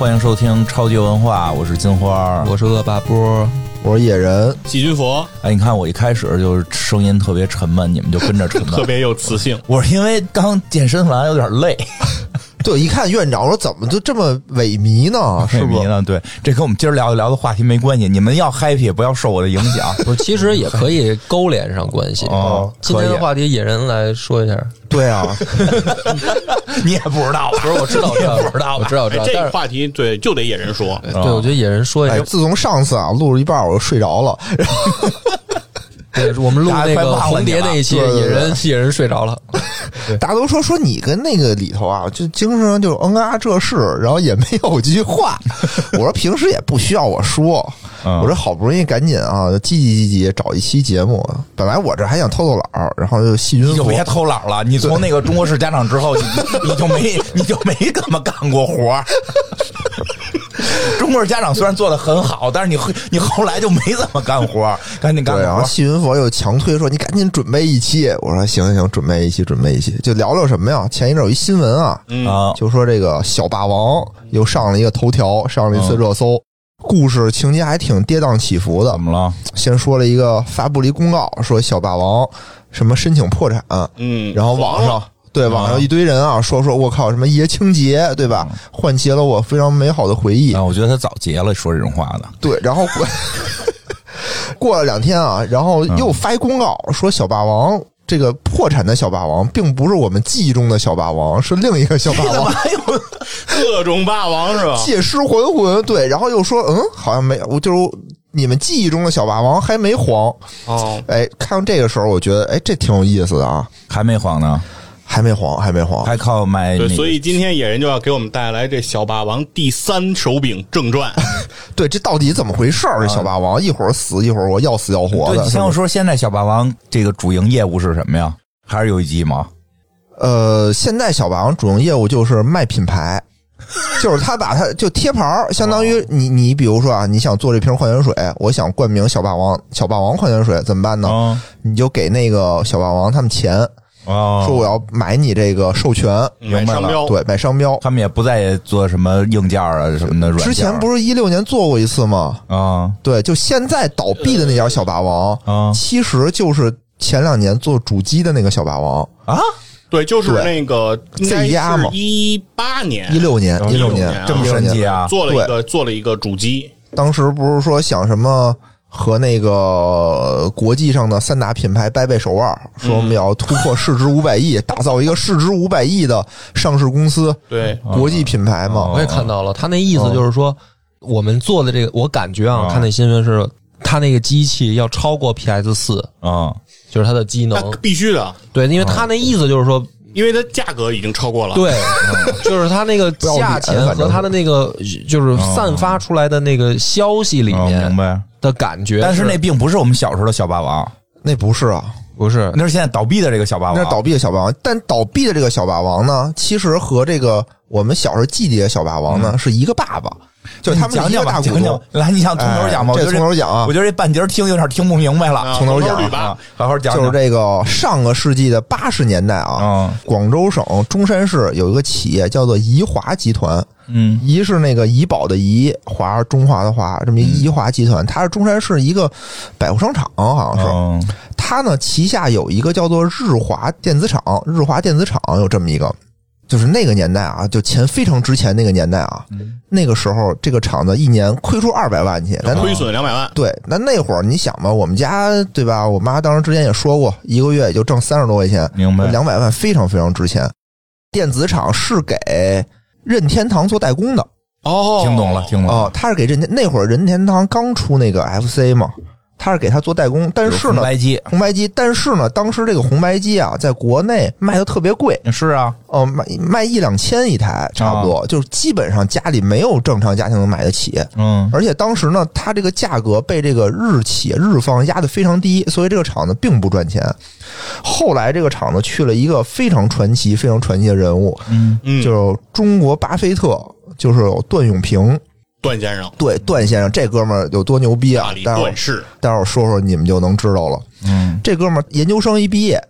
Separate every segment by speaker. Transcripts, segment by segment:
Speaker 1: 欢迎收听超级文化，我是金花。
Speaker 2: 我是恶霸波，
Speaker 3: 我是野人，
Speaker 4: 细菌佛
Speaker 1: 哎，你看我一开始就是声音特别沉闷，你们就跟着沉
Speaker 4: 特
Speaker 1: 闷。
Speaker 4: 别有磁性，
Speaker 1: 我是因为刚健身完有点累，
Speaker 3: 对，一看院长，我说怎么就这么萎靡呢？是不
Speaker 1: 迷
Speaker 3: 是？
Speaker 1: 了。对，这跟我们今儿聊一聊的话题没关系。你们要 happy，不要受我的影 响。
Speaker 2: 不是，其实也可以勾连上关系。
Speaker 1: 哦
Speaker 2: 今天
Speaker 1: 可
Speaker 2: 的
Speaker 1: 以
Speaker 2: 话题，野人来说一下。
Speaker 3: 对啊，
Speaker 1: 你也不知道啊吧？
Speaker 2: 不是，我知道，我知道，我知道，
Speaker 1: 啊
Speaker 2: 我知道，我
Speaker 4: 哎
Speaker 2: 知道。，
Speaker 4: 这
Speaker 2: 但
Speaker 4: 个
Speaker 2: 是，
Speaker 4: 话题对就得野人说，
Speaker 2: 对，我觉得野人说一
Speaker 3: 哎
Speaker 2: 下，。
Speaker 3: 自从上次啊录了一半，我就睡着了。然后
Speaker 2: 对，我们录
Speaker 1: 大家
Speaker 2: 那
Speaker 1: 快
Speaker 2: 个
Speaker 1: 忘了
Speaker 2: 红
Speaker 1: 你
Speaker 2: 蝶
Speaker 1: 了
Speaker 2: 那一期，
Speaker 3: 对对对
Speaker 2: 野人 野人睡着了。
Speaker 3: 大家都说说你跟那个里头啊，就精神上就嗯啊这事，然后也没有一句 话。我说平时也不需要我说，
Speaker 1: 嗯
Speaker 3: 我这好不容易赶紧啊，积极积极找一期节目。本来我这还想偷偷懒儿，然后就细菌
Speaker 1: 你就
Speaker 3: 佛
Speaker 1: 别偷懒了。你从那个中国式家长之后，你你就没你就没怎么干过活儿。中国式家长虽然做的很好，但是你后你后来就没怎么干活儿，赶紧干
Speaker 3: 对，
Speaker 1: 活
Speaker 3: 啊然
Speaker 1: 儿
Speaker 3: 后。细云佛又强推说：“你赶紧准备一期。”我说：“行行行，准备一期，准备一期。”就聊聊什么呀？前一阵有一新闻啊，
Speaker 4: 嗯
Speaker 1: 啊，
Speaker 3: 就说这个小霸王又上了一个头条，上了一次热搜，故事情节还挺跌宕起伏的
Speaker 1: 怎。么了？
Speaker 3: 先说了一个发布了一公告，说小霸王什么申请破产，
Speaker 4: 嗯，
Speaker 3: 然后网上对网上一堆人啊说说我靠什么爷青结对吧？唤起了我非常美好的回忆。
Speaker 1: 啊，我觉得他早结了，说这种话的。
Speaker 3: 对，然后过过了两天啊，然后又发一公告说小霸王。这个破产的小霸王，并不是我们记忆中的小霸王，是另一个小霸王。
Speaker 4: 各种霸王是
Speaker 1: 啊
Speaker 4: 吧？
Speaker 3: 借尸还魂，对，然后又说，嗯，好像没有，我就是你们记忆中的小霸王还没黄，
Speaker 4: 哦，
Speaker 3: 哎，看到这个时候，我觉得，哎，这挺有意思的啊，
Speaker 1: 还没黄呢，
Speaker 3: 还没黄，还没黄，
Speaker 1: 还靠买
Speaker 4: 对，
Speaker 1: 那个
Speaker 4: 所以今天野人就要给我们带来这《小霸王》第三手柄正传，
Speaker 3: 对，这到底怎么回事儿？这小霸王一会儿死，一会儿我要死要活
Speaker 1: 对，
Speaker 3: 的，
Speaker 1: 你
Speaker 3: 是
Speaker 1: 先
Speaker 3: 吧
Speaker 1: 我说，现在小霸王这个主营业务是什么呀？还是游戏机吗？
Speaker 3: 呃，现在小霸王主营业务就是卖 品牌，就是他把它就贴牌儿，相当
Speaker 1: 哦
Speaker 3: 于你你比如说啊，你想做这瓶矿泉水，我想冠名小霸王小霸王矿泉水怎么办呢？
Speaker 1: 啊
Speaker 3: 你就给那个小霸王他们钱，
Speaker 1: 哦嗯
Speaker 3: 说我要买你这个授权，
Speaker 4: 买商标，
Speaker 3: 对，买商标。
Speaker 1: 他们也不再做什么硬件啊什么的软件儿。
Speaker 3: 之前不是一六年做过一次吗？
Speaker 1: 啊
Speaker 3: 对，就现在倒闭的那家小霸王，
Speaker 1: 啊
Speaker 3: 其实就是前两年做主机的那个小霸王，
Speaker 1: 啊！
Speaker 4: 对，就是
Speaker 3: 对
Speaker 4: 那个应该
Speaker 3: ZIA 嘛
Speaker 4: 是一八
Speaker 1: 嗯
Speaker 4: 年
Speaker 3: 一六
Speaker 1: 哦
Speaker 3: 年，一六
Speaker 4: 年
Speaker 3: 年
Speaker 4: 啊，
Speaker 1: 这么
Speaker 3: 16
Speaker 1: 神
Speaker 3: 年
Speaker 1: 奇啊！
Speaker 4: 做了一个做了一个主机，
Speaker 3: 当时不是说想什么和那个呃国际上的三大品牌掰掰手腕，
Speaker 1: 嗯
Speaker 3: 说我们要突破市值五百亿，打造一个市值五百亿的上市公司，
Speaker 4: 对，
Speaker 1: 哦
Speaker 3: 国际品牌嘛。
Speaker 2: 我也看到了，他那意思就是说，我们做的这个，我感觉啊，
Speaker 1: 嗯
Speaker 2: 看那新闻是，他那个机器要超过 PS 四，
Speaker 1: 啊，
Speaker 2: 就是它的机
Speaker 4: 那哦
Speaker 2: 能。
Speaker 4: 必须的，
Speaker 2: 对，因为他那意思就是说，
Speaker 4: 因为它价格已经超过了，
Speaker 2: 对，就是他那个
Speaker 3: 要脸
Speaker 2: 价钱
Speaker 3: 反
Speaker 2: 和
Speaker 3: 正
Speaker 2: 他的那个就是散发出来的那个消息里
Speaker 1: 啊明
Speaker 2: 面
Speaker 1: 白。
Speaker 2: 的感觉。
Speaker 1: 但是那并不是我们小时候的小霸王，
Speaker 3: 那不是啊，
Speaker 2: 不是
Speaker 1: 那是现在倒闭的这个小霸王。
Speaker 3: 那是倒闭的小霸王，但倒闭的这个小霸王呢，其实和这个我们小时候记忆里的小霸王呢、是一个爸爸，就
Speaker 1: 你
Speaker 3: 他
Speaker 1: 嗯
Speaker 3: 们
Speaker 1: 讲
Speaker 3: 是一
Speaker 1: 讲
Speaker 3: 个
Speaker 1: 吧，
Speaker 3: 大股
Speaker 1: 讲讲
Speaker 3: 东。。
Speaker 1: 来，你想从头讲吧？
Speaker 3: 哎
Speaker 1: 我觉
Speaker 3: 这
Speaker 1: 得
Speaker 3: 从头讲啊
Speaker 1: 我觉得这半截儿听有点听不明白了
Speaker 4: 啊，
Speaker 3: 从头
Speaker 4: 捋
Speaker 3: 讲
Speaker 4: 吧
Speaker 1: 啊，，好好讲讲。
Speaker 3: 就是这个上个世纪的八十年代啊，
Speaker 1: 嗯
Speaker 3: 广州省中山市有一个企业叫做怡华集团，
Speaker 1: 嗯
Speaker 3: 怡是那个怡宝的怡，华是中华的华，这么
Speaker 1: 嗯
Speaker 3: 一怡华集团，它是中山市一个百货商场，好啊像是。
Speaker 1: 嗯
Speaker 3: 它呢旗下有一个叫做日华电子厂，日华电子厂有这么一个，就是那个年代啊，就钱非常值钱那个年代啊，那个时候这个厂子一年亏出二百万去，咱
Speaker 4: 亏损两百万，
Speaker 3: 对，那那会儿你想吧，我们家对吧？我妈当时之前也说过，一个月也就挣三十多块钱，
Speaker 1: 明白
Speaker 3: 两百万非常非常值钱。电子厂是给任天堂做代工的
Speaker 4: 哦
Speaker 1: 听懂了，听懂了。
Speaker 3: 哦，他是给任天那会儿任天堂刚出那个 FC 嘛，他是给他做代工，但
Speaker 1: 有
Speaker 3: 是
Speaker 1: 红
Speaker 3: 呢，
Speaker 1: 白机
Speaker 3: 红白机，但是呢，当时这个红白机啊，在国内卖的特别贵，
Speaker 1: 是啊，
Speaker 3: 哦、卖卖一两千一台，差不
Speaker 4: 啊
Speaker 3: 多，就是基本上家里没有正常家庭能买得起。
Speaker 1: 嗯
Speaker 3: 而且当时呢，它这个价格被这个日企日方压得非常低，所以这个厂子并不赚钱。后来这个厂子去了一个非常传奇、非常传奇的人物，
Speaker 1: 嗯
Speaker 4: 嗯，
Speaker 3: 就是中国巴菲特，就是有段永平。
Speaker 4: 段先生，
Speaker 3: 对，段先生这哥们儿有多牛逼
Speaker 4: 大
Speaker 3: 啊
Speaker 4: 理！
Speaker 3: 待会儿
Speaker 4: 段氏，
Speaker 3: 待会儿说说，你们就能知道了。
Speaker 1: 嗯
Speaker 3: 这哥们儿研究生一毕业，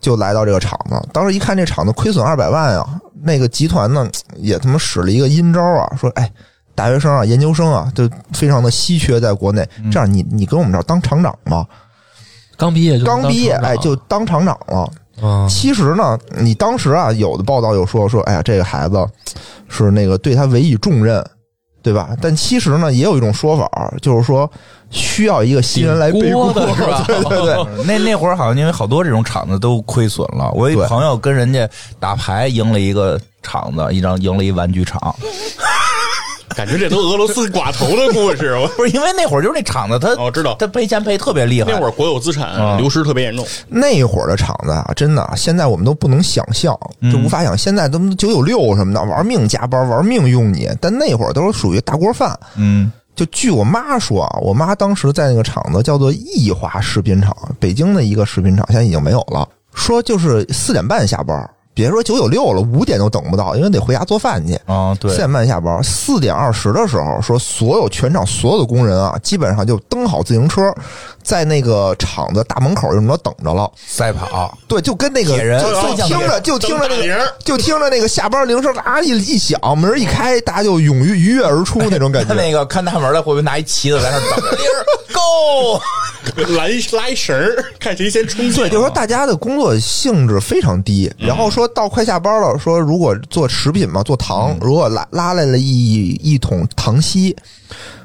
Speaker 3: 就来到这个厂子。当时一看这厂子亏损二百万啊，那个集团呢也他妈使了一个阴招啊，说哎，大学生啊、研究生啊，就非常的稀缺在国内。
Speaker 2: 嗯
Speaker 3: 这样你你跟我们这儿当厂长吧，
Speaker 2: 刚毕业就
Speaker 3: 刚毕业
Speaker 2: 当厂长
Speaker 3: 哎就当厂长了。
Speaker 2: 嗯
Speaker 3: 其实呢，你当时啊，有的报道有说说，哎呀，这个孩子是那个对他委以重任，对吧？但其实呢，也有一种说法，就是说需要一个新人来背锅
Speaker 2: 顶锅的是 吧
Speaker 3: 对对对，
Speaker 1: 那那会儿好像因为好多这种厂子都亏损了，我有
Speaker 3: 对
Speaker 1: 一朋友跟人家打牌赢了一个厂子，一张赢了一玩具厂，
Speaker 3: 嗯
Speaker 4: 感觉这都俄罗斯寡头的故事。我
Speaker 1: 不是因为那会儿就是那厂子他
Speaker 4: 哦知道
Speaker 1: 他赔钱赔特别厉害，
Speaker 4: 那会儿国有资产
Speaker 1: 嗯
Speaker 4: 流失特别严重，
Speaker 3: 那会儿的厂子啊，真的啊，现在我们都不能想象，就无法想。现在他们九九六什么的，玩命加班，玩命用你。但那会儿都是属于大锅饭。
Speaker 1: 嗯
Speaker 3: 就据我妈说啊，我妈当时在那个厂子叫做易华食品厂，北京的一个食品厂，现在已经没有了。说就是四点半下班，别说九九六了，五点都等不到，因为得回家做饭去。
Speaker 1: 啊
Speaker 3: 四
Speaker 1: 对，
Speaker 3: 点半下班，四点二十的时候，说所有全场所有的工人啊，基本上就蹬好自行车，在那个厂子大门口就这么着等着了。
Speaker 1: 赛跑
Speaker 3: 对，就跟那个
Speaker 1: 铁人
Speaker 3: 就
Speaker 1: 三
Speaker 3: 就
Speaker 1: 项
Speaker 3: 听
Speaker 1: 铁
Speaker 3: 着就听着那
Speaker 4: 灯打铃
Speaker 3: 个
Speaker 4: 儿
Speaker 3: 就听着那个下班铃声啊一一响，门一开，大家就踊跃鱼跃而出那种感
Speaker 1: 他
Speaker 3: 觉。
Speaker 1: 那个看大门的会不会拿一旗子在那儿等着铃儿？Go！
Speaker 4: 拉一拉一绳儿，看谁先冲碎。
Speaker 3: 就说大家的工作性质非常低，然后说到快下班了，说如果做食品嘛，做糖，如果拉拉来了一一桶糖稀，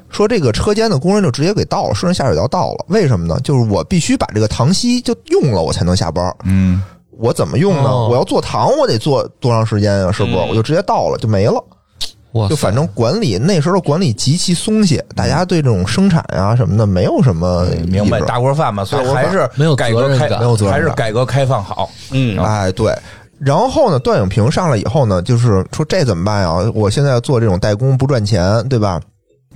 Speaker 3: 说这个车间的工人就直接给倒了，顺着下水道倒了。为什么呢？就是我必须把这个糖稀就用了，我才能下班。
Speaker 1: 嗯，
Speaker 3: 我怎么用呢？
Speaker 2: 哦
Speaker 3: 我要做糖，我得做多长时间啊？是不是？
Speaker 4: 嗯
Speaker 3: 我就直接倒了，就没了。
Speaker 2: 哇塞，
Speaker 3: 就反正管理那时候的管理极其松懈，大家对这种生产啊什么的没有什么意
Speaker 1: 嗯明白
Speaker 3: 识
Speaker 1: 大锅饭嘛，所以
Speaker 3: 大锅饭
Speaker 1: 还是
Speaker 2: 没有责
Speaker 1: 改革
Speaker 2: 任
Speaker 1: 开
Speaker 2: 感
Speaker 3: 没有责任
Speaker 1: 还是
Speaker 3: 感
Speaker 1: 改革开放好。
Speaker 4: 嗯，
Speaker 3: 哎，对。然后呢，段永平上来以后呢，就是说这怎么办呀？我现在做这种代工不赚钱，对吧？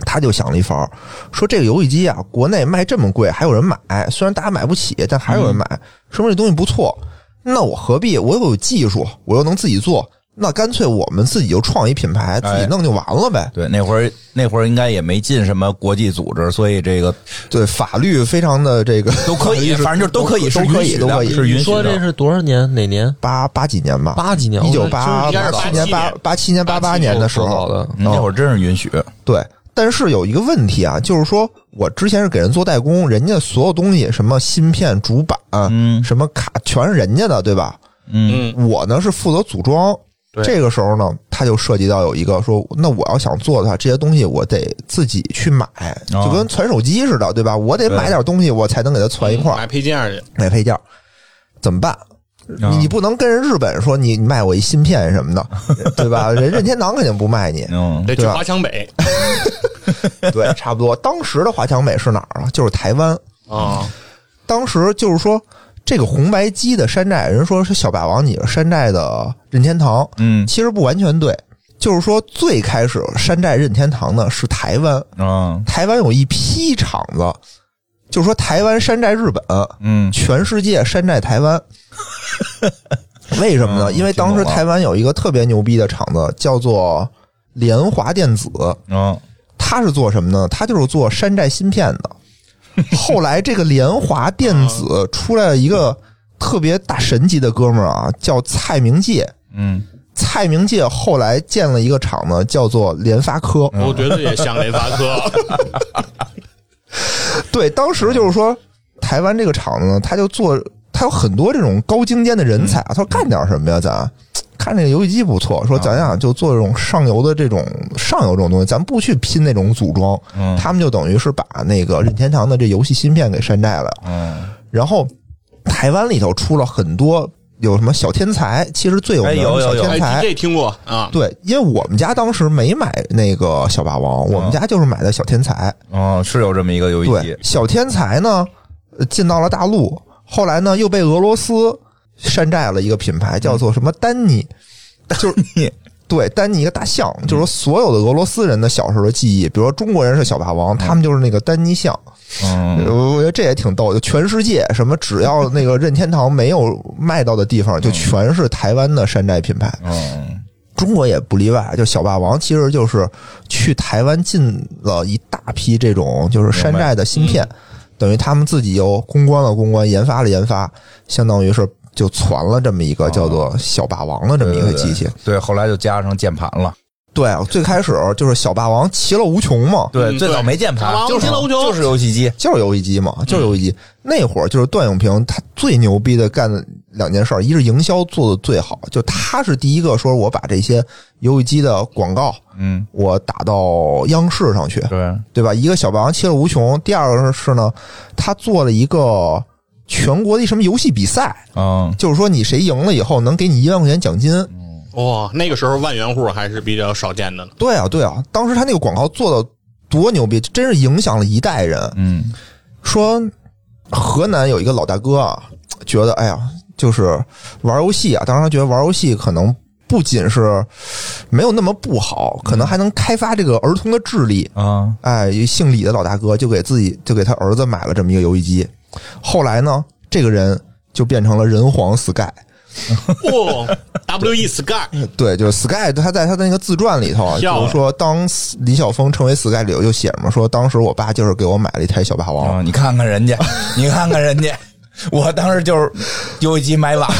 Speaker 3: 他就想了一法儿，说这个游戏机啊，国内卖这么贵，还有人买，虽然大家买不起，但还有
Speaker 1: 嗯
Speaker 3: 人买，说明这东西不错。那我何必？我又有技术，我又能自己做，那干脆我们自己就创一品牌，自己
Speaker 1: 哎
Speaker 3: 弄就完了呗。
Speaker 1: 对，那会儿那会儿应该也没进什么国际组织，所以这个
Speaker 3: 对，法律非常的这个
Speaker 1: 都可以，反正就是都可以，
Speaker 3: 都
Speaker 1: 是允
Speaker 3: 可以
Speaker 1: 许
Speaker 3: 都可
Speaker 1: 的，
Speaker 3: 以
Speaker 1: 是允
Speaker 2: 你
Speaker 1: 许
Speaker 2: 说这
Speaker 1: 的。
Speaker 2: 是多少年？哪年？
Speaker 3: 八八几年吧，
Speaker 2: 八几年？
Speaker 3: 一九
Speaker 2: 我
Speaker 3: 八
Speaker 2: 就
Speaker 4: 应该是
Speaker 3: 七
Speaker 4: 87
Speaker 3: 年八
Speaker 4: 年
Speaker 3: 八七年八八年的时
Speaker 2: 做
Speaker 3: 候
Speaker 2: 到的，
Speaker 1: 嗯那会儿真是允许，
Speaker 3: 对，但是有一个问题啊，就是说我之前是给人做代工，人家所有东西什么芯片、主板，
Speaker 1: 嗯
Speaker 3: 什么卡全是人家的，对吧？
Speaker 1: 嗯
Speaker 4: 嗯，
Speaker 3: 我呢是负责组装。
Speaker 4: 对
Speaker 3: 这个时候呢，它就涉及到有一个说，那我要想做的话，这些东西我得自己去买，
Speaker 1: 哦
Speaker 3: 就跟传手机似的，对吧？我得
Speaker 1: 对
Speaker 3: 买点东西，我才能给它攒一块儿
Speaker 4: 买配件儿去，
Speaker 3: 买配件儿，怎么办？
Speaker 1: 啊
Speaker 3: 你你不能跟人日本说你你卖我一芯片什 么的，对吧？人任天堂肯定不卖你，
Speaker 1: 嗯
Speaker 4: 得去
Speaker 3: 对啊吧
Speaker 4: 华强北
Speaker 3: 对，差不多。当时的华强北是哪儿啊？就是台湾。
Speaker 4: 啊，
Speaker 3: 当时就是说，这个红白机的山寨，人说是小霸王，你是山寨的任天堂，
Speaker 1: 嗯
Speaker 3: 其实不完全对。就是说，最开始山寨任天堂的是台湾，
Speaker 1: 嗯
Speaker 3: 台湾有一批厂子，就是说台湾山寨日本，
Speaker 1: 嗯
Speaker 3: 全世界山寨台 湾。为什么呢？
Speaker 1: 嗯
Speaker 3: 因为当时
Speaker 1: 听懂了
Speaker 3: 台湾有一个特别牛逼的厂子，叫做联华电子。
Speaker 1: 嗯
Speaker 3: 他是做什么呢？他就是做山寨芯片 的。后来这个联华电子出来了一个特别大神级的哥们儿啊，叫蔡明介。
Speaker 1: 嗯，
Speaker 3: 蔡明介后来建了一个厂子，叫做联发科。
Speaker 4: 我觉得也像联发 科，
Speaker 3: 对，当时就是说，台湾这个厂子呢，他就做，他有很多这种高精尖的人
Speaker 1: 嗯
Speaker 3: 才啊。他说干点什么呀？咱啊看这个游戏机不错，
Speaker 1: 啊
Speaker 3: 说咱俩就做这种上游的这种上游这种东西，咱不去拼那种组装。
Speaker 1: 嗯
Speaker 3: 他们就等于是把那个任天堂的这游戏芯片给山寨了。
Speaker 1: 嗯，
Speaker 3: 然后台湾里头出了很多有什么小天才，其实最有名
Speaker 1: 哎有
Speaker 3: 的小
Speaker 1: 有有
Speaker 3: 天
Speaker 4: 哎，
Speaker 3: 才。
Speaker 4: 这听过啊，
Speaker 3: 对，因为我们家当时没买那个小霸王，我
Speaker 1: 啊
Speaker 3: 们家就是买的小天才。
Speaker 1: 哦，是有这么一个游戏
Speaker 3: 对
Speaker 1: 机，，
Speaker 3: 小天才呢呃进到了大陆，后来呢又被俄罗斯山寨了一个品牌，叫做什么丹尼，就是
Speaker 1: 尼
Speaker 3: 对丹尼一个大象，就是说所有的俄罗斯人的小时候的记忆，比如说中国人是小霸王，他们就是那个丹尼象。
Speaker 1: 嗯
Speaker 3: 我我觉得这也挺逗，就全世界什么只要那个任天堂没有卖到的地方，就全是台湾的山寨品牌，
Speaker 1: 嗯
Speaker 3: 中国也不例外。就小霸王其实就是去台湾进了一大批这种就是山寨的芯片，等于他们自己又公关了公关，研发了研发，相当于是就传了这么一个叫做小霸王的这么一个机器。
Speaker 1: 对，后来就加上键盘了。
Speaker 3: 对，最开始就是小霸王其乐无穷嘛，
Speaker 1: 对，
Speaker 4: 嗯
Speaker 1: 最早
Speaker 4: 对
Speaker 1: 没键
Speaker 4: 小
Speaker 1: 盘
Speaker 4: 霸，王
Speaker 1: 就是
Speaker 4: 其乐无穷
Speaker 1: 就是游戏机。
Speaker 3: 就是游戏机嘛，就是游戏机。那会儿就是段永平他最牛逼的干的两件事儿，一是营销做的最好，就他是第一个说我把这些游戏机的广告
Speaker 1: 嗯，
Speaker 3: 我打到央视上去，
Speaker 1: 对，
Speaker 3: 对吧？一个小霸王其乐无穷，第二个是呢，他做了一个全国的什么游戏比赛，
Speaker 1: 嗯，
Speaker 3: 就是说你谁赢了以后能给你一万块钱奖金。
Speaker 4: 哇、那个时候万元户还是比较少见的呢。
Speaker 3: 对啊，对啊，当时他那个广告做的多牛逼，真是影响了一代人。
Speaker 1: 嗯，
Speaker 3: 说河南有一个老大哥啊，觉得哎呀，就是玩游戏啊，当时他觉得玩游戏可能不仅是没有那么不好，可能还能开发这个儿童的智力。
Speaker 1: 啊，
Speaker 3: 哎，一姓李的老大哥就给自己就给他儿子买了这么一个游戏机，后来呢，这个人就变成了人皇 Sky。
Speaker 4: 哇、w E Sky
Speaker 3: 对，就是 Sky，他在他的那个自传里头啊，
Speaker 4: 漂亮
Speaker 3: 就是说当李晓峰成为 Sky 里头就写着嘛，说当时我爸就是给我买了一台小霸王，
Speaker 1: 啊，你看看人家，你看看人家，我当时就是游戏机买晚了。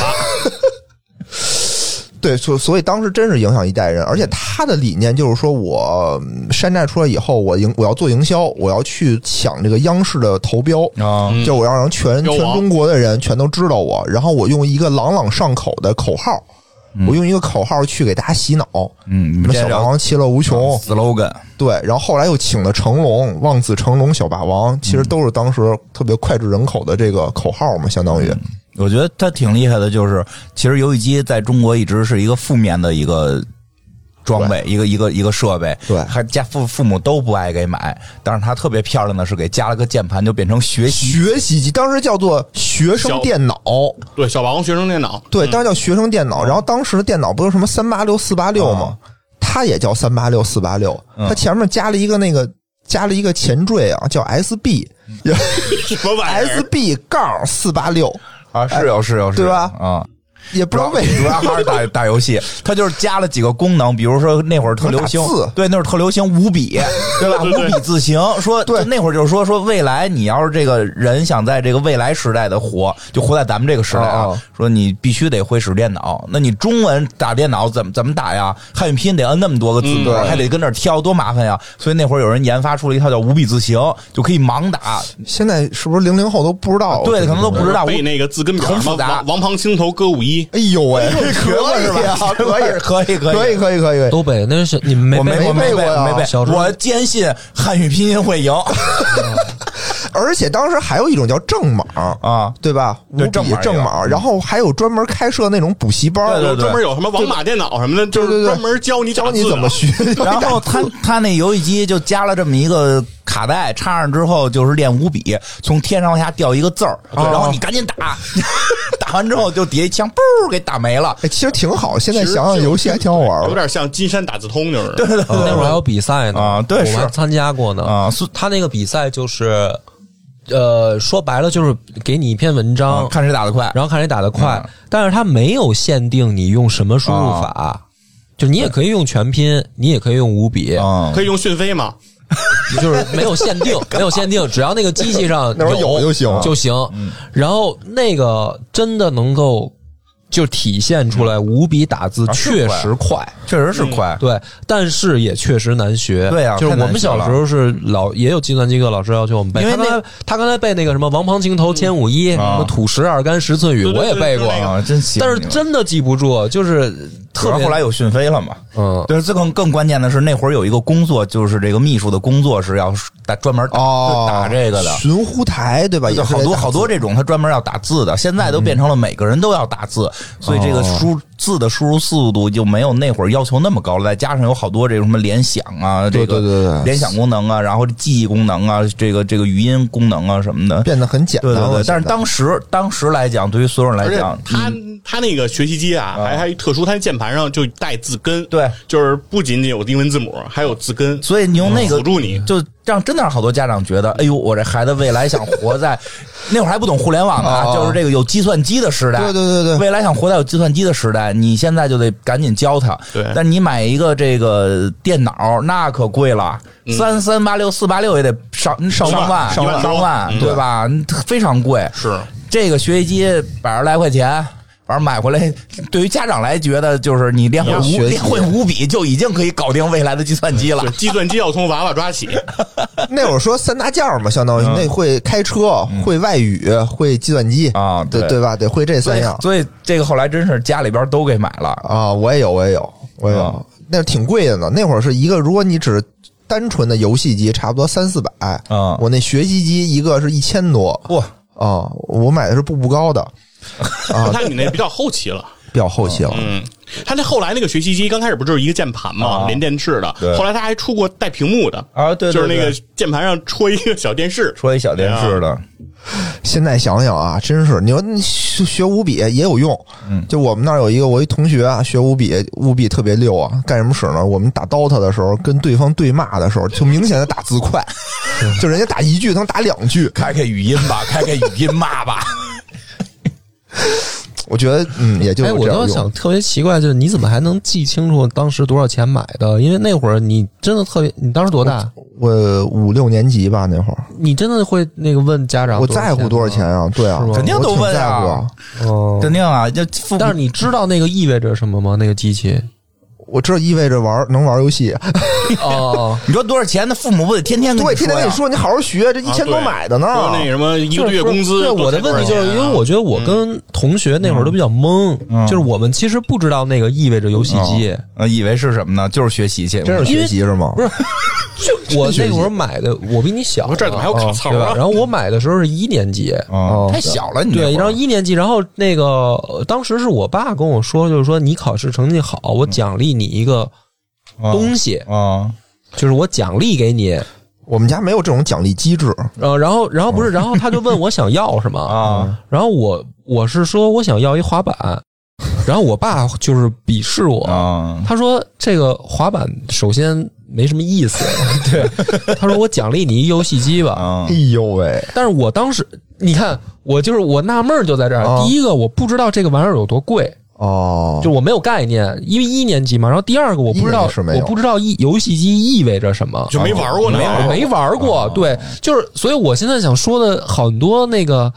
Speaker 3: 对，所所以当时真是影响一代人，而且他的理念就是说我嗯山寨出来以后，我营我要做营销，我要去抢这个央视的投标，
Speaker 1: 啊，
Speaker 3: 就我要让全
Speaker 4: 标
Speaker 3: 全
Speaker 4: 王
Speaker 3: 中国的人全都知道我，然后我用一个朗朗上口的口号，我用一个口号去给大家洗脑，
Speaker 1: 嗯，你
Speaker 3: 什
Speaker 1: 们嗯
Speaker 3: 么
Speaker 1: 这
Speaker 3: 小霸
Speaker 1: 聊
Speaker 3: 王其乐无穷，
Speaker 1: slogan，
Speaker 3: 对，然后后来又请了成龙、望子成龙、小霸王，其
Speaker 1: 嗯
Speaker 3: 实都是当时特别脍炙人口的这个口号嘛，相当于。
Speaker 1: 我觉得他挺厉害的，就是其实游戏机在中国一直是一个负面的一个装备，一个一个一个设备，
Speaker 3: 对
Speaker 1: 还家父父母都不爱给买，但是他特别漂亮的是给加了个键盘，就变成学习
Speaker 3: 学习机当时叫做学生
Speaker 4: 小
Speaker 3: 电脑，
Speaker 4: 对小霸王学生电脑，
Speaker 3: 对，当时叫学生电脑。然后当时的电脑不是什么三八六、四八六吗？它也叫三八六、四八六，它前面加了一个那个加了一个前缀啊，叫 SB
Speaker 4: 什么玩意儿？
Speaker 3: SB 杠四八六，
Speaker 1: 啊，是有是有是有，
Speaker 3: 对吧
Speaker 1: 啊，
Speaker 3: 也不知道为什
Speaker 1: 主
Speaker 3: 么
Speaker 1: 要还是打 打游戏，它就是加了几个功能，比如说那会儿特流行
Speaker 3: 能打字，
Speaker 1: 对，那会儿特流行五笔，对吧？
Speaker 4: 对对
Speaker 1: 五笔字形，说
Speaker 3: 对
Speaker 1: 就那会儿就是说说未来你要是这个人想在这个未来时代的活，就活在咱们这个时代啊，
Speaker 3: 哦哦
Speaker 1: 说你必须得会使电脑，那你中文打电脑怎么怎么打呀？汉语拼音得摁那么多个字母，
Speaker 3: 嗯对
Speaker 1: 还得跟那儿挑，多麻烦呀！所以那会儿有人研发出了一套叫五笔字形，就可以盲打，
Speaker 3: 现在是不是零零后都不知道？
Speaker 1: 啊对，可能都不知道。
Speaker 4: 背那个字根表
Speaker 1: 很
Speaker 4: 什么
Speaker 1: 复杂
Speaker 4: 王王旁青头歌舞一，
Speaker 3: 哎呦喂，
Speaker 1: 学过 是吧？
Speaker 3: 可以啊，
Speaker 1: 可以，可以，
Speaker 3: 可以，可以，可以，可以。
Speaker 2: 都背，那是你们
Speaker 1: 我
Speaker 2: 没
Speaker 1: 没
Speaker 2: 背
Speaker 1: 我
Speaker 3: 背
Speaker 1: 没
Speaker 3: 过呀
Speaker 1: 我没背，
Speaker 2: 小时候
Speaker 1: 我坚信汉语拼音 会赢
Speaker 3: 而且当时还有一种叫正码，
Speaker 1: 啊！
Speaker 3: 对吧？五
Speaker 1: 对正码
Speaker 3: 笔
Speaker 1: 也有
Speaker 3: 正码，然后还有专门开设那种补习班
Speaker 1: 对
Speaker 3: 儿，
Speaker 1: 对
Speaker 4: 有专门有什么王马电脑什么的，就
Speaker 3: 对对对
Speaker 4: 是专门教你
Speaker 3: 教
Speaker 4: 打
Speaker 3: 你
Speaker 4: 字
Speaker 3: 怎么
Speaker 4: 的
Speaker 3: 学。
Speaker 1: 然后他他那游戏机就加了这么一个卡带，插上之后就是练五笔，从天上往下掉一个字儿，然后你赶紧打， 打完之后就底下一枪，嘣给打没了。
Speaker 3: 哎，其实挺好，现在想想游戏还挺好玩
Speaker 4: 有
Speaker 3: 的。
Speaker 4: 点像金山打字通就是。
Speaker 1: 对对
Speaker 2: 那会儿
Speaker 1: 对，
Speaker 2: 还有比赛呢
Speaker 1: 啊对
Speaker 2: 我还
Speaker 1: 是
Speaker 2: 参加过呢
Speaker 1: 啊是
Speaker 2: 他那个比赛就是，呃，说白了就是给你一篇文
Speaker 3: 啊
Speaker 2: 章，
Speaker 1: 看谁打得快。
Speaker 2: 然后看谁打得快，但是他没有限定你用什么输入法，
Speaker 3: 啊
Speaker 2: 就你也可以用全拼，你也可以用五笔，
Speaker 1: 嗯，
Speaker 4: 可以用讯飞吗？
Speaker 2: 就是没有限 定，没有限定，只要那个机器上
Speaker 3: 那会儿有就
Speaker 1: 啊
Speaker 3: 行
Speaker 2: 就行。
Speaker 1: 嗯
Speaker 2: 然后那个真的能够就体现出来，五笔打字
Speaker 1: 啊是
Speaker 2: 确
Speaker 1: 快
Speaker 2: 实快。
Speaker 1: 确实是快。
Speaker 2: 对，但是也确实难学。
Speaker 1: 对啊
Speaker 2: 就是
Speaker 1: 太难
Speaker 2: 我们小时候是老也有计算机课老师要求我们背，
Speaker 1: 因为
Speaker 2: 他
Speaker 1: 那
Speaker 2: 刚才他刚才背那个什么王旁青头千五一，什么土石二干十寸雨，
Speaker 4: 对对
Speaker 2: 我也
Speaker 4: 对
Speaker 2: 背
Speaker 4: 就
Speaker 2: 过，
Speaker 4: 那个
Speaker 1: 啊，真行！
Speaker 2: 但是
Speaker 1: 你们
Speaker 2: 真的记不住，就是
Speaker 1: 主
Speaker 2: 特
Speaker 1: 要
Speaker 2: 别
Speaker 1: 后来有讯飞了嘛，
Speaker 2: 嗯
Speaker 1: 就是这更更关键的是那会儿有一个工作，就是这个秘书的工作是要打专门打、
Speaker 3: 哦，
Speaker 1: 打这个的，
Speaker 3: 寻呼台对吧？也
Speaker 1: 就是好多
Speaker 3: 得打
Speaker 1: 好多这种，他专门要打字的，现在都变成了每个人都要打字，
Speaker 3: 嗯
Speaker 1: 所以这个输字的输入速度就没有那会儿要求那么高了。再加上有好多这种什么联想啊，这
Speaker 3: 对
Speaker 1: 个
Speaker 3: 对对对
Speaker 1: 联想功能啊，然后记忆功能啊，这个这个语音功能啊什么的，
Speaker 3: 变得很简单
Speaker 1: 对对
Speaker 3: 了。
Speaker 1: 对。但是
Speaker 3: 现在
Speaker 1: 当时当时来讲，对于所有人来
Speaker 4: 而且
Speaker 1: 讲，嗯
Speaker 4: 它它那个学习机啊，还还有一特殊，它键盘上就带字根，
Speaker 1: 对，
Speaker 4: 就是不仅仅有英文字母，还有字根，
Speaker 1: 所以你用那个
Speaker 3: 嗯
Speaker 4: 辅助你。
Speaker 1: 就让真的让好多家长觉得，哎呦，我这孩子未来想活在 那会儿还不懂互联网呢、
Speaker 3: 哦
Speaker 1: 就是这个有计算机的时代。
Speaker 3: 对对对对，
Speaker 1: 未来想活在有计算机的时代，你现在就得赶紧教他。
Speaker 4: 对
Speaker 1: 但你买一个这个电脑，那可贵了，三三八六四八六也得上上
Speaker 4: 万
Speaker 1: 万
Speaker 4: 上万
Speaker 1: 上万
Speaker 4: 嗯，
Speaker 1: 对吧？非常贵。
Speaker 4: 是
Speaker 1: 这个学习机百十来块钱，反正买回来， 对于家长来觉得就是你练会
Speaker 3: 你要
Speaker 1: 五
Speaker 3: 学习
Speaker 1: 练会五笔就已经可以搞定未来的计算机了
Speaker 4: 对，。计算机要从娃娃抓起，
Speaker 3: 那会儿说三大件儿嘛，相当于
Speaker 1: 嗯
Speaker 3: 那会开车、会外语、会计算机
Speaker 1: 啊
Speaker 3: 对
Speaker 1: 对
Speaker 3: 对吧？得会这
Speaker 1: 所
Speaker 3: 三
Speaker 1: 以
Speaker 3: 样，
Speaker 1: 所以这个后来真是家里边都给买了。
Speaker 3: 啊。我也有，我也有，我也有
Speaker 1: 啊。
Speaker 3: 那挺贵的呢，那会儿是一个，如果你只单纯的游戏机，差不多三四百。
Speaker 1: 嗯
Speaker 3: 我那学习机一个是一千多
Speaker 1: 哇，
Speaker 3: 啊，我买的是步步高的，啊，
Speaker 4: 看你那比较后期了。
Speaker 3: 比较后期了。
Speaker 4: 嗯，他那后来那个学习机刚开始不就是一个键盘嘛，
Speaker 1: 啊
Speaker 4: 连电式的
Speaker 1: 对。
Speaker 4: 后来他还出过带屏幕的
Speaker 1: 啊对对
Speaker 4: 就是那个
Speaker 1: 对
Speaker 4: 键盘上戳一个小电视。
Speaker 1: 说一小电视的，
Speaker 3: 现在想想啊，真是你说你学学五笔也有用。嗯，就我们那儿有一个我一同学啊，学五笔，五笔特别溜啊。干什么使呢？我们打 DOTA 的时候，跟对方对骂的时候，就明显的打字快，就人家打一句，他能打两句。
Speaker 1: 开开语音吧，开开语音骂吧。
Speaker 3: 我觉得，嗯，也就
Speaker 2: 哎，
Speaker 3: 有
Speaker 2: 我
Speaker 3: 这
Speaker 2: 倒
Speaker 3: 样
Speaker 2: 想
Speaker 3: 用。
Speaker 2: 特别奇怪，就是你怎么还能记清楚当时多少钱买的？因为那会儿你真的特别，你当时多大？
Speaker 3: 我五六年级吧，那会儿
Speaker 2: 你真的会那个问家长
Speaker 3: 我在乎多少
Speaker 2: 吗
Speaker 3: 钱？啊？对啊
Speaker 2: 是吗，
Speaker 1: 肯定都问啊
Speaker 3: 我挺在乎啊。
Speaker 2: 哦，
Speaker 1: 肯定啊，就父
Speaker 2: 但是你知道那个意味着什么吗？那个机器？
Speaker 3: 我知道意味着玩能玩游戏，
Speaker 2: 哦，
Speaker 1: 你说多少钱？那父母不得天天跟
Speaker 3: 对，天天跟
Speaker 1: 呀
Speaker 3: 你说你好好学，这一
Speaker 4: 啊
Speaker 3: 千多
Speaker 4: 对
Speaker 3: 买的呢。
Speaker 4: 说那什么一个月工资
Speaker 2: 对
Speaker 4: 多才多
Speaker 2: 我
Speaker 4: 少钱啊，嗯
Speaker 2: 的问题就是因为我觉得我跟同学那会儿都比较懵，
Speaker 3: 嗯
Speaker 2: 就是我们其实不知道那个意味着游戏机。
Speaker 3: 哦
Speaker 1: 呃，以为是什么呢？就是学习去，
Speaker 3: 真是
Speaker 2: 因为
Speaker 3: 学习是吗？
Speaker 2: 不是就我那会儿买的，我比你小啊，
Speaker 4: 这儿怎么还有卡槽
Speaker 2: 对吧？
Speaker 4: 啊？
Speaker 2: 然后我买的时候是一年级，
Speaker 1: 啊，太小了，你那会
Speaker 2: 哦对，
Speaker 1: 儿
Speaker 2: 然后一年级，然后那个呃当时是我爸跟我说，就是说你考试成绩好，我奖励你一个
Speaker 1: 嗯哦
Speaker 2: 东西，
Speaker 1: 啊，
Speaker 2: 就是我奖励给你。
Speaker 3: 我们家没有这种奖励机制。
Speaker 2: 呃，然后，然后不是，然后他就问我想要什 么
Speaker 1: 啊，
Speaker 2: 然后我我是说我想要一 滑板，然后我爸就是鄙视我，
Speaker 1: 啊
Speaker 2: 他说这个滑板首先没什么意 思，对， 他说我奖励你一游戏机吧，
Speaker 1: 啊
Speaker 3: 哎呦喂，
Speaker 2: 但是我当时你看我就是我纳闷儿就在这儿，
Speaker 3: 啊
Speaker 2: 第一个我不知道这个玩意儿有多贵，
Speaker 3: 哦，
Speaker 2: 就我没有概念，因为一年级嘛。然后第二个我不知
Speaker 3: 一
Speaker 2: 道
Speaker 3: 年是没有
Speaker 2: 我不知道意游戏机意味着什么，
Speaker 4: 就没玩过呢，
Speaker 1: 没玩
Speaker 2: 我没玩过，对，就是所以我现在想说的很多那个。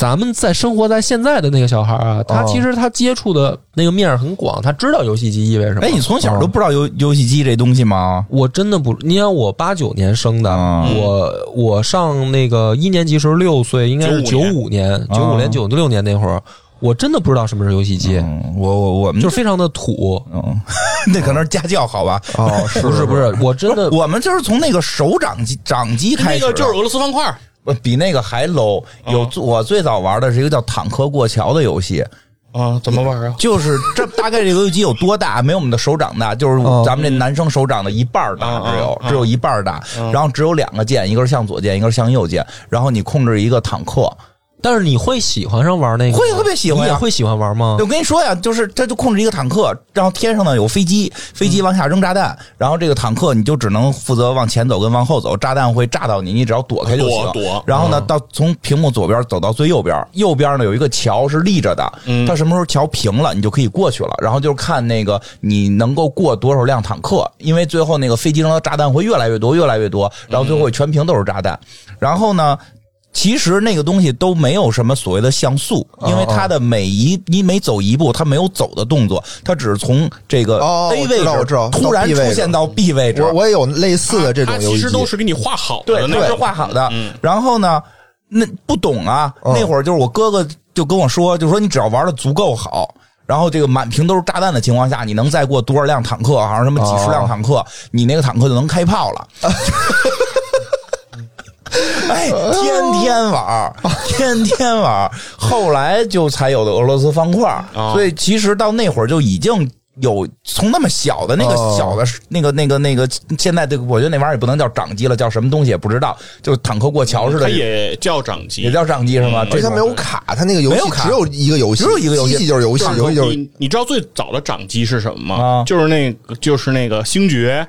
Speaker 2: 咱们在生活在现在的那个小孩儿啊，他其实他接触的那个面儿很广，他知道游戏机意味着什么。哦
Speaker 1: 哎，你从小都不知道游游戏机这东西吗？
Speaker 2: 我真的不，你想我八九年生的，
Speaker 1: 嗯
Speaker 2: 我我上那个一年级时候六岁，应该是九
Speaker 4: 95
Speaker 2: 五年、九五年、九六年那会儿，我真的不知道什么是游戏机，
Speaker 1: 嗯，我我我们
Speaker 2: 就是非常的土。
Speaker 1: 嗯， 那可能是家教好吧？
Speaker 3: 哦， 是
Speaker 2: 不是不是，我真的
Speaker 1: 我们就是从那个手掌机掌机开
Speaker 4: 那
Speaker 1: 始的，
Speaker 4: 个就是俄罗斯方块，
Speaker 1: 不比那个还 low。有最我最早玩的是一个叫《坦克过桥》的游戏，
Speaker 4: 啊，怎么玩啊？
Speaker 1: 就是这大概这个游戏机有多大？没有我们的手掌大，就是
Speaker 2: 哦
Speaker 1: 咱们这男生手掌的一半儿大，
Speaker 4: 嗯
Speaker 1: 只有
Speaker 4: 嗯嗯
Speaker 1: 只有一半儿大。然后只有两个键，一个是向左键，一个是向右键。然后你控制一个坦克，
Speaker 2: 但是你会喜欢上玩那个吗？
Speaker 1: 会特别喜欢呀啊
Speaker 2: 你也会喜欢玩吗
Speaker 1: 对？我跟你说呀，就是它就控制一个坦克，然后天上呢有飞机，飞机往下扔炸弹，然后这个坦克你就只能负责往前走跟往后走，炸弹会炸到你，你只要 躲开就行。
Speaker 4: 躲躲
Speaker 1: 然后呢，到从屏幕左边走到最右边，右边呢有一个桥是立着的，它什么时候桥平了，你就可以过去了。然后就是看那个你能够过多少辆坦克，因为最后那个飞机扔的炸弹会越来越多，越来越多，然后最后全屏都是炸弹。然后呢，其实那个东西都没有什么所谓的像素，
Speaker 3: 哦
Speaker 1: 因为它的每一你每走一步，它没有走的动作，它只是从这个
Speaker 3: 哦
Speaker 1: A
Speaker 3: 我
Speaker 1: 位
Speaker 3: 知道我
Speaker 1: 置
Speaker 3: 知道
Speaker 1: 突然
Speaker 3: 到 B 位置
Speaker 1: 出现到 B 位置，
Speaker 3: 我我也有类似的这种
Speaker 4: 它
Speaker 3: 游
Speaker 4: 其
Speaker 3: 戏
Speaker 4: 实都
Speaker 3: 机，
Speaker 4: 是给你画好
Speaker 1: 对
Speaker 4: 的，，那
Speaker 1: 那是
Speaker 4: 种
Speaker 1: 画好的
Speaker 4: 嗯。
Speaker 1: 然后呢，那不懂啊，
Speaker 3: 嗯
Speaker 1: 那会儿就是我哥哥就跟我说，就说你只要玩的足够好。然后这个满屏都是炸弹的情况下，你能再过多少辆坦克？好像什么几十辆坦克，你那个坦克就能开炮了。 哎，天天玩儿，天天玩儿。后来就才有的俄罗斯方块儿，
Speaker 4: 哦
Speaker 1: 所以其实到那会儿就已经有从那么小的那个
Speaker 3: 哦
Speaker 1: 小的、那个那个那个，现在这个我觉得那玩意儿也不能叫掌机了，叫什么东西也不知道，就坦克过桥似
Speaker 4: 它
Speaker 1: 的，
Speaker 4: 也叫掌机，
Speaker 1: 也叫掌机是吗？
Speaker 4: 嗯
Speaker 3: 而
Speaker 1: 这
Speaker 3: 且它
Speaker 1: 种
Speaker 3: 没有卡，它那个游
Speaker 1: 没有
Speaker 3: 戏
Speaker 1: 卡
Speaker 3: 只有一个游戏，
Speaker 1: 只有一个游戏
Speaker 3: 机器就是游戏，游戏就是
Speaker 4: 你你知道最早的掌机是什么吗？
Speaker 1: 啊嗯
Speaker 4: 就是那个就是那个星爵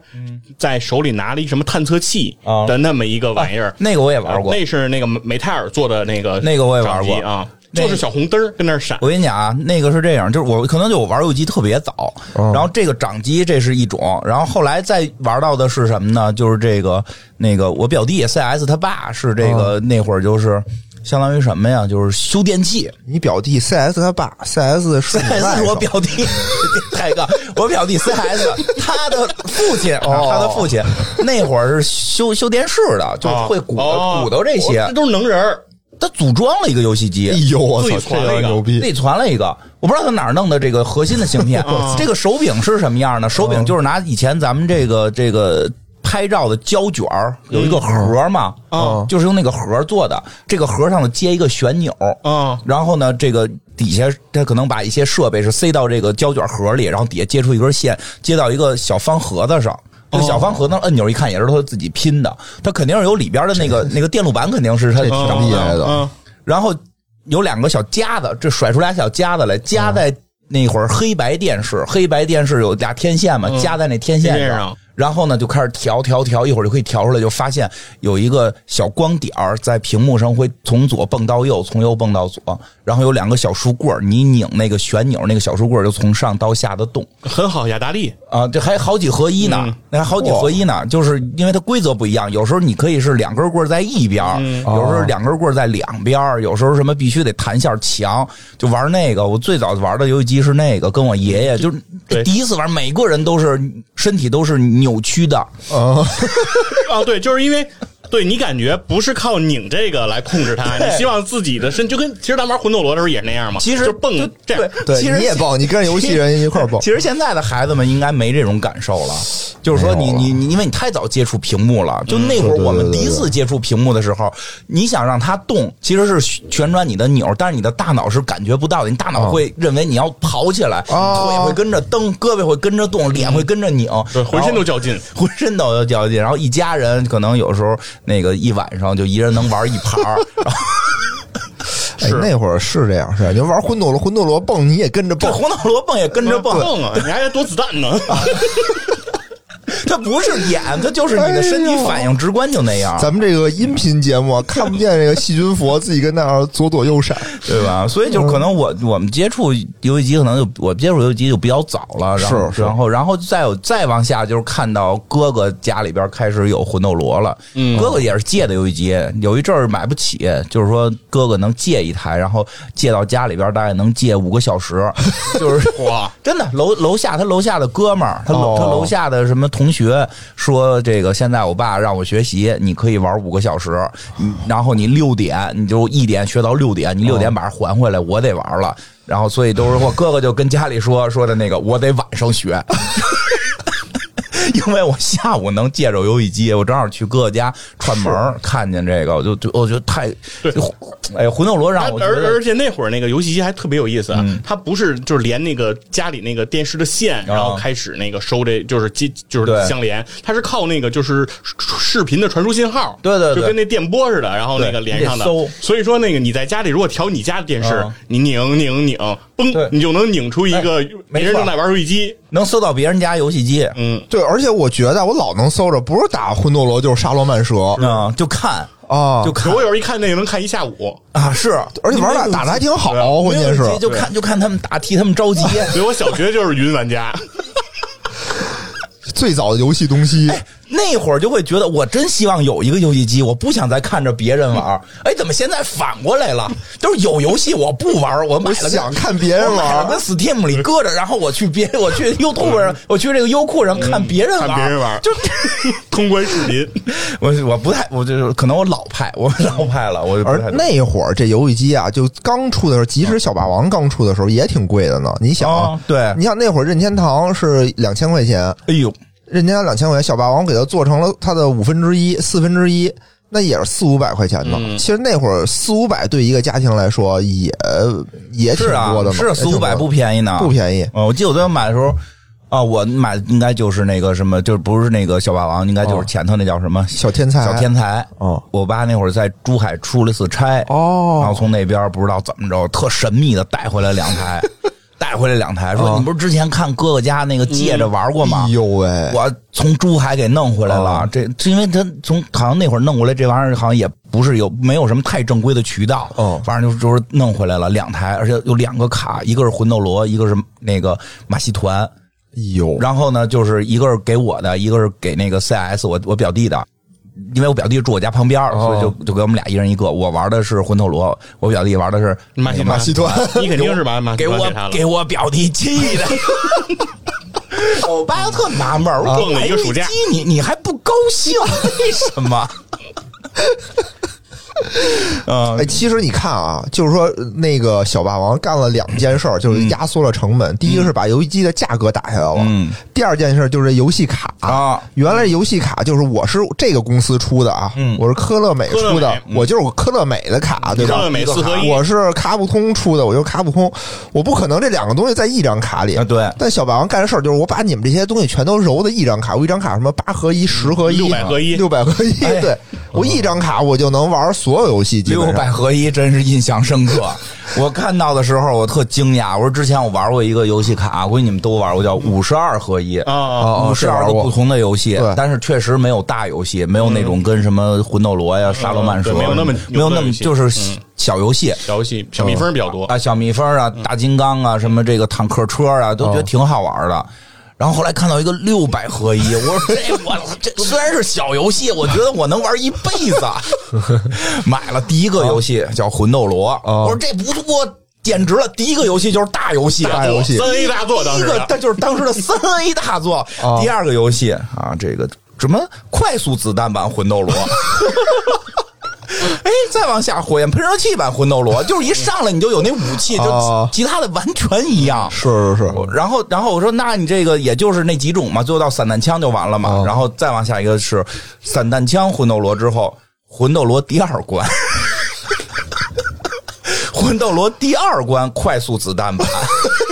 Speaker 4: 在手里拿了一什么探测器
Speaker 1: 啊哎
Speaker 4: 的那么一个玩意儿，
Speaker 1: 那个我也玩过。
Speaker 4: 啊那是那个美泰尔做的那个
Speaker 1: 那个我也玩过
Speaker 4: 掌机啊，
Speaker 1: 那个
Speaker 4: 就是小红灯儿跟那儿闪
Speaker 1: 我跟你讲啊，那个是这样，就是我可能就我玩游戏机特别早，
Speaker 3: 哦
Speaker 1: 然后这个掌机这是一种，然后后来再玩到的是
Speaker 3: 哦
Speaker 1: 什么呢？就是这个那个我表弟 CS 他爸是这个、那会儿就是相当于什么呀？就是修电器。
Speaker 3: 你表弟 CS 他爸，CS 是
Speaker 1: C
Speaker 3: 你外
Speaker 1: S 是我
Speaker 3: 甥，
Speaker 1: 表 弟，太杠，我表弟 C S，他的父亲，啊他的父亲那会儿是修修电视的，就
Speaker 4: 啊
Speaker 1: 会鼓
Speaker 4: 哦
Speaker 1: 鼓捣这些
Speaker 4: 我这。都是能人儿
Speaker 1: 他组装了一个游戏机，
Speaker 3: 哎呦我
Speaker 4: 自
Speaker 3: 操，
Speaker 4: 己传了
Speaker 3: 这
Speaker 4: 一个
Speaker 3: 牛
Speaker 1: 自
Speaker 3: 逼！
Speaker 1: 己传了一个，我不知道他哪儿弄的这个核心的芯片。这个手柄是什么样呢？手柄就是拿以前咱们这个这个拍照的胶卷儿有一个盒嘛，
Speaker 4: 啊
Speaker 1: 就是用那个盒做的。这个盒上呢接一个旋钮，
Speaker 4: 啊
Speaker 1: 然后呢，这个底下它可能把一些设备是塞到这个胶卷盒里，然后底下接出一根线，接到一个小方盒子上。这个小方盒子按钮一看也是他自己拼的，它肯定是有里边的那个那个电路板，肯定是他
Speaker 3: 这
Speaker 4: 啊，
Speaker 3: 挺厉害的
Speaker 4: 啊
Speaker 1: 然后有两个小夹子，这甩出俩小夹子来，夹在那会儿黑白电视，黑白电视有俩天线嘛，夹在那天线
Speaker 4: 天线
Speaker 1: 上。
Speaker 4: 上
Speaker 1: 然后呢，就开始调调调，一会儿就可以调出来，就发现有一个小光点儿在屏幕上会从左蹦到右，从右蹦到左，然后有两个小书棍儿，你拧那个旋钮，那个小书棍儿就从上到下的动。
Speaker 4: 嗯很好，雅达利
Speaker 1: 啊，这还好几合一呢，那还好几合一呢，就是因为它规则不一样，有时候你可以是两根棍儿在一边儿，有时候两根棍儿在两边儿，有时候什么必须得弹线强，就玩那个。我最早玩的游戏机是那个，跟我爷爷就是
Speaker 4: 对
Speaker 1: 第一次玩，每个人都是身体都是扭曲的，
Speaker 3: 啊，
Speaker 4: 啊，对，就是因为对你感觉不是靠拧这个来控制它，你希望自己的身就跟其实咱玩魂斗罗的时候也是那样嘛，
Speaker 1: 其实
Speaker 4: 就蹦这样，
Speaker 3: 对，
Speaker 1: 其实
Speaker 3: 你也蹦，你跟游戏人一块儿蹦
Speaker 1: 其实现在的孩子们应该没这种感受了，就是说你
Speaker 3: 没有了
Speaker 1: 你你，因为你太早接触屏幕了。就那会儿
Speaker 3: 对对对
Speaker 1: 我们
Speaker 3: 对
Speaker 1: 第一次接触屏幕的时候，你想让它动，其实是旋转你的钮，但是你的大脑是感觉不到的，你大脑会认为你要跑起来，
Speaker 3: 啊
Speaker 1: 腿会跟着蹬，胳膊会跟着动，脸会跟着拧，
Speaker 4: 对，浑身都较劲，
Speaker 1: 浑身都有较劲。然后一家人可能有时候那个一晚上就一人能玩一盘儿，
Speaker 3: 哎，那会儿是这样，是啊你玩魂斗罗，魂斗罗蹦你也跟着
Speaker 1: 这
Speaker 3: 蹦，
Speaker 1: 红脑萝卜也跟着蹦，
Speaker 4: 蹦啊，你还躲子弹呢，
Speaker 1: 啊它不是演，它就是你的身体反应直观就那样。
Speaker 3: 咱们这个音频节目啊看不见这个细菌佛，自己跟那儿左躲 右闪。
Speaker 1: 对吧？所以就可能我我们接触游戏机，可能就我接触游戏机就比较早了，然后
Speaker 3: 是是
Speaker 1: 然后然后再有再往下就是看到哥哥家里边开始有魂斗罗了，
Speaker 3: 嗯
Speaker 1: 哥哥也是借的游戏机，有一阵儿买不起，就是说哥哥能借一台，然后借到家里边大概能借五个小 时，就是
Speaker 4: 哇，
Speaker 1: 真的，楼楼下他楼下的哥们儿，他楼、
Speaker 3: 哦
Speaker 1: 他楼下的什么同学说，这个现在我爸让我学习，你可以玩五个小时，你然后你六点你就一点学到六点，
Speaker 4: 哦
Speaker 1: 你六点把它还回来，我得玩了。然后所以都是我哥哥就跟家里说说的那个，我得晚上学。 因为我下午能借着游戏机，我正好去哥哥家串门儿，看见这个，我就就我觉得太，哎呀，魂斗罗让我觉
Speaker 4: 而
Speaker 1: 得嗯
Speaker 4: 而且那会儿那个游戏机还特别有意思啊，它不是就是连那个家里那个电视的线，然后开始那个收这就是机就是
Speaker 1: 啊对
Speaker 4: 相连，它是靠那个就是视视频的传输信号，
Speaker 1: 对对对
Speaker 4: 就跟那电波似的，然后那
Speaker 1: 对
Speaker 4: 个连上的
Speaker 1: 你得搜。
Speaker 4: 所以说那个你在家里如果调你家的电视
Speaker 1: 嗯，
Speaker 4: 你拧拧拧，
Speaker 1: 对哎
Speaker 4: 嘣，你就能拧出一个
Speaker 1: 没
Speaker 4: 别
Speaker 1: 错
Speaker 4: 人正在玩游戏机，
Speaker 1: 能搜到别人家游戏机，
Speaker 4: 嗯，
Speaker 3: 对，而且我觉得啊我老能搜着，不是打魂斗罗就是沙罗曼蛇
Speaker 1: 嗯，就看
Speaker 3: 啊，
Speaker 1: 就看
Speaker 4: 我有时候一看那个能看一下午，
Speaker 1: 啊是，
Speaker 3: 而且玩
Speaker 1: 因
Speaker 3: 打
Speaker 1: 为啊
Speaker 3: 打的还挺好，
Speaker 1: 没
Speaker 3: 关
Speaker 1: 有
Speaker 3: 键是
Speaker 1: 人接就看就看他们打，替他们 着急。
Speaker 4: 所以我小学就是云玩家，
Speaker 3: 最早的游戏东西。
Speaker 1: 哎那会儿就会觉得，我真希望有一个游戏机，我不想再看着别人玩儿。哎，怎么现在反过来了？就是有游戏我不玩儿，我买
Speaker 3: 我
Speaker 1: 了个
Speaker 3: 想看别人
Speaker 1: 我买
Speaker 3: 玩
Speaker 1: 了跟
Speaker 3: 儿，
Speaker 1: Steam 里搁着，然后我去别我 去 YouTube 上，我去这个优酷
Speaker 3: 嗯
Speaker 1: 上看别人玩儿，
Speaker 4: 看别人玩儿
Speaker 1: 就
Speaker 4: 通关视频，
Speaker 1: 我我不太，我就是可能我老派，我老派了，我就不太
Speaker 3: 而那会儿这游戏机啊，就刚出的时候，即使小霸王刚出的时候也挺贵的呢。你想啊，
Speaker 1: 哦对
Speaker 3: 你想那会儿任天堂是两千块钱，
Speaker 1: 哎呦，
Speaker 3: 任天堂两千块钱，小霸王给它做成了它的五分之一、四分之一，那也是四五百块钱呢。
Speaker 1: 嗯
Speaker 3: 其实那会儿四五百对一个家庭来说也也挺
Speaker 1: 是啊
Speaker 3: 多的，嘛，
Speaker 1: 是四五百不
Speaker 3: 不
Speaker 1: 便宜呢，
Speaker 3: 不便宜。
Speaker 1: 哦，我记得我最后买的时候，啊，我买的应该就是那个什么，就是不是那个小霸王，应该就是前头那叫什么、
Speaker 3: 哦小天才，
Speaker 1: 小天才。
Speaker 3: 哦
Speaker 1: 我爸那会儿在珠海出了一次差，然后
Speaker 3: 哦，
Speaker 1: 从那边不知道怎么着，特神秘的带回来两 台，带回来两台，说、
Speaker 3: 哦嗯
Speaker 1: 你不是之前看哥哥家那个借着玩过吗？
Speaker 3: 哎哦呦喂，
Speaker 1: 我从珠海给弄回来了，这这因为他从好像那会儿弄过来这玩意儿，好像也不是有没有什么太正规的渠道，
Speaker 3: 哦
Speaker 1: 反正就就是弄回来了两台，而且有两个卡，一个是魂斗罗，一个是那个马戏团，
Speaker 3: 哎呦，
Speaker 1: 然后呢，就是一个是给我的，一个是给那个 CS 我我表弟的。因为我表弟住我家旁边儿，所以
Speaker 3: 哦
Speaker 1: 就就给我们俩一人一个。我玩的是魂斗罗，我表弟玩的是
Speaker 4: 马戏
Speaker 3: 马戏团，
Speaker 4: 你肯定是把马戏
Speaker 1: 给
Speaker 4: 团
Speaker 1: 我
Speaker 4: 他了。
Speaker 1: 给我表弟气 的。我爸又特纳闷儿，我说
Speaker 4: 啊蹦了一个暑假
Speaker 1: 哎你你你还不高兴，为什 么？
Speaker 3: 哎，其实你看啊，就是说那个小霸王干了两件事儿，就是压缩了成本。第一个是把游戏机的价格打下来了，
Speaker 1: 嗯
Speaker 3: 第二件事就是这游戏卡
Speaker 1: 啊
Speaker 3: 原来游戏卡就是我是这个公司出的啊，
Speaker 1: 嗯
Speaker 3: 我是科乐美出
Speaker 4: 科乐
Speaker 3: 的
Speaker 4: 美，
Speaker 3: 我就是科乐美的卡，对吧？
Speaker 4: 科乐美四合一
Speaker 3: 我是卡普空出的，我就是卡普空，我不可能这两个东西在一张卡里
Speaker 1: 啊对
Speaker 3: 但小霸王干的事儿就是我把你们这些东西全都揉在一张卡，我一张卡什么八合一、十合一、
Speaker 4: 600合一
Speaker 3: 六百合一，
Speaker 1: 哎
Speaker 3: 对我一张卡我就能玩所有游戏，基本
Speaker 1: 六
Speaker 3: 上。
Speaker 1: 百合一真是印象深刻。 我看到的时候，我特惊讶。我说之前我玩过一个游戏卡，估计你们都玩过，叫五十二合一。
Speaker 4: 啊，
Speaker 3: 哦
Speaker 1: 五十二个不同的游戏
Speaker 3: 对，
Speaker 1: 但是确实没有大游戏，没有那种跟什么魂斗罗呀、沙罗曼蛇，
Speaker 4: 嗯对没有那么
Speaker 1: 没有那
Speaker 4: 有的
Speaker 1: 么
Speaker 4: 游戏嗯
Speaker 1: 就是小小游戏。
Speaker 4: 小游戏小蜜蜂比较多，
Speaker 2: 嗯
Speaker 4: 嗯
Speaker 1: 啊，小蜜蜂啊，大金刚啊，什么这个坦克车啊，
Speaker 4: 哦
Speaker 1: 都觉得挺好玩的。然后后来看到一个六百合 一，我说这我这虽然是小游戏，我觉得我能玩一辈 子。啊买了第一个游
Speaker 4: 哦
Speaker 1: 戏叫《魂斗罗》，我说这不错，简直了！第一个游戏就是大游戏，
Speaker 3: 大游戏
Speaker 4: 三 A 大作当
Speaker 1: 第一
Speaker 4: 时啊
Speaker 1: 个
Speaker 4: 的，
Speaker 1: 但就是当 时的三 A 大作
Speaker 3: 哦。
Speaker 1: 第二个游戏啊，这个什么快速子弹版魂斗罗。哎，再往下，火焰喷射器版魂斗 罗，就是一上来你就有那武器，就
Speaker 3: 哦
Speaker 1: 其他的完全一样。
Speaker 3: 是是是，
Speaker 1: 我然后，然后我说，那你这个也就是那几种嘛，最后到散弹枪就完了嘛。
Speaker 3: 哦
Speaker 1: 然后再往下一个是散弹枪魂斗罗之后，魂斗罗第二关， 魂斗罗第二关快速子弹版，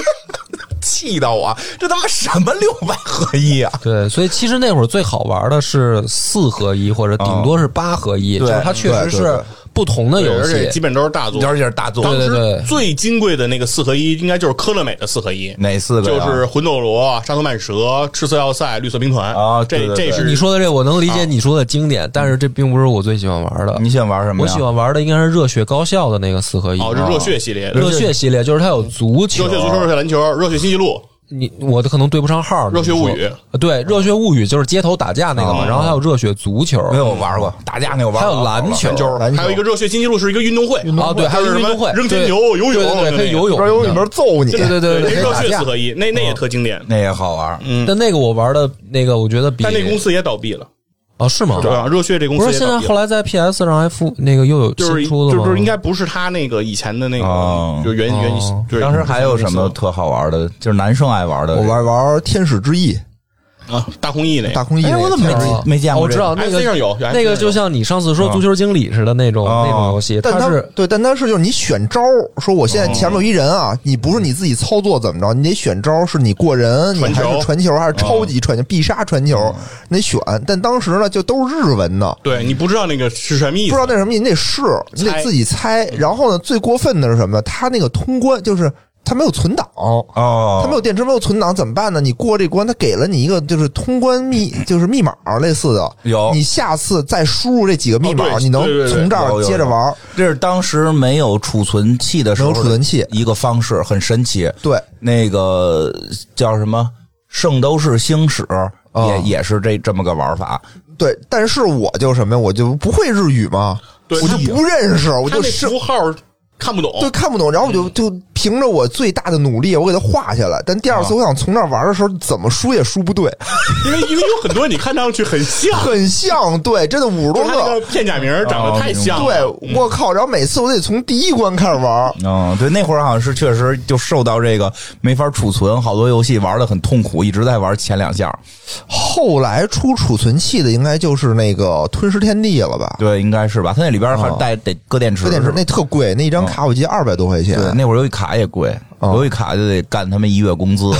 Speaker 1: 气到我，这他妈什么六百合一 啊！
Speaker 2: 对，所以其实那会儿最好玩的是四合一，或者顶多是八合一，
Speaker 1: 对
Speaker 2: 就是它确实
Speaker 3: 对对
Speaker 2: 是
Speaker 3: 对
Speaker 2: 不同的
Speaker 4: 对
Speaker 2: 游
Speaker 4: 而且基
Speaker 2: 戏。
Speaker 4: 本都是大作。
Speaker 1: 而且是大作，
Speaker 4: 当
Speaker 2: 对对嗯
Speaker 4: 时
Speaker 2: 对
Speaker 4: 最金贵的那个四合一，应该就是科乐美的四合一，
Speaker 1: 哪四个
Speaker 4: 就
Speaker 1: 呀？
Speaker 4: 是魂斗罗、沙头曼蛇、赤色要塞、绿色兵团
Speaker 1: 啊对
Speaker 4: 这
Speaker 1: 对
Speaker 4: 这
Speaker 1: 对
Speaker 4: 是
Speaker 2: 你说的这我能理解你说的经典，但是这并不是我最喜欢玩的。
Speaker 1: 你喜欢玩什么
Speaker 2: 我
Speaker 1: 呀？
Speaker 2: 喜欢玩的应该是热血高校的那个四合一，
Speaker 4: 哦，是热血系列，
Speaker 2: 热血系列，就是它有足球
Speaker 4: 热血、足球、热血篮球、热血星际路，
Speaker 2: 你我的可能对不上号。
Speaker 4: 热血物
Speaker 2: 你
Speaker 4: 语
Speaker 2: 说，呃对，热血物语就是街头打架那个嘛，然后还有热血足球，
Speaker 1: 没有玩过打架那个玩
Speaker 2: 还
Speaker 1: 过，
Speaker 2: 有篮球，
Speaker 3: 篮球
Speaker 4: 还有一个热血星际路是一个运动会
Speaker 2: 啊，对，还有
Speaker 4: 就是
Speaker 2: 嗯运
Speaker 4: 什么
Speaker 2: 动会，
Speaker 4: 扔
Speaker 2: 对
Speaker 4: 铅球、游泳，
Speaker 2: 对对
Speaker 4: 就那
Speaker 2: 对，
Speaker 4: 个
Speaker 2: 可以游泳
Speaker 3: 边
Speaker 2: 的，
Speaker 3: 游里边揍你，
Speaker 2: 对对对
Speaker 4: 这是
Speaker 2: 对，可以
Speaker 4: 热
Speaker 2: 打
Speaker 4: 血
Speaker 2: 架嗯
Speaker 4: 四。合一，那那也特经典，
Speaker 1: 那也好玩。
Speaker 3: 嗯
Speaker 2: 但那个我玩的那个，我觉得比
Speaker 4: 但那公司也倒闭了，
Speaker 2: 哦是吗？
Speaker 4: 对吧？热血这公
Speaker 2: 不
Speaker 4: 司
Speaker 2: 是
Speaker 4: 也
Speaker 2: 现在
Speaker 4: 倒闭
Speaker 2: 后
Speaker 4: 了。
Speaker 2: 来在 PS 上还复那个又有
Speaker 4: 就是
Speaker 2: 新出
Speaker 4: 就
Speaker 2: 的
Speaker 4: 是
Speaker 2: 吗？
Speaker 4: 应该不是他那个以前的那
Speaker 1: 哦
Speaker 4: 个，就原原
Speaker 2: 哦
Speaker 4: 对。
Speaker 1: 当时还有什么特好玩的？就是男生爱玩的。
Speaker 3: 嗯我玩玩天使之翼，
Speaker 4: 啊？大空翼那
Speaker 3: 大
Speaker 4: 个
Speaker 3: 空翼那个，
Speaker 1: 哎我怎么
Speaker 3: 天使之翼
Speaker 2: 哦
Speaker 1: 没没见过
Speaker 2: 我知道那个
Speaker 4: FC 上有有啊 FC
Speaker 2: 那个
Speaker 4: 上
Speaker 2: 就
Speaker 4: 有
Speaker 2: 像你上次说足球经理似的那种
Speaker 1: 哦
Speaker 2: 那种游戏，
Speaker 3: 但
Speaker 2: 它
Speaker 3: 他
Speaker 2: 是
Speaker 3: 对，但他是就是你选招儿，说我现在前面有一人啊，你不是你自己操作怎么着，你得选招儿，是你过人，你
Speaker 4: 传球
Speaker 3: 还是传球，还是超级传球、必杀传球，你得选。但当时呢，就都是日文的，
Speaker 4: 对你不知道那个是什么意
Speaker 3: 不
Speaker 4: 思
Speaker 3: 知道，那什么意思，你得试，你得
Speaker 4: 猜
Speaker 3: 自己猜。然后呢，最过分的是什么？他那个通关就是他没有存档。
Speaker 1: 哦，
Speaker 3: 他没有电池，没有存档，怎么办呢？你过这关，他给了你一个就是通关 密，就是密码类似的。
Speaker 1: 有
Speaker 3: 你下次再输入这几个密码，
Speaker 4: 哦对
Speaker 3: 你能
Speaker 4: 对对对
Speaker 3: 从这
Speaker 1: 有
Speaker 3: 儿
Speaker 1: 有
Speaker 3: 接着
Speaker 1: 有
Speaker 3: 玩儿。
Speaker 1: 这是当时没有储存器的时候，
Speaker 3: 没有储存器
Speaker 1: 一个方式，很神奇。
Speaker 3: 对，
Speaker 1: 那个叫什么《圣斗士星矢》
Speaker 3: 哦
Speaker 1: 也也是这这么个玩法。
Speaker 3: 对，但是我就什么呀，我就不会日语嘛，
Speaker 4: 对
Speaker 3: 我就不认识，我
Speaker 4: 他
Speaker 3: 就
Speaker 4: 那
Speaker 3: 是
Speaker 4: 符号看不懂，
Speaker 3: 对看不懂，然后我就就凭着我最大的努力，我给它画下来。但第二次
Speaker 4: 啊
Speaker 3: 我想从那儿玩的时候，怎么输也输不对，
Speaker 4: 因为因为有很多你看上去很像，
Speaker 3: 很像，对，真的五十
Speaker 4: 就
Speaker 3: 多
Speaker 4: 是他那
Speaker 3: 个
Speaker 4: 个，片假名长得太像了，
Speaker 3: 对，我靠！然后每次我得从第一关开始玩，
Speaker 1: 嗯，对，那会儿好像是确实就受到这个没法储存，好多游戏玩的很痛苦，一直在玩前两项。
Speaker 3: 后来出储存器的应该就是那个《吞食天地》了吧？
Speaker 1: 对，应该是吧？它那里边还带得搁电池，
Speaker 3: 哦搁电池
Speaker 1: 是吧嗯
Speaker 3: 那特贵，那一张卡我记得二百多块钱
Speaker 1: 对，，那会儿游戏卡也贵，
Speaker 3: 哦
Speaker 1: 游戏卡就得干他们一月工资。嗯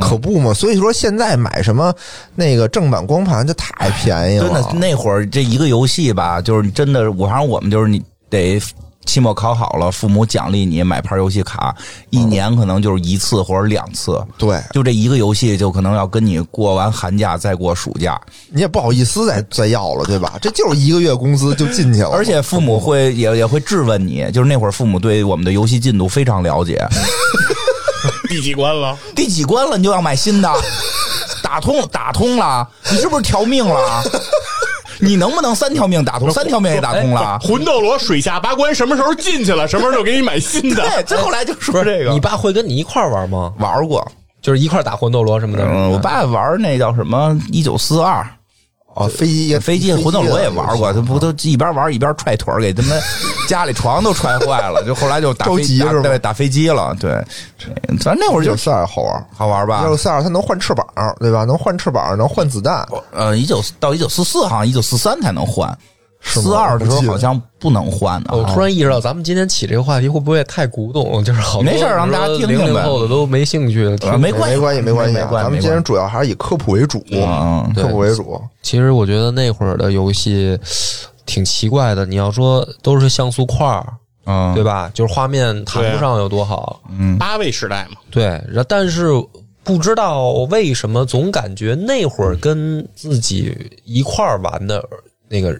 Speaker 3: 可不嘛。所以说现在买什么那个正版光盘就太便宜 了，
Speaker 1: 真的， 那会儿这一个游戏吧，就是你真的，我反正我们就是你得期末考好了，父母奖励你买盘游戏卡，一年可能就是一次或者两次。
Speaker 3: 对，
Speaker 1: 就这一个游戏，就可能要跟你过完寒假，再过暑假，
Speaker 3: 你也不好意思再再要了，对吧？这就是一个月工资就进去了，
Speaker 1: 而且父母会也也会质问你，就是那会儿父母对我们的游戏进度非常了解，
Speaker 4: 第几关了？
Speaker 1: 第几关了你就 要买新的，打通打通了，你是不是调命了？你能不能三条命打通？三条命也打通了。
Speaker 4: 魂斗罗水下八关什么时候进去了？什么时候给你买新的？
Speaker 1: 对，这后来就说这个
Speaker 2: 你。爸会跟你一块儿玩吗？
Speaker 3: 玩过
Speaker 2: 就是一块儿打魂斗罗什么的。
Speaker 1: 嗯，我爸玩那叫什么一九四二
Speaker 3: 哦，飞机也
Speaker 1: 呃飞机，魂斗罗也玩过，他不都一边玩一边踹腿儿，给他们家里床都踹坏 了，就后来就打
Speaker 3: 着
Speaker 1: 飞
Speaker 3: 急
Speaker 1: 机
Speaker 3: 是吧
Speaker 1: 对，打飞机了，对，咱那会儿
Speaker 3: 一
Speaker 1: 就
Speaker 3: 九四二好玩，
Speaker 1: 好玩吧
Speaker 3: 一九？四二它能换翅膀，对吧？能换翅膀，能换子弹，
Speaker 1: 呃，一九到一九四四好像一九四三才能换，
Speaker 3: 吗
Speaker 1: 四二的时
Speaker 3: 我
Speaker 1: 候
Speaker 3: 记得
Speaker 1: 好像不能换的啊。
Speaker 2: 我哦突然意识到，咱们今天起这个话题会不会太古董？就是好多
Speaker 1: 没事儿让大家听听呗
Speaker 2: 零零后的都没兴趣
Speaker 1: 啊
Speaker 2: 听。
Speaker 1: 没关系，
Speaker 3: 没关系，没关系啊。
Speaker 1: 系
Speaker 3: 咱们今天主要还是以科普为主，
Speaker 1: 嗯嗯
Speaker 3: 科普为主。
Speaker 2: 其实我觉得那会儿的游戏呃挺奇怪的。你要说都是像素块儿，
Speaker 1: 嗯
Speaker 2: 对吧？就是画面谈不上有多好，
Speaker 4: 八位时代嘛，
Speaker 2: 对。然后但是不知道为什么，总感觉那会儿跟自己一块儿玩的那个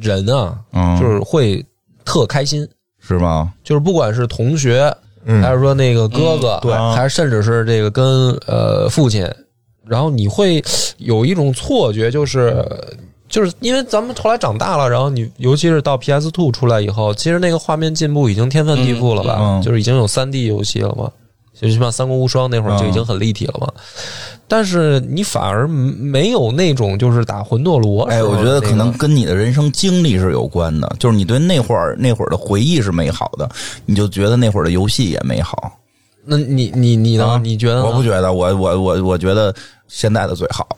Speaker 2: 人啊，
Speaker 1: 嗯
Speaker 2: 就是会特开心。
Speaker 1: 是吗？
Speaker 2: 就是不管是同学，
Speaker 3: 嗯
Speaker 2: 还是说那个哥哥，
Speaker 1: 对
Speaker 2: 还是甚至是这个跟呃父亲，然后你会有一种错觉，就是就是因为咱们后来长大了，然后你尤其是到 PS Two 出来以后，其实那个画面进步已经天翻地覆了吧，
Speaker 1: 嗯嗯
Speaker 2: 就是已经有三 D 游戏了嘛。就起码《三国无双》那会儿就
Speaker 1: 嗯
Speaker 2: 已经很立体了嘛，但是你反而没有那种就是打魂斗罗时
Speaker 1: 哎，
Speaker 3: 啊
Speaker 2: 候
Speaker 1: 我
Speaker 2: 的那个、
Speaker 1: 觉得可能跟你的人生经历是有关的，就是你对那会儿那会儿的回忆是美好的，你就觉得那会儿的游戏也美好。
Speaker 2: 那你你你呢？
Speaker 1: 啊
Speaker 2: 你觉得
Speaker 3: 嗯
Speaker 2: 呢？
Speaker 1: 我不觉得，我我我我觉得现在的最好，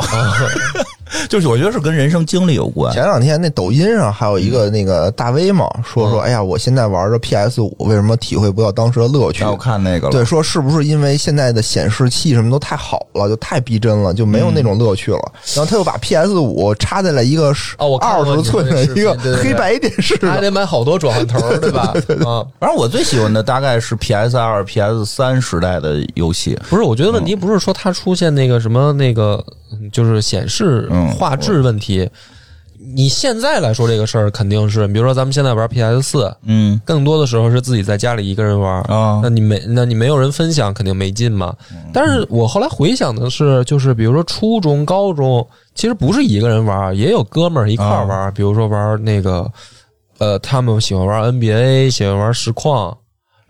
Speaker 1: 就是我觉得是跟人生经历有关。
Speaker 3: 嗯前两天那抖音上还有一个那个大 V 嘛，说说，哎呀，我现在玩着 PS 五，为什么体会不到当时的乐趣
Speaker 1: 哎？我看那个了，
Speaker 3: 对，说是不是因为现在的显示器什么都太好了，就太逼真了，就没有那种乐趣了。然后他又把 PS 五插在了一个
Speaker 2: 哦我看
Speaker 3: 二
Speaker 2: 过
Speaker 3: 十寸的
Speaker 2: 你说那
Speaker 3: 一个
Speaker 2: 视频对对对
Speaker 3: 黑白电视
Speaker 2: 还
Speaker 3: 上，
Speaker 2: 得买好多转换头儿，对吧？啊，
Speaker 1: 反正我最喜欢的大概是 PS 二、PS 三时代的游戏。
Speaker 2: 不是，我觉得
Speaker 1: 嗯
Speaker 2: 问题不是说它出现那个什么那个，嗯就是显示
Speaker 1: 嗯
Speaker 2: 画质问题。你现在来说这个事儿，肯定是，比如说咱们现在玩 PS 四，
Speaker 1: 嗯
Speaker 2: 更多的时候是自己在家里一个人玩
Speaker 1: 啊嗯
Speaker 3: 嗯
Speaker 2: 那你没，那你没有人分享，肯定没劲嘛。但是我后来回想的是，就是比如说初中、高中，其实不是一个人玩，也有哥们儿一块
Speaker 1: 啊
Speaker 2: 儿玩，比如说玩那个，呃，他们喜欢玩 NBA，喜欢玩实况，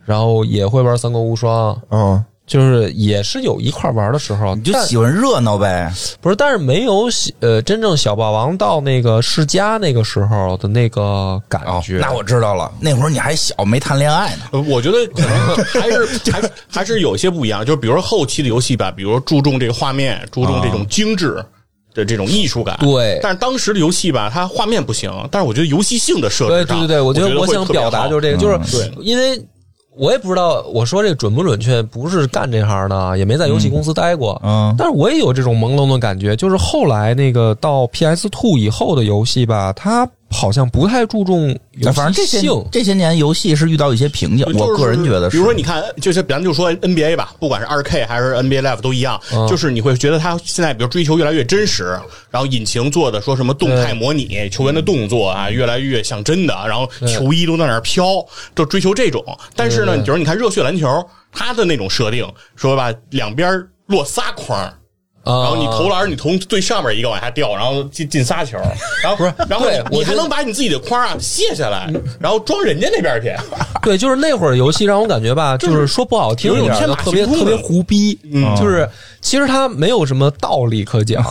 Speaker 2: 然后也会玩三国无双，
Speaker 3: 嗯，
Speaker 2: 就是也是有一块儿玩的时候，
Speaker 1: 你就
Speaker 2: 但
Speaker 1: 喜欢热闹呗，
Speaker 2: 不是，但是没有喜呃真正小霸王到那个世嘉那个时候的那个感
Speaker 1: 哦
Speaker 2: 觉。
Speaker 1: 那我知道了。那会儿你还小，没谈恋爱呢。
Speaker 4: 呃我觉得可能还是 还是还是有些不一样，就比如说后期的游戏吧，比如说注重这个画面，注重这种精致的这种艺术感。
Speaker 2: 啊对
Speaker 4: 但是当时的游戏吧，它画面不行，但是我觉得游戏性的设
Speaker 2: 对
Speaker 4: 置
Speaker 2: 对
Speaker 4: 上，
Speaker 2: 对对，
Speaker 4: 我
Speaker 2: 我觉得
Speaker 4: 我
Speaker 2: 我想表达就是
Speaker 1: 嗯
Speaker 2: 这个，就是
Speaker 4: 对
Speaker 2: 因为我也不知道我说这个准不准确，不是干这行的啊，也没在游戏公司待过，
Speaker 1: 嗯
Speaker 2: 但是我也有这种朦胧的感觉，就是后来那个到 PS Two 以后的游戏吧，它好像不太注重
Speaker 1: 那
Speaker 2: 游戏
Speaker 1: 哎反正这些
Speaker 2: 性。
Speaker 1: 这些年游戏是遇到一些瓶颈，我个人觉得是。
Speaker 4: 比如说你看，就是咱就说 NBA 吧，不管是2 K 还是 NBA Live 都一样，
Speaker 2: 嗯
Speaker 4: 就是你会觉得它现在比如追求越来越真实，然后引擎做的说什么动态模拟球员的动作啊，越来越像真的，然后球衣都在那儿飘，就追求这种。但是呢，
Speaker 2: 对对
Speaker 4: 你比如你看热血篮球，它的那种设定，说吧，两边落仨筐。
Speaker 2: 然
Speaker 4: 然后你
Speaker 2: 啊
Speaker 4: 投篮，你从最上面一个往下掉，然后进进仨球，然后不
Speaker 2: 是
Speaker 4: 然后
Speaker 2: 对
Speaker 4: 你
Speaker 2: 我
Speaker 4: 你
Speaker 2: 觉
Speaker 4: 还
Speaker 2: 得嗯
Speaker 4: 能把你自己的框啊卸下来，然后装人家那边去。
Speaker 2: 对，就是那会儿游戏让我感觉吧，就是说不好听
Speaker 4: 有
Speaker 2: 一
Speaker 4: 点
Speaker 2: 点，
Speaker 4: 天
Speaker 2: 就
Speaker 4: 马
Speaker 2: 特别
Speaker 4: 行空
Speaker 2: 特别
Speaker 4: 的
Speaker 2: 胡逼，
Speaker 4: 嗯
Speaker 2: 就是其实它没有什么道理可讲，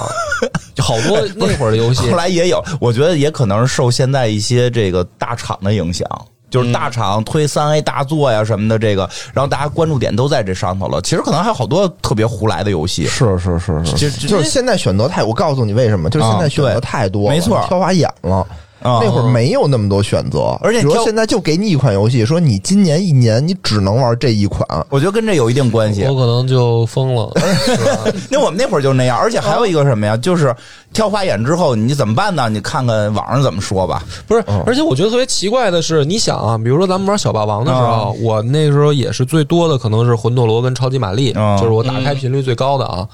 Speaker 2: 就好多那会儿的游 戏
Speaker 1: 后。来也有，我觉得也可能是受现在一些这个大厂的影响。就是大厂推三 A 大作呀什么的，这个，然后大家关注点都在这上头了。其实可能还有好多特别胡来的游戏，
Speaker 3: 是是是，
Speaker 1: 就是就
Speaker 3: 就是现在选择太，我告诉你为什么，就是现
Speaker 1: 啊
Speaker 3: 在选择
Speaker 1: 对
Speaker 3: 太多了，
Speaker 1: 没错
Speaker 3: 挑花眼了。
Speaker 1: 啊
Speaker 3: 那会儿没有那么多选择，
Speaker 1: 而且
Speaker 3: 比如
Speaker 1: 挑
Speaker 3: 现在就给你一款游戏，说你今年一年你只能玩这一款，
Speaker 1: 我觉得跟这有一定关系
Speaker 2: 我。可能就疯了，
Speaker 1: 那我们那会儿就那样，而且还有一个什么呀，就是挑花眼之后你怎么办呢？你看看网上怎么说吧。
Speaker 2: 不是？而且我觉得特别奇怪的是，你想啊，比如说咱们玩小霸王的时候，我那时候也是最多的可能是魂斗罗跟超级玛丽，
Speaker 1: 嗯
Speaker 2: 就是我打开频率最高的啊。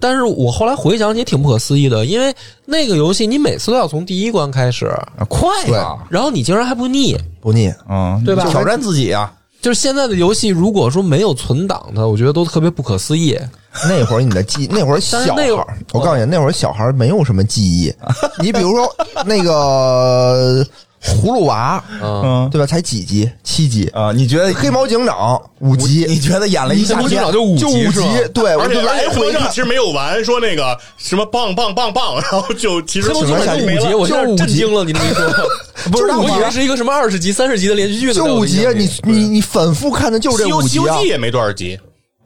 Speaker 2: 但是我后来回想也挺不可思议的，因为那个游戏你每次都要从第一关开始，
Speaker 1: 啊快呀，
Speaker 2: 然后你竟然还不腻，
Speaker 3: 不腻。
Speaker 1: 嗯，
Speaker 2: 对吧
Speaker 1: 挑战自己啊，
Speaker 2: 就是现在的游戏，如果说没有存档的，我觉得都特别不可思议。
Speaker 3: 那会儿你的记， 那会儿小
Speaker 2: 但是
Speaker 3: 孩
Speaker 2: 那
Speaker 3: 儿
Speaker 2: 会儿，
Speaker 3: 我告诉你，那会儿小孩儿没有什么记 忆。你比如说那个葫芦娃，
Speaker 2: 嗯，
Speaker 1: 嗯
Speaker 3: 对吧？才几集？七集。
Speaker 1: 啊，你觉得
Speaker 3: 黑猫警长五集，
Speaker 1: 你觉得演了一夏
Speaker 2: 黑猫警
Speaker 1: 天
Speaker 2: 长就五
Speaker 3: 就
Speaker 2: 集
Speaker 3: 五
Speaker 2: 是吧
Speaker 3: 集。对，哎我
Speaker 4: 而且
Speaker 3: 就来
Speaker 4: 来
Speaker 3: 回
Speaker 4: 回
Speaker 3: 看
Speaker 4: 上其实没有完，说那个什么棒棒棒棒，然后就其实
Speaker 2: 黑猫警长就
Speaker 4: 没
Speaker 2: 五集，
Speaker 4: 了。
Speaker 2: 我现在
Speaker 3: 就五集
Speaker 2: 震惊了，你这么一 说，
Speaker 3: 不是
Speaker 2: 就
Speaker 3: 那
Speaker 2: 我以
Speaker 3: 我
Speaker 2: 为是一个什么二十集、三十集的连续剧呢，
Speaker 3: 就
Speaker 2: 在我
Speaker 3: 五
Speaker 2: 印
Speaker 3: 集
Speaker 2: 象，里
Speaker 3: 你你你反复看的就
Speaker 4: 西
Speaker 3: 这
Speaker 4: 游
Speaker 3: 五
Speaker 4: 西
Speaker 3: 集
Speaker 4: 游
Speaker 3: 啊
Speaker 4: 记。也没多少集，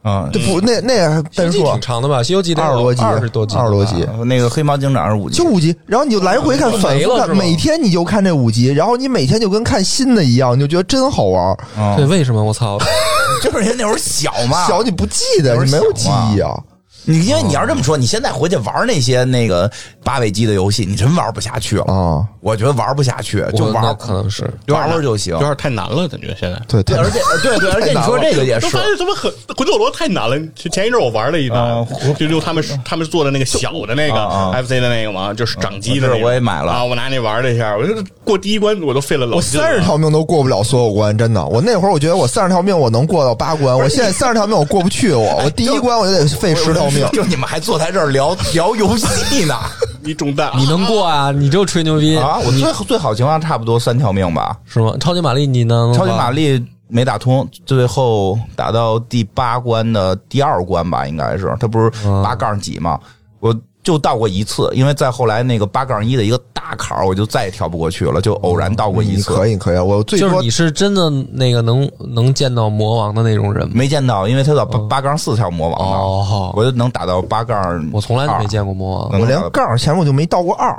Speaker 1: 啊，
Speaker 3: 对不，那那
Speaker 2: 西游
Speaker 3: 单
Speaker 2: 记
Speaker 3: 说
Speaker 2: 挺长的吧？《西游记》得有
Speaker 3: 二十多集，啊
Speaker 2: 二十多集，
Speaker 3: 二十多集，
Speaker 1: 那个黑猫警长是五集
Speaker 3: 就，五集，然后你就来回看，
Speaker 2: 就
Speaker 3: 反
Speaker 2: 没
Speaker 3: 复
Speaker 2: 了是
Speaker 3: 看，
Speaker 2: 吗
Speaker 3: 每天你就看这五集，然后你每天就跟看新的一样，你就觉得真好玩。
Speaker 1: 啊
Speaker 2: 对，为什么我操？
Speaker 1: 就是人那会儿小嘛，
Speaker 3: 小你不记
Speaker 1: 啊有
Speaker 3: 得，
Speaker 1: 点
Speaker 3: 你没有记
Speaker 1: 小嘛
Speaker 3: 忆啊。
Speaker 1: 你因为你要这么说，你现在回去玩那些那个八位机的游戏，你真玩不下去了。
Speaker 3: 啊，
Speaker 1: 我觉得玩不下去，就
Speaker 2: 我那
Speaker 1: 玩
Speaker 2: 可能是
Speaker 1: 玩玩就行
Speaker 4: 有。点太难了，感觉现在。
Speaker 3: 对，
Speaker 1: 对，
Speaker 3: 太
Speaker 1: 而且呃对对，而且你说这个也
Speaker 4: 都
Speaker 1: 是
Speaker 4: 发，现他妈很魂斗罗太难了。前前一阵我玩了一把
Speaker 1: 啊，
Speaker 4: 就就他们他们做的那个小的那
Speaker 1: 啊
Speaker 4: 个 FC 的那个嘛，就是掌机的那
Speaker 1: 我知
Speaker 4: 个，
Speaker 1: 道我也买了
Speaker 4: 啊，我拿那玩了一下，我就过第一关我都费了老
Speaker 3: 我
Speaker 4: 劲
Speaker 3: 三十条命都过不了所有关，真的。我那会儿我觉得我三十条命我能过到八关，我现在三十条命我过不去，我我第一关我就得费十条命。
Speaker 1: 就你们还坐在这儿聊聊游戏呢
Speaker 4: 你中弹，
Speaker 2: 你能过啊？你就吹牛逼
Speaker 1: 啊！我最最好情况差不多三条命吧。
Speaker 2: 是吗？超级玛丽你能
Speaker 1: 超级玛
Speaker 2: 丽
Speaker 1: 丽没打通，最后打到第八关的第二关吧，应该是它不是
Speaker 2: 嗯
Speaker 1: 八杠几吗？我就到过一次，因为再后来那个八杠一的一个大坎儿，我就再也跳不过去了，就偶然到过一
Speaker 3: 你
Speaker 2: 嗯
Speaker 1: 次。
Speaker 3: 可以可以，啊我最
Speaker 2: 就是
Speaker 3: 多
Speaker 2: 你是真的那个能能见到魔王的那种人吗？
Speaker 1: 没见到，因为他到八八杠四才有魔王呢，
Speaker 2: 嗯哦
Speaker 1: 我就能打到八杠。
Speaker 2: 我从来就没见过魔王。
Speaker 1: 嗯
Speaker 3: 我连杠前面我就没到过二，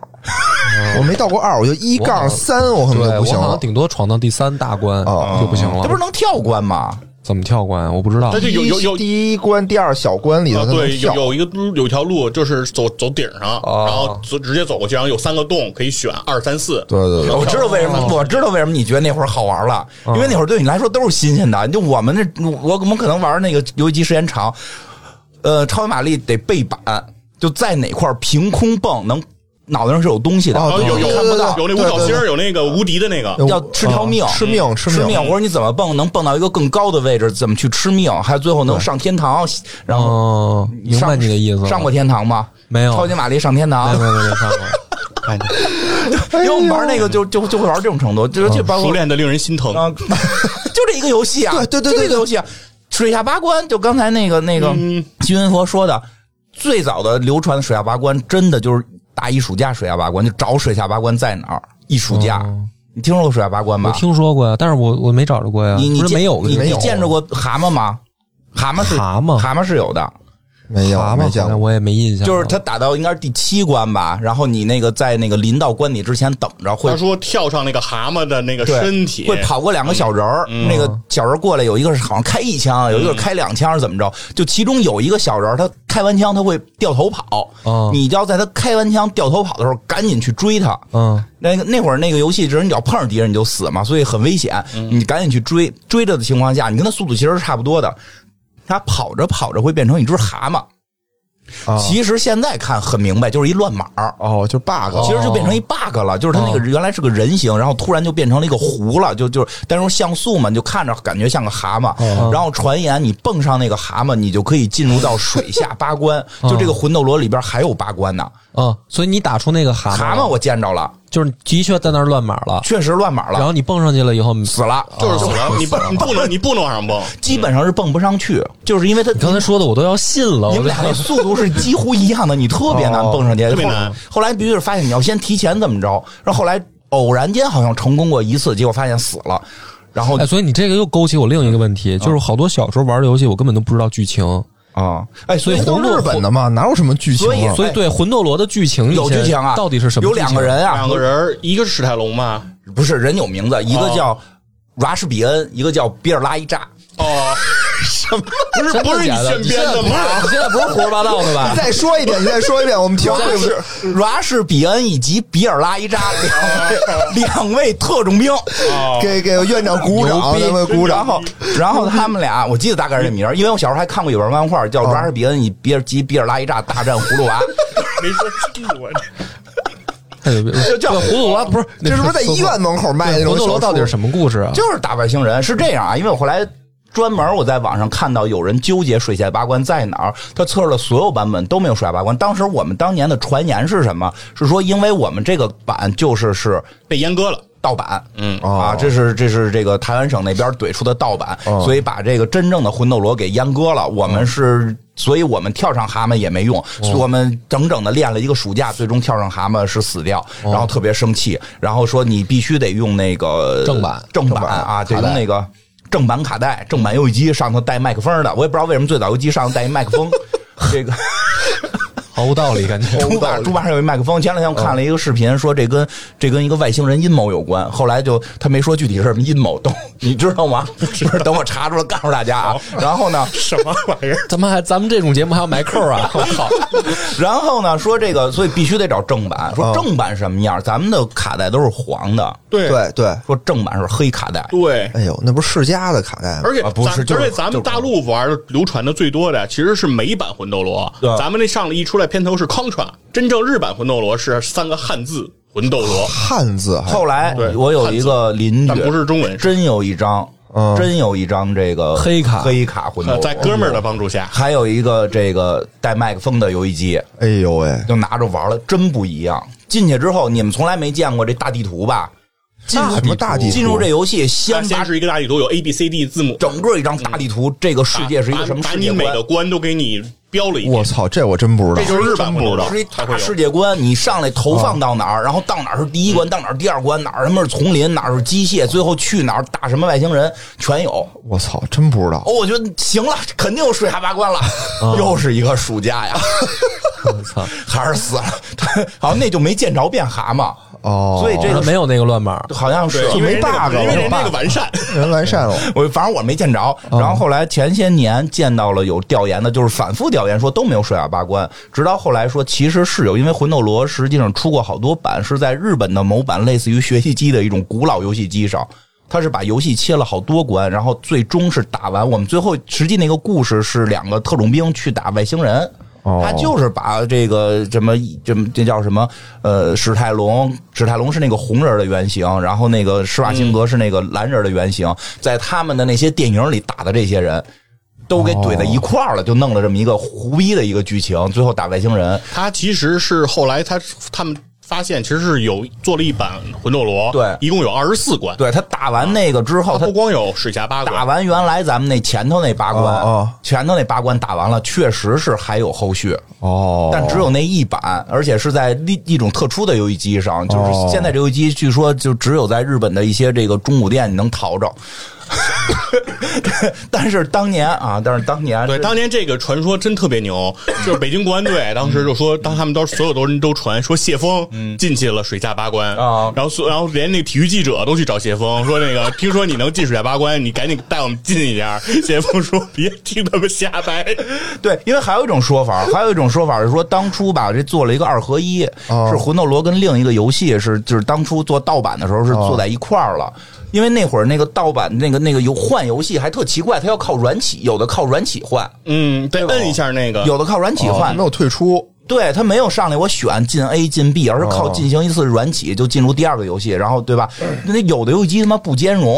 Speaker 3: 我没到过二，我就一
Speaker 2: 我好
Speaker 3: 杠
Speaker 2: 像
Speaker 3: 三我
Speaker 2: 对，
Speaker 3: 恨不得
Speaker 2: 我
Speaker 3: 不行
Speaker 2: 好
Speaker 3: 了
Speaker 2: 像。顶多闯到第三大关
Speaker 3: 哦
Speaker 2: 就不行了。
Speaker 1: 这不是能跳关吗？
Speaker 2: 怎么跳关？我不知道
Speaker 4: 他。就有有有
Speaker 3: 第一关、第二小关里头
Speaker 4: 啊，
Speaker 3: 它能
Speaker 4: 对，有
Speaker 3: 跳，
Speaker 4: 有一个路有一条路就是走走顶上，
Speaker 2: 哦
Speaker 4: 然后走直接走过去，然后有三个洞可以选二三四。
Speaker 3: 对对对，
Speaker 1: 我知道为什
Speaker 3: 哦
Speaker 1: 么，我知道为什么你觉得那会儿好玩了，
Speaker 3: 嗯
Speaker 1: 因为那会儿对你来说都是新鲜的。就我们那，我我们可能玩那个游戏机时间长，呃，超级玛丽得背板，就在哪块儿凭空蹦，能脑袋上是有东西的，
Speaker 3: 哦
Speaker 4: 然后
Speaker 3: 对
Speaker 4: 有有
Speaker 3: 对对对
Speaker 4: 有那五
Speaker 3: 对
Speaker 4: 角
Speaker 3: 对
Speaker 4: 星
Speaker 3: 对
Speaker 4: 儿，有那个无敌的那个，
Speaker 3: 有
Speaker 1: 要吃条命，
Speaker 3: 啊吃命吃
Speaker 1: 吃
Speaker 3: 命
Speaker 1: 命，或者你怎么蹦能蹦到一个更高的位置，怎么去吃命，还有最后能上天堂，然后
Speaker 2: 哦，明白
Speaker 1: 上
Speaker 2: 你的意思了。
Speaker 1: 上过天堂吗？
Speaker 2: 没
Speaker 3: 哦
Speaker 2: 有？
Speaker 1: 超级玛丽上天
Speaker 2: 没
Speaker 1: 堂
Speaker 2: 有，没，有没有上过。
Speaker 3: 哎
Speaker 1: 因为我们玩那个就就就会玩这种程度，就就包括
Speaker 4: 熟练的令人心 疼。
Speaker 1: 啊，就这一个游戏啊，
Speaker 3: 对对
Speaker 1: 就这
Speaker 3: 对对
Speaker 1: 个
Speaker 3: 对
Speaker 1: 游戏啊，水下八关，就刚才那个那个
Speaker 4: 嗯
Speaker 1: 徐云佛说的，最早的流传的水下八关，真的就是大一暑假水下八关，就找水下八关在哪儿，一暑假，
Speaker 2: 哦
Speaker 1: 你听说过水下八关
Speaker 2: 我
Speaker 1: 吧？
Speaker 2: 听说过呀，但是我我没找着过呀。
Speaker 1: 你你
Speaker 2: 不是
Speaker 1: 见
Speaker 2: 没有？
Speaker 1: 你
Speaker 2: 没
Speaker 1: 你
Speaker 2: 有
Speaker 1: 见着过蛤蟆吗？蛤蟆是
Speaker 2: 蛤蟆
Speaker 1: 蛤蟆是有的，
Speaker 3: 没有
Speaker 2: 蛤蟆
Speaker 3: 没
Speaker 2: 好
Speaker 3: 见
Speaker 2: 像
Speaker 3: 过。
Speaker 2: 我也没印象了。
Speaker 1: 就是他打到应该是第七关吧，然后你那个在那个临到关底之前等着会
Speaker 4: 他说跳上那个蛤蟆的那个
Speaker 1: 对
Speaker 4: 身体，嗯
Speaker 1: 会跑过两个小人儿，那个小人儿过来，有一个是好像开一枪，有一个是开两枪，是怎么着？就其中有一个小人儿，他开完枪他会掉头跑，
Speaker 2: 哦
Speaker 1: 你要在他开完枪掉头跑的时候，赶紧去追他。
Speaker 2: 嗯，
Speaker 1: 那个那会儿那个游戏，只是你只要碰上敌人你就死嘛，所以很危险。
Speaker 4: 嗯
Speaker 1: 你赶紧去追，追着的情况下，你跟他速度其实是差不多的。他跑着跑着会变成一只蛤蟆，
Speaker 4: 哦
Speaker 3: 啊
Speaker 1: 其实现在看很明白，就是一乱码儿。
Speaker 3: 哦，就 bug
Speaker 1: 其实就变成一
Speaker 4: 哦
Speaker 1: bug 了，就是它那个原来是个人形，然后突然就变成了一个弧了，就就是，但是像素嘛，你就看着感觉像个蛤蟆。
Speaker 4: 哦
Speaker 1: 然后传言你蹦上那个蛤蟆，你就可以进入到水下八关，
Speaker 4: 哦
Speaker 1: 就这个魂斗罗里边还有八关呢。
Speaker 2: 嗯，所以你打出那个蛤
Speaker 4: 哦
Speaker 2: 蟆，
Speaker 1: 蛤蟆我见着了，
Speaker 2: 就是的确在那儿乱码了，
Speaker 1: 确实乱码
Speaker 2: 然
Speaker 1: 了，
Speaker 2: 后你蹦上去了以后，你
Speaker 1: 死了，
Speaker 4: 就是死了，你不你不能你不能往上蹦，
Speaker 1: 基本上是蹦不上去，就是因为它
Speaker 2: 刚才说的我都要信了，
Speaker 1: 你
Speaker 2: 我
Speaker 1: 们俩那速度是几乎一样的，你特别难蹦上去。
Speaker 4: 特别难
Speaker 1: 后来。后来必须是发现你要先提前怎么着，然后后来偶然间好像成功过一次，结果发现死了，然后
Speaker 2: 哎，所以你这个又勾起我另一个问题，就是好多小时候玩的游戏，我根本都不知道剧情，
Speaker 1: 啊，哎，所以
Speaker 2: 所以
Speaker 1: 红
Speaker 3: 哦都
Speaker 1: 绿
Speaker 3: 日本的嘛，哪有什么剧情
Speaker 1: 所以
Speaker 3: 啊？
Speaker 2: 所以对魂斗罗的剧情
Speaker 1: 有
Speaker 2: 一些
Speaker 1: 剧情啊，
Speaker 2: 到底是什么？
Speaker 1: 有两个，人啊，
Speaker 4: 两个人儿一个是史泰龙嘛，
Speaker 1: 不是人有名字，一个叫拉什比恩，一个叫比尔拉伊扎。
Speaker 4: 哦，什么？不是
Speaker 2: 真
Speaker 4: 不
Speaker 2: 的
Speaker 4: 是你
Speaker 2: 假
Speaker 4: 炫
Speaker 2: 的？
Speaker 4: 编的
Speaker 2: 你
Speaker 4: 吗？
Speaker 2: 现在不是你现在不是胡说八道的吧
Speaker 3: 你？ 再说一遍，你再说一遍，我们听对不对？
Speaker 1: 拉什比恩以及比尔拉伊扎两两位特种兵，
Speaker 4: 哦
Speaker 3: 给给院长鼓掌，咱们鼓
Speaker 1: 然
Speaker 3: 掌。
Speaker 1: 后，然后他们俩，我记得大概是这名儿，因为我小时候还看过一本漫画
Speaker 3: 啊
Speaker 1: 叫《拉什比恩以比尔及比尔拉伊扎大战葫芦娃》，
Speaker 4: 没说清楚，我
Speaker 2: 太牛逼了！
Speaker 1: 就叫
Speaker 2: 对葫芦娃不是？
Speaker 3: 这是不是在医院门口卖那
Speaker 2: 对
Speaker 3: 种
Speaker 2: 红
Speaker 3: 小书
Speaker 2: 斗楼到底是什么故事啊？
Speaker 1: 就是打外星人是这样啊，因为我后来专门我在网上看到有人纠结水下八关在哪儿，他测试了所有版本都没有水下八关。当时我们当年的传言是什么？是说因为我们这个版就是是
Speaker 4: 被阉割了。
Speaker 1: 盗版，
Speaker 4: 嗯
Speaker 1: 啊，这是这是这个台湾省那边怼出的盗版，所以把这个真正的魂斗罗给阉割了。我们是，所以我们跳上蛤蟆也没用，我们整整的练了一个暑假，最终跳上蛤蟆是死掉，然后特别生气，然后说你必须得用那个
Speaker 2: 正版
Speaker 1: 正版啊，得用那个正版卡带，正版游戏机上头带麦克风的，我也不知道为什么最早游戏机上头带一麦克风，这个。
Speaker 2: 毫无道理，感觉
Speaker 1: 主板主板上有一麦克风。前两天我看了一个视频，说这跟这跟一个外星人阴谋有关。后来就他没说具体是什么阴谋，都你知道吗？不是，等我查出来告诉大家啊。然后呢，
Speaker 4: 什么玩意儿？
Speaker 2: 咱们还咱们这种节目还要埋扣啊！我靠，
Speaker 1: 然后呢，说这个，所以必须得找正版。说正版什么样？咱们的卡带都是黄的，
Speaker 4: 对
Speaker 3: 对对，
Speaker 1: 说正版是黑卡带。
Speaker 4: 对，
Speaker 3: 哎呦，那不是世嘉的卡带吗？
Speaker 4: 而且
Speaker 1: 啊
Speaker 4: 咱、
Speaker 1: 不是就是
Speaker 4: 而且咱
Speaker 1: 就
Speaker 4: 们
Speaker 1: 是
Speaker 4: 大陆玩的流传的最多的其实是美版魂斗罗
Speaker 1: 对，
Speaker 4: 咱们那上了一出来片头是 Contra，真正日版魂斗罗是三个汉字魂斗罗，
Speaker 3: 汉字还
Speaker 1: 后来
Speaker 4: 对
Speaker 1: 我有一个邻
Speaker 4: 但
Speaker 1: 居，
Speaker 4: 不是中文，是
Speaker 1: 真有一张，
Speaker 3: 嗯
Speaker 1: 真有一张这个
Speaker 2: 黑卡
Speaker 1: 黑卡混
Speaker 4: 呃
Speaker 1: 斗，
Speaker 4: 在哥们儿的帮助下，
Speaker 1: 还有一个这个带麦克风的游戏机。
Speaker 3: 哎呦喂，
Speaker 1: 就拿着玩了，真不一样。进去之后，你们从来没见过这大地图吧？进入
Speaker 3: 大什么大地图
Speaker 1: 进入这游戏，
Speaker 4: 它
Speaker 1: 先
Speaker 4: 先
Speaker 1: 把
Speaker 4: 是一个大地图，有 A B C D 字母，
Speaker 1: 整个一张大地图，这个世界是一个什么
Speaker 4: 把
Speaker 1: 世
Speaker 4: 你
Speaker 1: 界
Speaker 4: 每
Speaker 1: 观
Speaker 4: 个？关都给你标了一遍
Speaker 3: 我，操，这我真不知
Speaker 4: 这
Speaker 3: 道。
Speaker 4: 就是日版魂斗罗，
Speaker 1: 是一
Speaker 4: 才
Speaker 1: 大
Speaker 4: 会
Speaker 1: 世
Speaker 4: 有。
Speaker 1: 界观，你上来投放到哪
Speaker 3: 嗯
Speaker 1: 儿，然后到哪儿是第一关，到哪儿第二关，哪儿他妈是丛林，哪儿是机械，最后去哪儿打什么外星人，全有。
Speaker 3: 我操，真不知道
Speaker 1: 哦，。我觉得行了，肯定有水下八关了，
Speaker 4: 嗯
Speaker 1: 又是一个暑假呀，
Speaker 2: 我操！
Speaker 1: 还是死了。好像那就没见着变蛤蟆，
Speaker 3: 哦，
Speaker 1: 所以这
Speaker 2: 他
Speaker 1: 个
Speaker 2: 没有那个乱码，
Speaker 1: 好像是
Speaker 4: 对，因为人家那个
Speaker 3: 就没 bug 了
Speaker 4: 因为人家那
Speaker 3: 有
Speaker 4: 个
Speaker 3: bug
Speaker 4: 完善，
Speaker 3: 人完善了。
Speaker 1: 我反正我没见着。然后后来前些年见到了有调研的，就是反复调研说都没有水下八关，直到后来说其实是有，因为魂斗罗实际上出过好多版，是在日本的某版类似于学习机的一种古老游戏机上。它是把游戏切了好多关，然后最终是打完。我们最后实际那个故事是两个特种兵去打外星人，
Speaker 3: 哦
Speaker 1: 他就是把这个什么什么这叫什么呃史泰龙，史泰龙是那个红人的原型，然后那个施瓦辛格是那个蓝人的原型，在他们的那些电影里打的这些人。都给怼在一块儿了，就弄了这么一个胡逼的一个剧情，最后打外星人。
Speaker 4: 他其实是后来他他们发现，其实是有做了一版魂斗罗，
Speaker 1: 对
Speaker 4: 一共有二十四关，
Speaker 1: 对他打完那个之后，他
Speaker 4: 它
Speaker 3: 哦
Speaker 4: 不光有水下八
Speaker 1: 打
Speaker 4: 关，
Speaker 1: 完原来咱们那前头那八关，
Speaker 3: 哦哦
Speaker 1: 前头那八关打完了，确实是还有后续。
Speaker 3: 哦，
Speaker 1: 但只有那一版，而且是在一一种特殊的游戏机上，就是现在这游戏机据说就只有在日本的一些这个中古店你能淘着。但是当年啊，但是当年
Speaker 4: 对，
Speaker 1: 是
Speaker 4: 当年这个传说真特别牛，就是北京国安队当时就说，当他们都所有的人都传说谢峰进去了水下八关
Speaker 1: 啊
Speaker 4: 然后所然后连那个体育记者都去找谢峰说那个听说你能进水下八关，你赶紧带我们进一下。谢峰说别听他们瞎掰，
Speaker 1: 对，因为还有一种说法，还有一种说法是说，当初吧，这做了一个二合一，
Speaker 3: 哦
Speaker 1: 是魂斗罗跟另一个游戏是，就是当初做盗版的时候是做在一块儿了。因为那会儿那个盗版那个那个游换游戏还特奇怪，它要靠软起，有的靠软起换，
Speaker 4: 嗯，再摁一下那个
Speaker 1: 有的靠软起换，
Speaker 3: 哦没有退出。
Speaker 1: 对他没有上来，我选进 A 进 B，而是靠
Speaker 3: 哦
Speaker 1: 进行一次软起就进入第二个游戏，然后对吧？那有的游戏机他妈不兼容，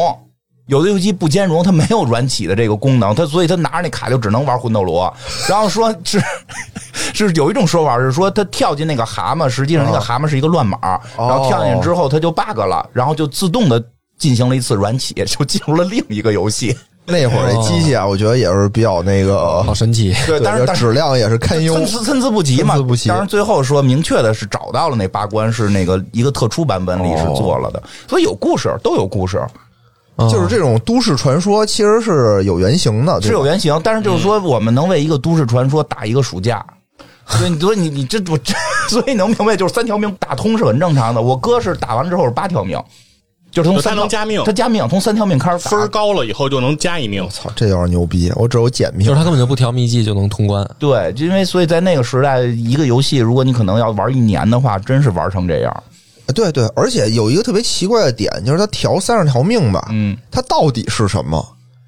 Speaker 1: 有的游戏机不兼容，它没有软起的这个功能，它所以他拿着那卡就只能玩魂斗罗。然后说是 是有一种说法是说他跳进那个蛤蟆，实际上那个蛤蟆是一个乱码，然后跳进去之后他就 bug 了，然后就自动的进行了一次软起， 就进入了另一个游戏。
Speaker 3: 那会儿那机器啊，我觉得也是比较那个，
Speaker 2: 好神奇！
Speaker 1: 对，但是但是
Speaker 3: 质量也是堪忧
Speaker 1: 参。差参差不齐嘛，
Speaker 3: 参差不齐
Speaker 1: 当然最后说明确的是找到了那八关是那个一个特殊版本里是
Speaker 3: 哦
Speaker 1: 做了的，所以有故事，都有故事，
Speaker 3: 就是这种都市传说，其实是有原型的，对吧
Speaker 1: 是有原型。但是就是说，我们能为一个都市传说打一个暑 假。所以你，所以你，你这我这， 所以能明白，就是三条命打通是很正常的。我哥是打完之后是八条命，就是从
Speaker 4: 对
Speaker 1: 三
Speaker 4: 他
Speaker 1: 条
Speaker 4: 能加命
Speaker 1: 他加命从三条命开始打
Speaker 4: 分儿高了以后就能加一命。
Speaker 3: 操，这有点牛逼！我只有简
Speaker 2: 就
Speaker 3: 明
Speaker 2: 是他根本就不调秘籍就能通关，
Speaker 1: 对，因为所以在那个时代，一个游戏如果你可能要玩一年的话，真是玩成这样。
Speaker 3: 对对，而且有一个特别奇怪的点，就是他调三十条命吧，
Speaker 1: 嗯，
Speaker 3: 它到底是什么？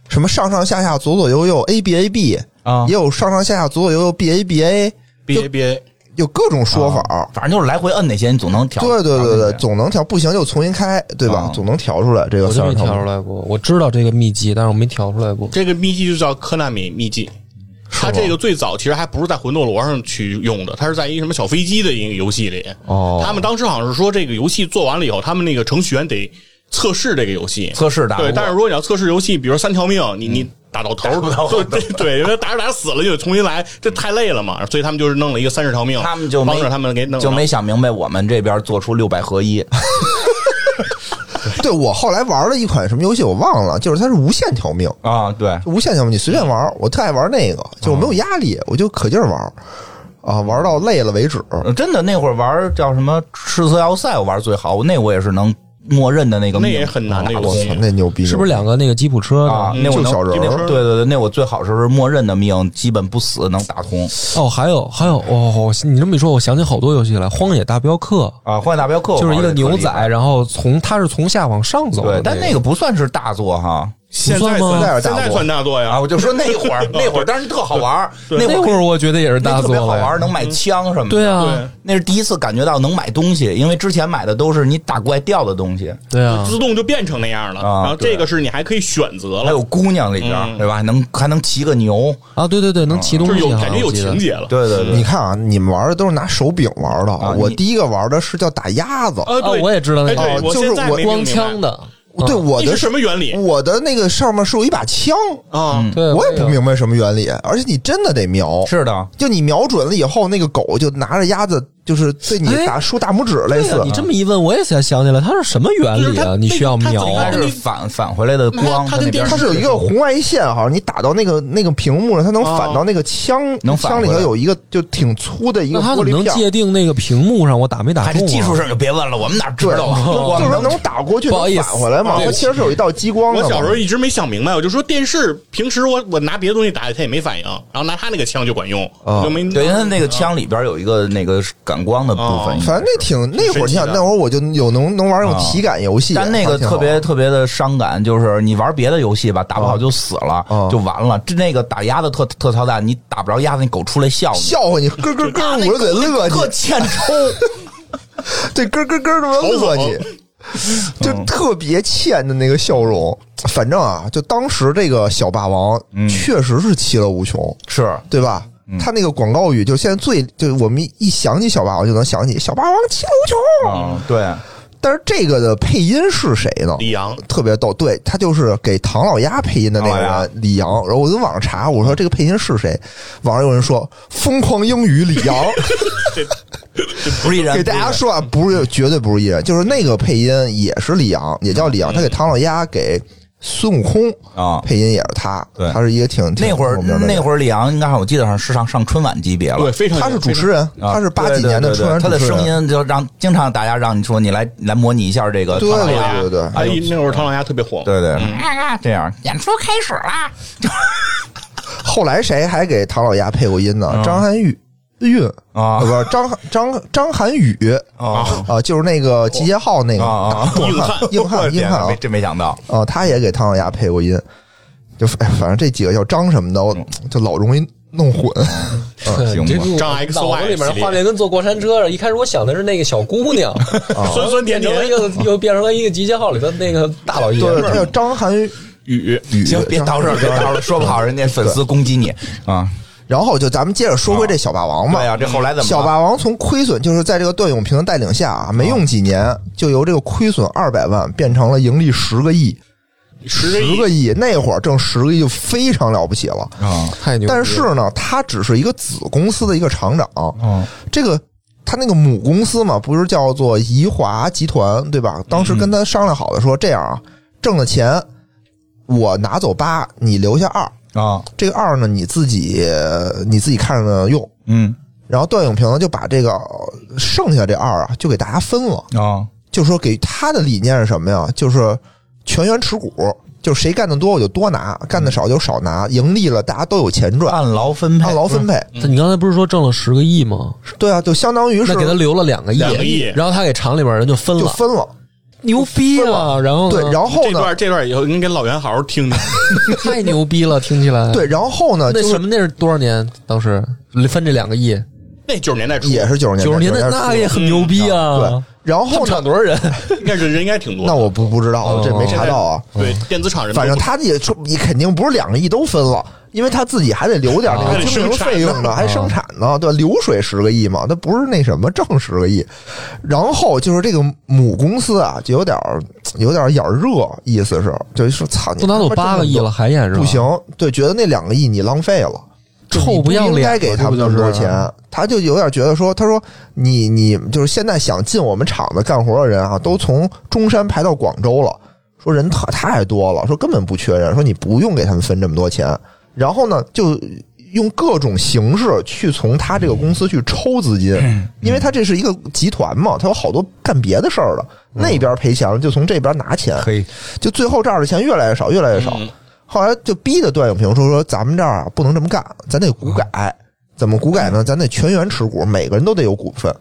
Speaker 3: 什么上上下下左左右右 A B A B
Speaker 1: 啊
Speaker 3: 也有上上下下左左右右 B A B A，
Speaker 4: B A B A，
Speaker 3: 有各种说法儿。
Speaker 1: 反正就是来回摁啊那些，你总能调。
Speaker 3: 对对
Speaker 1: 调
Speaker 3: 对
Speaker 1: 进
Speaker 3: 对，
Speaker 1: 去
Speaker 3: 总能调，不行就重新开，对吧？
Speaker 1: 嗯
Speaker 3: 总能调出来这个
Speaker 2: 我
Speaker 3: 塞
Speaker 2: 就
Speaker 3: 尔
Speaker 2: 没
Speaker 3: 汤姆
Speaker 2: 调出来过。我知道这个秘籍，但是我没调出来过。
Speaker 4: 这个秘籍就叫科纳米秘籍。它这个最早其实还不是在魂斗罗上去用的，它是在一个什么小飞机的一个游戏里。
Speaker 2: 哦
Speaker 4: 他们当时好像是说，这个游戏做完了以后，他们那个程序员得测试这个游戏。
Speaker 1: 测试打不过。
Speaker 4: 对，但是如果你要测试游戏，比如三条命，你你打到头
Speaker 1: 打 到头
Speaker 4: 儿，对对，因为打着打着死了就得重新来，这太累了嘛。所以他们就是弄了一个三十条命，
Speaker 1: 他们就没
Speaker 4: 帮着他们给弄
Speaker 1: 就没想明白我们这边做出六百合一，
Speaker 3: 对我后来玩了一款什么游戏，我忘了，就是它是无限条命，
Speaker 1: 啊，对，
Speaker 3: 无限条命，你随便玩儿。我特爱玩那个，就没有压力，我就可劲儿玩儿，啊，玩到累了为止。
Speaker 1: 真的那会儿玩叫什么赤色要塞，我玩最好，我那我也是能默认的那个
Speaker 4: 那
Speaker 1: 命，
Speaker 4: 也很难的游
Speaker 3: 我
Speaker 4: 戏
Speaker 3: 操，。那牛逼！
Speaker 2: 是不是两个那个吉普车呢
Speaker 1: 啊，
Speaker 4: 嗯
Speaker 1: 那我
Speaker 3: 就
Speaker 1: 能
Speaker 3: 小人
Speaker 4: 儿
Speaker 1: 对对对，那我最好时候是默认的命，基本不死能打通
Speaker 2: 哦，还有还有哦，你这么一说，我想起好多游戏来，《荒野大镖客
Speaker 1: 啊。荒野大镖客》
Speaker 2: 就是一
Speaker 1: 我玩
Speaker 2: 个
Speaker 1: 得特
Speaker 2: 牛
Speaker 1: 厉害
Speaker 2: 仔，然后从它是从下往上走的
Speaker 1: 对
Speaker 2: 个，，
Speaker 1: 但那个不算是大作哈
Speaker 4: 现
Speaker 2: 不
Speaker 4: 在
Speaker 2: 算吗
Speaker 4: 算
Speaker 3: 现
Speaker 4: 现
Speaker 3: 在
Speaker 4: 在
Speaker 3: 是大作
Speaker 4: 算大作
Speaker 1: 啊，
Speaker 4: 呀，
Speaker 1: 我就说那会 儿那会儿，但是特好玩儿，那
Speaker 2: 那
Speaker 1: 会
Speaker 2: 会
Speaker 1: 儿
Speaker 2: 儿我觉得也是
Speaker 1: 那
Speaker 2: 大
Speaker 1: 特
Speaker 2: 作
Speaker 1: 别
Speaker 2: 了
Speaker 1: 好玩儿，
Speaker 2: 呀。
Speaker 1: 能
Speaker 4: 嗯
Speaker 1: 买枪什么的，
Speaker 2: 对啊
Speaker 4: 对，
Speaker 1: 那是第一次感觉到能买东西，因为之前买的都是你打怪掉的东西，
Speaker 2: 对啊，
Speaker 4: 自动就变成那样了。
Speaker 1: 啊
Speaker 4: 然后这个是你还可以选择
Speaker 1: 还
Speaker 4: 了
Speaker 1: 有，姑娘里边儿，
Speaker 4: 嗯
Speaker 1: 对吧？还能还能骑个牛，
Speaker 2: 啊，对对对，能骑东
Speaker 4: 就
Speaker 2: 西
Speaker 4: 是有
Speaker 2: 好
Speaker 4: 感觉
Speaker 2: 像
Speaker 4: 有
Speaker 2: 我记得
Speaker 4: 情节了。
Speaker 1: 对对
Speaker 3: 你看啊，你们玩的都是拿手柄玩的，
Speaker 1: 啊
Speaker 3: 我
Speaker 1: 你
Speaker 3: 第一个玩的是叫打鸭子，
Speaker 4: 啊，
Speaker 2: 啊
Speaker 4: 对，，
Speaker 2: 我也知道那
Speaker 4: 哎，
Speaker 2: 个
Speaker 4: 对，
Speaker 3: 哦就是
Speaker 4: 现在
Speaker 3: 我
Speaker 4: 没
Speaker 2: 光
Speaker 4: 明白
Speaker 2: 枪的，
Speaker 3: 对
Speaker 2: 嗯
Speaker 3: 我的
Speaker 4: 那是什么原理
Speaker 3: 我的那个上面是有一把枪，
Speaker 4: 啊？
Speaker 2: 对，
Speaker 3: 我也
Speaker 2: 有
Speaker 3: 不明白什么原理，而且你真的得瞄，
Speaker 1: 嗯是的，
Speaker 3: 就你瞄准了以后，那个狗就拿着鸭子，就是对你
Speaker 2: 哎
Speaker 3: 打竖大拇指类
Speaker 2: 对
Speaker 3: 似
Speaker 2: 啊，。你这么一问，我也才想起来它是什么原理
Speaker 4: 就是
Speaker 2: 啊？
Speaker 4: 它
Speaker 2: 你需要瞄
Speaker 4: 它
Speaker 1: 应该
Speaker 4: 它
Speaker 1: 是返返回来的光，
Speaker 4: 它它跟
Speaker 1: 那边
Speaker 4: 电
Speaker 3: 它
Speaker 4: 视
Speaker 3: 是有一个红外线，好像你打到那个那个屏幕上，它能
Speaker 2: 啊
Speaker 3: 反到那个枪，
Speaker 1: 能反
Speaker 3: 枪里
Speaker 1: 回
Speaker 3: 头
Speaker 1: 来
Speaker 3: 有一个就挺粗的一个
Speaker 2: 那它
Speaker 3: 玻
Speaker 2: 怎么
Speaker 3: 璃
Speaker 2: 能
Speaker 3: 片。
Speaker 2: 界定那个屏幕上我打没打
Speaker 1: 还
Speaker 2: 中
Speaker 1: 是
Speaker 2: 啊？
Speaker 1: 技术上就别问了，我们哪知道 啊？我
Speaker 3: 就是
Speaker 1: 们
Speaker 3: 能打过去，
Speaker 2: 不好
Speaker 3: 能
Speaker 2: 意思
Speaker 3: 返回来嘛？它
Speaker 2: 对不
Speaker 3: 其实是有一道激光的嘛。
Speaker 4: 我小时候一直没想明白，我就说电视平时我我拿别的东西打它也没反应，然后拿它那个枪就管用，
Speaker 3: 啊
Speaker 4: 就没
Speaker 1: 对，因为它那个枪里边有一个那个感光的部分，
Speaker 4: 哦
Speaker 1: 应该是
Speaker 3: 反正那挺那会儿，你想
Speaker 4: 神奇的
Speaker 3: 那会儿我就有能能玩那种
Speaker 1: 啊
Speaker 3: 体感游戏，
Speaker 1: 但那
Speaker 3: 还
Speaker 1: 个
Speaker 3: 挺
Speaker 1: 特
Speaker 3: 好
Speaker 1: 别特别的哦伤感，就是你玩别的游戏吧，打不好就死了，
Speaker 3: 啊
Speaker 1: 就完了。这那个打鸭子特特操蛋，你打不着鸭子，你狗出来笑你，
Speaker 3: 笑话你，咯咯咯，
Speaker 1: 啊
Speaker 3: 捂
Speaker 1: 那
Speaker 3: 着嘴乐
Speaker 1: 特
Speaker 3: 你，
Speaker 1: 欠抽。
Speaker 3: 对，咯咯咯的乐你，
Speaker 1: 嗯
Speaker 3: 就特别欠的那个笑容。反正啊，就当时这个小霸王
Speaker 1: 嗯
Speaker 3: 确实是其乐无穷，
Speaker 1: 是
Speaker 3: 对吧？
Speaker 1: 嗯
Speaker 3: 他那个广告语，就现在最，就我们一想起小霸王就能想起小霸王其乐无穷。
Speaker 1: 啊，对，
Speaker 3: 但是这个的配音是谁呢？
Speaker 4: 李阳
Speaker 3: 特别逗，对他就是给唐老鸭配音的那个
Speaker 1: 唐老
Speaker 3: 人李阳。然后我就网上查，我说这个配音是谁？网上有人说“疯狂英语李 阳
Speaker 1: 不是一”，人，
Speaker 3: 给大家说啊，不是绝对不是艺人，就是那个配音也是李阳，也叫李阳。他给唐老鸭给孙悟空
Speaker 1: 嗯啊。
Speaker 3: 配音也是他
Speaker 1: 对，
Speaker 3: 他是一个挺挺
Speaker 1: 那会儿
Speaker 3: 有名的人
Speaker 1: 那会儿李阳应该我记得上是上上春晚级别了，
Speaker 4: 对，非常
Speaker 3: 他是主持人，
Speaker 1: 啊
Speaker 3: 他是八几年的
Speaker 1: 对对
Speaker 3: 春
Speaker 1: 对
Speaker 3: 晚
Speaker 1: 对他的
Speaker 3: 主持人
Speaker 1: 声音就让经常大家让你说你来来模拟一下这个
Speaker 3: 对
Speaker 1: 唐老
Speaker 4: 非
Speaker 1: 鸭
Speaker 4: 常
Speaker 3: 啊对对对
Speaker 4: 哎呦那会儿唐老鸭特别火，
Speaker 1: 对对，啊这样演出开始
Speaker 3: 啊
Speaker 1: 啦，
Speaker 3: 后来谁还给唐老鸭配过音呢？张涵予。韵
Speaker 1: 嗯啊
Speaker 3: 不是张张张涵予
Speaker 1: 啊
Speaker 3: 啊，就是那个集结号那个
Speaker 1: 啊啊
Speaker 4: 硬 汉
Speaker 3: 硬汉硬
Speaker 1: 天
Speaker 3: 汉
Speaker 1: 哪
Speaker 3: 啊
Speaker 1: 没，这没想到，
Speaker 3: 哦，他也给唐老鸭配过音，就哎，反正这几个叫张什么的，我
Speaker 1: 嗯
Speaker 3: 就老容易弄混。
Speaker 2: 对
Speaker 3: 啊
Speaker 1: 行吧
Speaker 2: 哎这个
Speaker 4: 张 XY
Speaker 2: 脑子里面
Speaker 4: 系列
Speaker 2: 画面跟坐过山车似的。一开始我想的是那个小姑 娘，
Speaker 4: 酸酸
Speaker 2: 变
Speaker 4: 甜
Speaker 2: 成了一
Speaker 4: 甜
Speaker 2: 个又变成了一个集结号里的那个大老爷
Speaker 3: 对，
Speaker 2: 们
Speaker 3: 他叫
Speaker 2: 儿。
Speaker 3: 张涵
Speaker 4: 雨
Speaker 3: 予。
Speaker 1: 行，别
Speaker 3: 张
Speaker 1: 叨这儿，别叨这儿，说不好人家粉丝攻击你啊！
Speaker 3: 然后就咱们接着说回这小霸王吧
Speaker 1: 对。呀，啊这后来怎么了
Speaker 3: 小霸王从亏损，就是在这个段永平的带领下啊，没用几年就由这个亏损二百万变成了盈利十个亿，
Speaker 4: 十
Speaker 3: 十
Speaker 4: 个
Speaker 3: 个亿那会儿挣十个亿就非常了不起了。
Speaker 1: 啊
Speaker 2: 太牛逼了！
Speaker 3: 但是呢，他只是一个子公司的一个厂长，
Speaker 2: 哦
Speaker 1: 嗯
Speaker 3: 这个他那个母公司嘛，不是叫做怡华集团对吧？当时
Speaker 2: 嗯
Speaker 3: 跟他商量好的说，这样啊，挣的钱我拿走八，你留下二，
Speaker 1: 啊
Speaker 3: 这个二呢你自己你自己看着用。
Speaker 1: 嗯
Speaker 3: 然后段永平呢就把这个呃剩下这二啊，就给大家分了，
Speaker 1: 啊
Speaker 3: 就说给他的理念是什么呀？就是全员持股，就是谁干的多我就多拿，干的少就少
Speaker 2: 嗯
Speaker 3: 拿，盈利了大家都有钱
Speaker 2: 啊
Speaker 3: 赚，
Speaker 1: 按劳分配，
Speaker 3: 按劳分配。
Speaker 2: 你刚才不是说挣了十个亿吗？
Speaker 3: 对啊，就相当于是
Speaker 2: 那给他留了两个亿，
Speaker 4: 两个亿
Speaker 2: 然后他给厂里边人就分
Speaker 3: 就
Speaker 2: 了，
Speaker 3: 分了。
Speaker 2: 牛逼啊！然后呢
Speaker 3: 对，然后
Speaker 4: 这
Speaker 3: 呢？
Speaker 4: 段这段以后您给老袁好好听听，
Speaker 2: 太牛逼了，听起来
Speaker 3: 对，然后呢？
Speaker 2: 哎那
Speaker 3: 就是
Speaker 2: 什么那是多少年？当时分这两个亿，
Speaker 4: 那九十年代初
Speaker 3: 也是九十年代，
Speaker 2: 九十年代
Speaker 3: 代
Speaker 2: 那也很牛逼啊！
Speaker 3: 对。然
Speaker 2: 他
Speaker 3: 后
Speaker 2: 们
Speaker 3: 呢
Speaker 2: 厂？多少 人？
Speaker 4: 应该是人应该挺多的。
Speaker 3: 那我不不知
Speaker 2: 哦
Speaker 3: 道，这没
Speaker 4: 现
Speaker 3: 查
Speaker 4: 在
Speaker 3: 到啊。
Speaker 4: 对，电子厂人都不，
Speaker 3: 反正他也出，你肯定不是两个亿都分了，因为他自己还得留点那
Speaker 4: 啊还
Speaker 3: 个
Speaker 4: 得
Speaker 3: 经营
Speaker 4: 生产
Speaker 3: 费用
Speaker 2: 嗯
Speaker 3: 呢，还生产呢，对吧？流水十个亿嘛，那不是那什么挣十个亿。然后就是这个母公司啊，就有点儿有点儿眼儿热，意思是就是说操你
Speaker 2: 都拿走
Speaker 3: 他妈
Speaker 2: 八个
Speaker 3: 挣
Speaker 2: 亿
Speaker 3: 那么
Speaker 2: 了，还演是吧？
Speaker 3: 多，不，行，对，觉得那两个亿你浪费了。就
Speaker 2: 臭
Speaker 3: 你
Speaker 2: 不
Speaker 3: 不
Speaker 2: 要
Speaker 3: 应
Speaker 2: 脸
Speaker 3: 该
Speaker 2: 了，
Speaker 3: 给他们那么
Speaker 2: 这不就
Speaker 3: 多
Speaker 2: 是
Speaker 3: 钱，他就有点觉得说，他说你你就是现在想进我们厂子干活的人啊，都从中山排到广州了，说人太太多了，说根本不缺人，说你不用给他们分这么多钱，然后呢就。用各种形式去从他这个公司去抽资金，
Speaker 2: 嗯
Speaker 3: 因为他这是一个集团嘛，他有好多干别的事儿的，
Speaker 2: 嗯
Speaker 3: 那边赔钱了就从这边拿钱，
Speaker 1: 可以，
Speaker 3: 就最后这儿的钱越来越少，越来越少。
Speaker 2: 嗯
Speaker 3: 后来就逼着段永平说说咱们这儿啊不能这么干，咱得股改。怎么股改
Speaker 2: 嗯
Speaker 3: 呢？咱得全员持股，每个人都得有股份。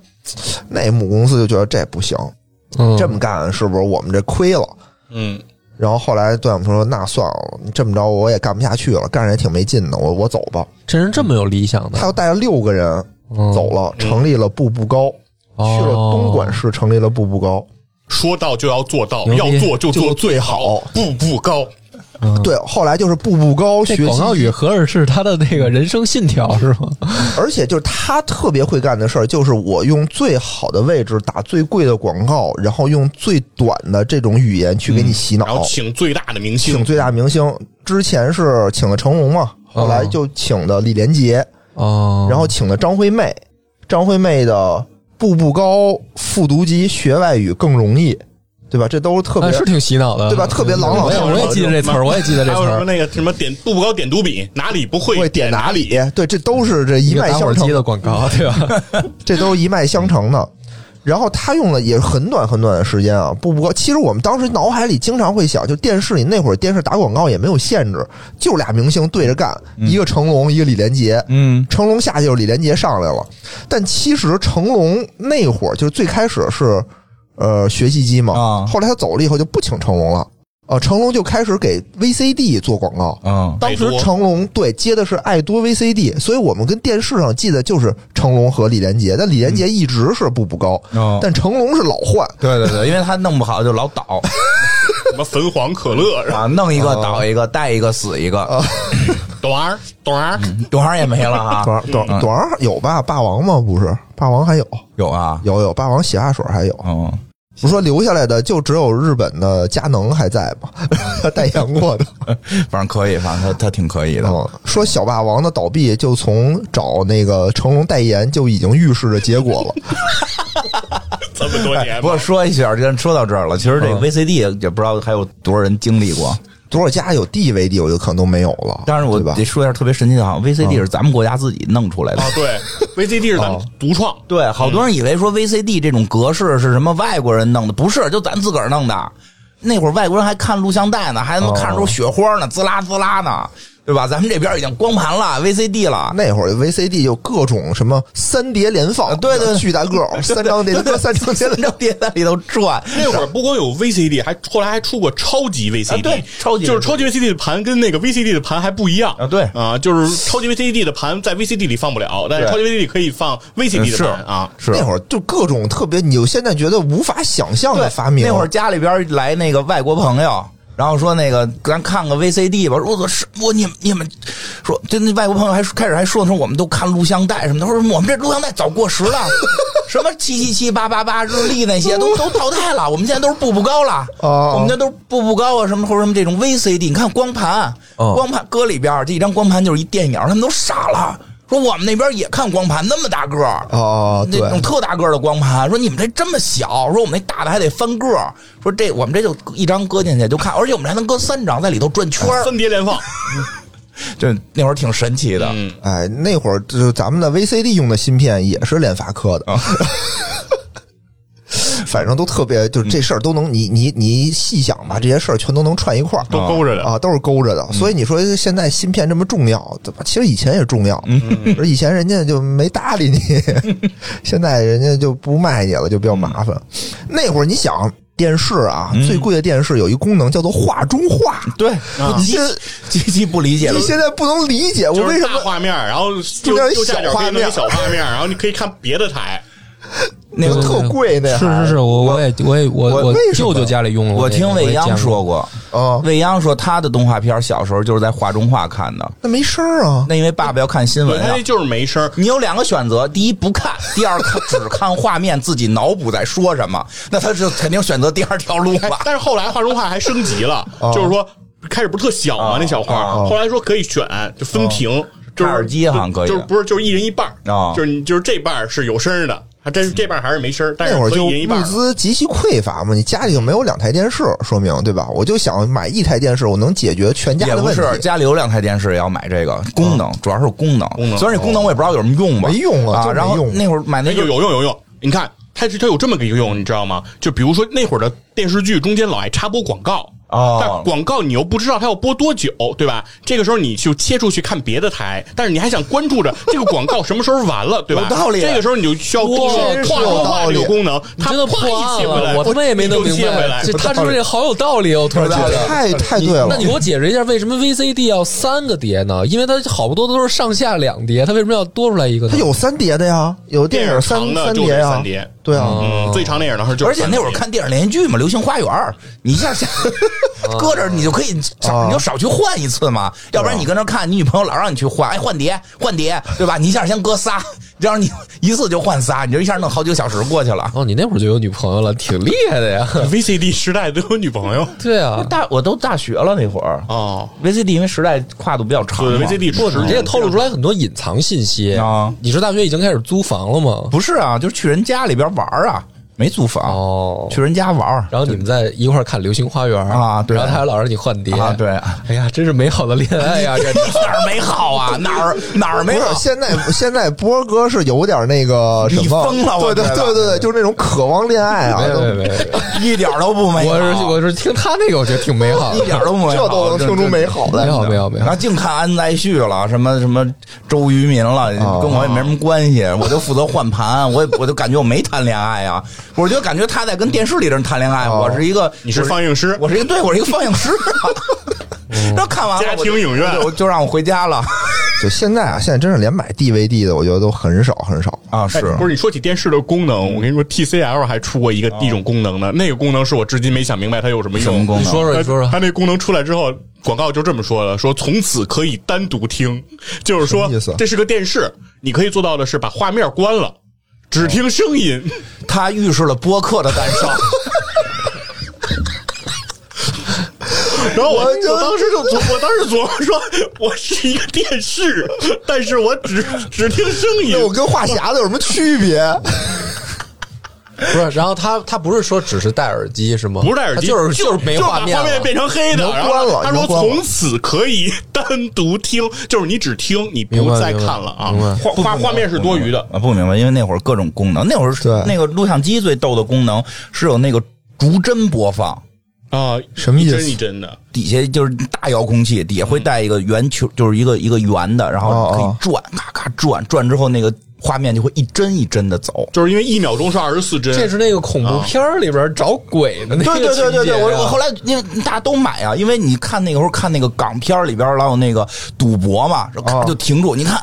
Speaker 3: 那母公司就觉得这不行，
Speaker 2: 嗯
Speaker 3: 这么干是不是我们这亏了？
Speaker 4: 嗯，
Speaker 3: 然后后来段永平说：“那算了，这么着我也干不下去了，干着也挺没劲的，我我走吧。
Speaker 2: 这人这么有理想”的
Speaker 3: 他，又带了六个人
Speaker 2: 嗯
Speaker 3: 走了，成立了步步高，去了
Speaker 2: 哦
Speaker 3: 东莞市成立了步步高。
Speaker 4: 说到就要做到，
Speaker 2: 牛
Speaker 4: 要
Speaker 2: 逼
Speaker 4: 做就做最好，
Speaker 3: 哦
Speaker 4: 步步高。
Speaker 3: 对，后来就是步步高
Speaker 2: 这
Speaker 3: 学习
Speaker 2: 广告语合着是他的那个人生信条是吗？
Speaker 3: 而且就是他特别会干的事儿，就是我用最好的位置打最贵的广告，然后用最短的这种语言去给你洗
Speaker 4: 然
Speaker 3: 脑
Speaker 4: 后，请最大的明
Speaker 3: 请
Speaker 4: 星，
Speaker 3: 最大明星。之前是请的成龙嘛，后来就请的李连杰，
Speaker 2: 嗯哦，
Speaker 3: 然后请的张惠妹。张惠妹的《步步高》复读机学外语更容易，对吧？这都是特别
Speaker 2: 啊、是挺洗脑的，嗯
Speaker 3: 对吧特别朗朗
Speaker 2: 我也
Speaker 3: 上口
Speaker 2: 我也记得这词儿，我也记得这
Speaker 4: 还
Speaker 2: 词
Speaker 4: 有什么
Speaker 2: 儿。
Speaker 4: 那个什么点步步高点读笔，哪里不会
Speaker 3: 会点
Speaker 4: 点
Speaker 3: 哪里？对，这都是这
Speaker 2: 一
Speaker 3: 一
Speaker 2: 个
Speaker 3: 脉
Speaker 2: 打火
Speaker 3: 相
Speaker 2: 机
Speaker 3: 承
Speaker 2: 的广告，对 吧？
Speaker 3: 这都是一脉相承的。然后他用了也是很短很短的时间啊，步步高。其实我们当时脑海里经常会想，就电视里那会儿电视打广告也没有限制，就俩明星对着干，一个成龙，一个李连杰。
Speaker 1: 嗯，
Speaker 3: 成龙下去就是李连杰上来了，但其实成龙那会儿就是最开始是呃学习机嘛，
Speaker 1: 啊
Speaker 3: 后来他走了以后就不请成龙了，呃，成龙就开始给 VCD 做广告，
Speaker 1: 嗯，
Speaker 3: 当时成龙对接的是爱多 VCD，所以我们跟电视上记的就是成龙和李连杰，但李连杰一直是步步高，
Speaker 1: 嗯哦
Speaker 3: 但成龙是老换。
Speaker 1: 对对对，因为他弄不好就老 倒
Speaker 4: 什么汾黄可乐，然后
Speaker 1: 啊，弄一
Speaker 3: 哦
Speaker 1: 个倒一个，带一个死一个，
Speaker 4: 短儿短儿，
Speaker 1: 多少也没了 啊，
Speaker 3: 短短短儿有吧？霸王吗？不是，霸王还有
Speaker 1: 有啊，
Speaker 3: 有有，霸王洗发水还有。
Speaker 1: 嗯，
Speaker 3: 不是说留下来的就只有日本的佳能还在吗？ 他代言过的。
Speaker 1: 反正可以，反正他他挺可以的，
Speaker 3: 嗯，说小霸王的倒闭，就从找那个成龙代言就已经预示着结果了。
Speaker 4: 这么多年
Speaker 1: 哎不过说一下，这说到这儿了，其实这
Speaker 4: 嗯
Speaker 1: 个 VCD 也不知道还有多少人经历过。
Speaker 3: 多少家有 DVD，我就可能都没有了。
Speaker 1: 当然，我
Speaker 3: 对吧
Speaker 1: 得说一下特别神奇的，好像
Speaker 4: 嗯
Speaker 1: VCD 是咱们国家自己弄出来的
Speaker 4: 啊，。对，VCD 是咱们独创，
Speaker 1: 对，好多人以为说 VCD 这种格式是什么外国人弄的，不是，就咱自个儿弄的。那会儿外国人还看录像带呢，还能
Speaker 4: 哦
Speaker 1: 看出雪花呢，滋啦滋啦呢，对吧？咱们这边已经光盘了，VCD 了。
Speaker 3: 那会儿 VCD 有各种什么三碟连放，
Speaker 1: 啊对对对
Speaker 3: 巨大个儿，三张碟，三张碟，
Speaker 1: 那碟在里头转，
Speaker 4: 那会儿不光有 VCD，还后来还出过超级 VCD，、
Speaker 1: 啊对超级 VCD
Speaker 4: 就是超级 VCD 的盘跟那个 VCD 的盘还不一样
Speaker 1: 啊对
Speaker 4: 啊，就是超级 VCD 的盘在 VCD 里放不了，但是
Speaker 1: 对嗯
Speaker 4: 超级 VCD 可以放 VCD 的
Speaker 1: 是
Speaker 4: 盘啊。
Speaker 1: 是
Speaker 3: 那会儿就各种特别，你就现在觉得无法想象的
Speaker 1: 对，
Speaker 3: 发明。
Speaker 1: 那会儿家里边来那个外国朋友，然后说那个咱看个 VCD 吧。我说是，我你们你们说，就那外国朋友还说开始还说呢，说我们都看录像带什么的，他说我们这录像带早过时 了，什么七七七八八八日历那些都都淘汰了，我们现在都是步步高了，
Speaker 3: 哦
Speaker 1: 我们这都是步步高啊什么或者什么这种 VCD，你看光盘，
Speaker 2: 哦
Speaker 1: 光盘搁里边儿这一张光盘就是一电影，他们都傻了。说我们那边也看光盘，那么大个儿
Speaker 3: 哦，对
Speaker 1: 那，种特大个儿的光盘，说你们这这么小，说我们那大的还得翻个儿，说这我们这就一张搁进去就看，而且我们还能搁三张在里头转圈儿，
Speaker 4: 三碟连放，
Speaker 1: 这那会儿挺神奇的。
Speaker 4: 嗯，
Speaker 3: 哎，那会儿就是咱们的 VCD 用的芯片也是联发科
Speaker 4: 啊
Speaker 3: 的。 反正都特别，就是这事儿都能，你你你细想吧，这些事儿全都能串一块儿，
Speaker 4: 嗯都勾着的嗯
Speaker 3: 啊，都是勾着的。所以你说现在芯片这么重要，对吧？其实以前也重要，
Speaker 4: 嗯
Speaker 3: 而以前人家就没搭
Speaker 4: 嗯
Speaker 3: 理你，现在人家就不卖你了，就比较麻烦。那会儿你想，电视啊，最贵的电视有一功能叫做画中画。
Speaker 1: 对，我
Speaker 3: 你
Speaker 1: 极
Speaker 3: 现
Speaker 1: 极其不理解了
Speaker 3: 你。现在不能理解我
Speaker 4: 啊就
Speaker 3: 为
Speaker 4: 是
Speaker 3: 什
Speaker 4: 大
Speaker 3: 么
Speaker 4: 画面，然后
Speaker 3: 中
Speaker 4: 右
Speaker 3: 间有
Speaker 4: 右下角
Speaker 3: 小
Speaker 4: 可以
Speaker 3: 画
Speaker 4: 弄
Speaker 3: 面
Speaker 4: 一小画面，然后你可以看别的台。
Speaker 1: 那 个
Speaker 3: 对特贵那
Speaker 2: 是
Speaker 3: 还
Speaker 2: 是是，我我也我也
Speaker 3: 我
Speaker 2: 我我
Speaker 3: 为什么
Speaker 2: 舅舅家里用了，
Speaker 1: 我听
Speaker 2: 未
Speaker 1: 未央说，过，
Speaker 3: 啊？
Speaker 1: 未央说她的动画片小时候就是在画中画看的，
Speaker 3: 那没声儿啊，
Speaker 1: 那因为爸爸要看新
Speaker 4: 对，
Speaker 1: 闻
Speaker 4: 它
Speaker 1: 啊
Speaker 4: 那。就是没声儿。
Speaker 1: 你有两个选择：第一不看，第二看只看画面，自己脑补在说什么。那他就肯定选择第二条路
Speaker 4: 哎
Speaker 1: 吧，。
Speaker 4: 但是后来画中画还升 级了，
Speaker 1: 哦
Speaker 4: 就是说开始不是特小吗？那小画，后来说可以选，就分屏，就是
Speaker 1: 哦插耳机好像可以
Speaker 4: 就是不是就是一人一半儿
Speaker 1: 啊
Speaker 4: 就是你就是这半儿是有声儿的，还真是这半儿还是没声儿，但是
Speaker 3: 那会儿
Speaker 4: 可以
Speaker 3: 就
Speaker 4: 一人一半
Speaker 3: 物
Speaker 4: 儿。
Speaker 3: 资极其匮乏嘛，你家里就没有两台电视，说明对吧？我就想买一台电视，我能解决全家
Speaker 1: 也
Speaker 3: 的
Speaker 1: 不
Speaker 3: 问题，嗯
Speaker 1: 是，家里有两台电视也要买这个功能，主要是功能。
Speaker 4: 功能
Speaker 1: 虽然这功能我也不知道有什么用吧，
Speaker 3: 哦没用啊
Speaker 1: 啊。
Speaker 3: 真没
Speaker 1: 然后
Speaker 3: 用
Speaker 1: 那会儿买那
Speaker 4: 哎
Speaker 1: 个
Speaker 4: 有有用有用，你看它是它有这么个一个用，你知道吗？就比如说那会儿的电视剧中间老爱插播广告。
Speaker 1: 哦
Speaker 4: 但广告你又不知道它要播多久，对吧？这个时候你就切出去看别的台，但是你还想关注着这个广告什么时候完了，对吧？
Speaker 1: 有道理
Speaker 4: 这个时候你就需要
Speaker 2: 哇
Speaker 4: 动手
Speaker 2: 真是
Speaker 4: 跨
Speaker 3: 有
Speaker 4: 中
Speaker 3: 道
Speaker 4: 画这个
Speaker 3: 理
Speaker 4: 功能，
Speaker 2: 你
Speaker 4: 它
Speaker 2: 真的破
Speaker 4: 啪一
Speaker 2: 案
Speaker 4: 切回来，
Speaker 2: 了，我他妈也没弄
Speaker 4: 又
Speaker 2: 明
Speaker 4: 切回
Speaker 2: 白
Speaker 4: 来。。
Speaker 2: 这他说这好有道理，哦我突然觉
Speaker 1: 有
Speaker 2: 得。
Speaker 3: 太太对
Speaker 2: 那
Speaker 3: 了
Speaker 2: 你。给我解释一下，为什么 VCD 要三个碟呢？因为它好多都是上下两碟，它为什么要多出来一个呢？
Speaker 3: 它有三碟的呀，有电影三
Speaker 4: 电影长的
Speaker 3: 三
Speaker 4: 就得
Speaker 3: 碟呀，
Speaker 4: 三碟
Speaker 3: 对啊，
Speaker 4: 嗯，最长电影的时候就是
Speaker 1: 而且那会儿 看电视连续剧嘛，《流星花园》，你一下 下搁这儿，你就可以少，
Speaker 3: 啊
Speaker 1: 你就少去换一次嘛。要不然你跟那儿看，你女朋友老让你去换，哎，换碟，换碟，对吧？你一下先搁仨，这样你一次就换仨，你就一下弄好几个小时过去了。
Speaker 2: 哦，你那会儿就有女朋友了，挺厉害的呀。
Speaker 4: VCD 时代都有女朋友
Speaker 2: 对啊，
Speaker 1: 大我都大学了那会儿
Speaker 4: 哦，
Speaker 1: ，VCD 因为时代跨度比较长
Speaker 4: 对
Speaker 1: 嘛
Speaker 4: VCD
Speaker 2: 不，
Speaker 4: 时
Speaker 2: 你这也透露出来很多隐藏信息
Speaker 1: 嗯啊
Speaker 2: 你是大学已经开始租房了吗？
Speaker 1: 不是啊，就是去人家里边玩儿啊，没租房，
Speaker 2: 哦，
Speaker 1: 去人家玩儿
Speaker 2: 然后你们在一块儿看《流星花园》
Speaker 1: 啊对
Speaker 2: 然后他还老让你换碟
Speaker 1: 啊，对。
Speaker 2: 哎呀，真是美好的恋爱啊 呀！这
Speaker 1: 哪儿没好啊？哪儿哪儿
Speaker 3: 不
Speaker 1: 没
Speaker 3: 是
Speaker 1: 好？
Speaker 3: 现在现在波哥是有点那个什么，
Speaker 1: 你疯了我
Speaker 3: 对对
Speaker 1: 觉得
Speaker 3: 对对对，就是那种渴望恋爱啊，
Speaker 2: 没有
Speaker 3: 都
Speaker 2: 没有没有，没有
Speaker 1: 一点儿都不美好。
Speaker 2: 我是我是听他那个，我觉得挺美好
Speaker 1: 一点
Speaker 2: 的。
Speaker 1: 儿都不美好，
Speaker 3: 这都能听出美好来
Speaker 2: 哦没。有没有没有
Speaker 1: 然，后净看安在旭了，什么什么周渝民了，
Speaker 3: 哦
Speaker 1: 跟我也没什么关系，我就负责换盘，我也我就感觉我没谈恋爱啊，我就感觉他在跟电视里的人谈恋爱，
Speaker 3: 哦
Speaker 1: 我是一个
Speaker 4: 你是
Speaker 1: 我
Speaker 4: 放映师
Speaker 1: 我是一个对，我是一个放映师啊。然后看完了
Speaker 4: 家
Speaker 1: 我就
Speaker 4: 庭影院
Speaker 1: 对我就让我回家了
Speaker 3: 就现在啊，现在真是连买 DVD 的，我觉得都很少很少。
Speaker 1: 啊，
Speaker 4: 哎不是你说起电视的功能，我跟你说，TCL 还出过一个一种功能呢，那个功能是我至今没想明白它有什么
Speaker 1: 什
Speaker 4: 用
Speaker 1: 么。功
Speaker 2: 你
Speaker 1: 能？
Speaker 2: 说说你说
Speaker 4: 它
Speaker 2: 说，
Speaker 4: 它那功能出来之后，广告就这么说了，说从此可以单独听，就是
Speaker 3: 什
Speaker 4: 说
Speaker 3: 么意思
Speaker 4: 这是个电视，你可以做到的是把画面关了，只听声音。
Speaker 1: 他预示了播客的诞生，
Speaker 4: 然后我我当时就琢，我当时琢磨说，我是一个电视，但是我只只听声音
Speaker 3: 那。我跟话匣子有什么区别？
Speaker 2: 不是，然后他他不是说只是戴耳机是吗？
Speaker 4: 不是戴耳机，
Speaker 2: 他就是
Speaker 4: 就
Speaker 2: 就是没
Speaker 4: 把
Speaker 2: 画
Speaker 4: 画
Speaker 2: 面了，
Speaker 1: 嗯
Speaker 4: 变成黑的，
Speaker 3: 能
Speaker 4: 然后
Speaker 3: 关了
Speaker 4: 他
Speaker 3: 能
Speaker 4: 说
Speaker 3: 关了
Speaker 4: 从此可以单独听，就是你只听，你
Speaker 2: 明
Speaker 4: 不
Speaker 2: 白
Speaker 4: 再
Speaker 2: 明白
Speaker 4: 看了啊
Speaker 2: 明白。
Speaker 4: 画画画面是多余的，
Speaker 1: 啊，不明白，因为那会儿各种功能，那会儿
Speaker 3: 对
Speaker 1: 那个录像机最逗的功能是有那个逐帧播放。
Speaker 4: 啊，
Speaker 3: 什么意思
Speaker 4: 一针一针的，
Speaker 1: 底下就是大遥控器，底下会带一个圆
Speaker 4: 嗯
Speaker 1: 球，就是一个一个圆的，然
Speaker 4: 哦
Speaker 1: 后可以转，咔咔转，转之后那个画面就会一帧一帧的走。
Speaker 4: 就是因为一秒钟是二十四针。
Speaker 2: 这是那个恐怖片儿里边找鬼的那个
Speaker 1: 对对对对对，
Speaker 2: 情节
Speaker 1: 我
Speaker 2: 啊
Speaker 1: 我后来因为大家都买啊，因为你看那个时候看那个港片里边老有那个赌博嘛，咔
Speaker 3: 哦
Speaker 1: 就停住，你看。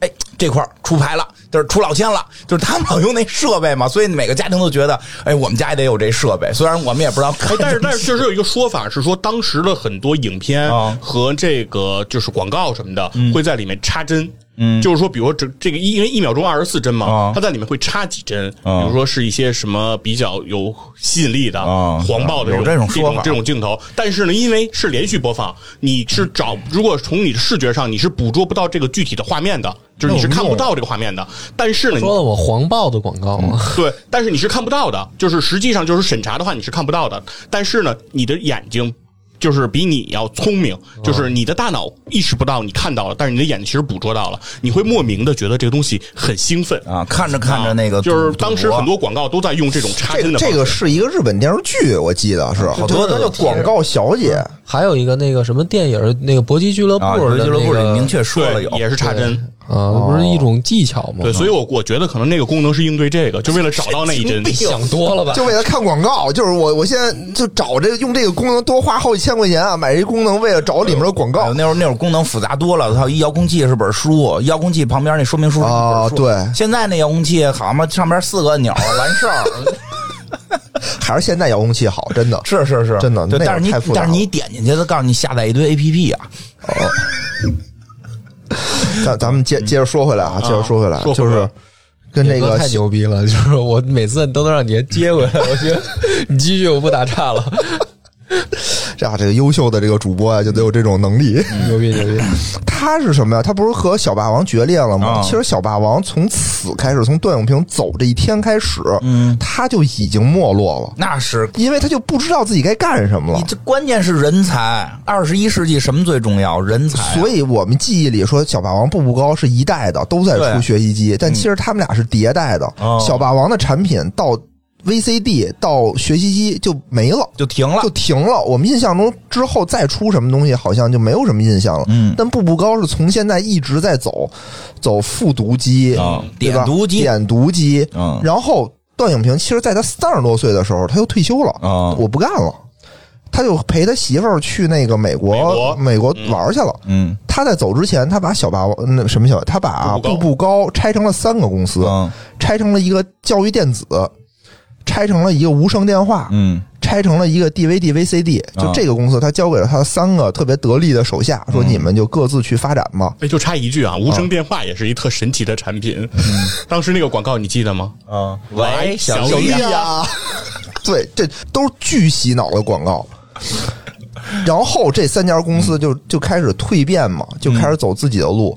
Speaker 1: 哎，这块儿出牌了，就是出老千了，就是他们老用那设备嘛，所以每个家庭都觉得，哎，我们家也得有这设备。虽然我们也不知道看
Speaker 4: 哎，但 是但是确实有一个说法是说，当时的很多影片
Speaker 1: 啊嗯
Speaker 4: 和这个就是广告什么的，会在里面插针。嗯，就是说，比如说这这个一，因为一秒钟二十四帧嘛
Speaker 1: 啊，
Speaker 4: 它在里面会插几针，比
Speaker 1: 啊
Speaker 4: 如说是一些什么比较有吸引力的、
Speaker 1: 啊
Speaker 4: 黄暴的
Speaker 1: 有
Speaker 4: 这
Speaker 1: 这种
Speaker 4: 这
Speaker 1: 说
Speaker 4: 种
Speaker 1: 法
Speaker 4: 这种镜头。但是呢，因为是连续播放，你是找如果从你的视觉上你是捕捉不到这个具体的画面的，就是你是看不到这个画面的。但是呢，你
Speaker 2: 说的我黄暴的广告啊
Speaker 1: 嗯
Speaker 2: 吗？
Speaker 4: 对，但是你是看不到的，就是实际上就是审查的话你是看不到的，但是呢，你的眼睛。就是比你要聪明，就是你的大脑意识不到你看到了，但是你的眼睛其实捕捉到了，你会莫名的觉得这个东西很兴奋。
Speaker 1: 啊，看着看着那个
Speaker 4: 啊
Speaker 1: 赌、
Speaker 4: 就是当时
Speaker 1: 赌博
Speaker 4: 很多广告都在用这种插
Speaker 3: 这
Speaker 4: 针
Speaker 3: 个
Speaker 4: 的方
Speaker 3: 这
Speaker 4: 式。
Speaker 3: 个是一个日本电视剧，我记得是好嗯
Speaker 1: 多的
Speaker 3: 叫广告小姐，
Speaker 2: 还有一个那个什么电影，那个搏击俱乐部
Speaker 1: 啊，
Speaker 2: 的
Speaker 1: 有的俱乐部
Speaker 2: 那
Speaker 1: 里
Speaker 2: 个
Speaker 1: 明确说了有
Speaker 4: 对，也是插针。
Speaker 2: 啊，这不是一种技巧吗？
Speaker 4: 对，所以我我觉得可能那个功能是应对这个，就为了找到那一针。
Speaker 2: 想多了吧？
Speaker 3: 就为了看广告，就是我我现在就找这用这个功能多花好几千块钱啊，买这功能为了找里面的广
Speaker 1: 哎
Speaker 3: 告
Speaker 1: 呦，那会儿那会儿功能复杂多了，操！一遥控器是本书，遥控器旁边那说明书是一
Speaker 3: 啊
Speaker 1: 本书。
Speaker 3: 对
Speaker 1: 现在那遥控器好嘛，上边四个按钮完事 儿。
Speaker 3: 还是现在遥控器好，真的。
Speaker 1: 是是是，
Speaker 3: 真的
Speaker 1: 对，
Speaker 3: 那会儿
Speaker 1: 但是你
Speaker 3: 太复杂
Speaker 1: 但
Speaker 3: 了
Speaker 1: 是你点进去，他告诉你下载一堆 A P P 啊，
Speaker 3: 咱咱们接接着说回来啊，接着说回来，
Speaker 4: 说回
Speaker 3: 就
Speaker 4: 来
Speaker 3: 是跟这
Speaker 2: 野哥
Speaker 3: 个
Speaker 2: 太牛逼了，就是我每次都能让你接回来，我觉得你继续，我不打岔了，
Speaker 3: 这啊样这个优秀的这个主播啊，就得有这种能力。
Speaker 2: 牛逼牛逼！
Speaker 3: 他是什么呀？他不是和小霸王决裂了吗？
Speaker 1: 啊
Speaker 3: 其实小霸王从此开始，从段永平走这一天开始，嗯，他就已经没落了，
Speaker 1: 那是。
Speaker 3: 因为他就不知道自己该干什么了
Speaker 1: 你。这关键是人才，二十一世纪什么最重要？人才啊、
Speaker 3: 所以我们记忆里说小霸王步步高是一代的，都在出
Speaker 1: 对嗯
Speaker 3: 学习机，但其实他们俩是迭代的。
Speaker 1: 哦
Speaker 3: 小霸王的产品到 VCD 到学习机就没了。
Speaker 1: 就停了
Speaker 3: 就。停了。我们印象中之后再出什么东西，好像就没有什么印象了。
Speaker 1: 嗯
Speaker 3: 但步步高是从现在一直在走，走复读机、
Speaker 1: 啊
Speaker 3: 对吧
Speaker 1: 点读机
Speaker 3: 点读机。
Speaker 1: 嗯
Speaker 3: 然后段永平其实在他三十多岁的时候，他又退休了，
Speaker 1: 啊
Speaker 3: 我不干了，他就陪他媳妇儿去那个美国
Speaker 4: 美国
Speaker 3: 玩儿去了。
Speaker 1: 嗯
Speaker 3: 他在走之前，他把小霸王那什么小，他把啊
Speaker 4: 步步
Speaker 3: 步
Speaker 4: 高
Speaker 3: 步高拆成了三个公司，
Speaker 1: 嗯
Speaker 3: 拆成了一个教育电子，拆成了一个无声电话，
Speaker 1: 嗯
Speaker 3: 拆成了一个 DVD、VCD，就
Speaker 1: 啊
Speaker 3: 这个公司，他交给了他三个特别得力的手下，说你们就各自去发展吧。
Speaker 4: 哎，就插一句啊，无声电话也是一特神奇的产品。 当时那个广告你记得吗？
Speaker 3: 啊
Speaker 1: 嗯，
Speaker 4: 喂小
Speaker 1: 小
Speaker 4: 丽啊
Speaker 1: 丽
Speaker 4: 哎呀
Speaker 3: 呀， 对，这都是巨洗脑的广告。然后这三家公司就就开始蜕变嘛，就开始走自己的路。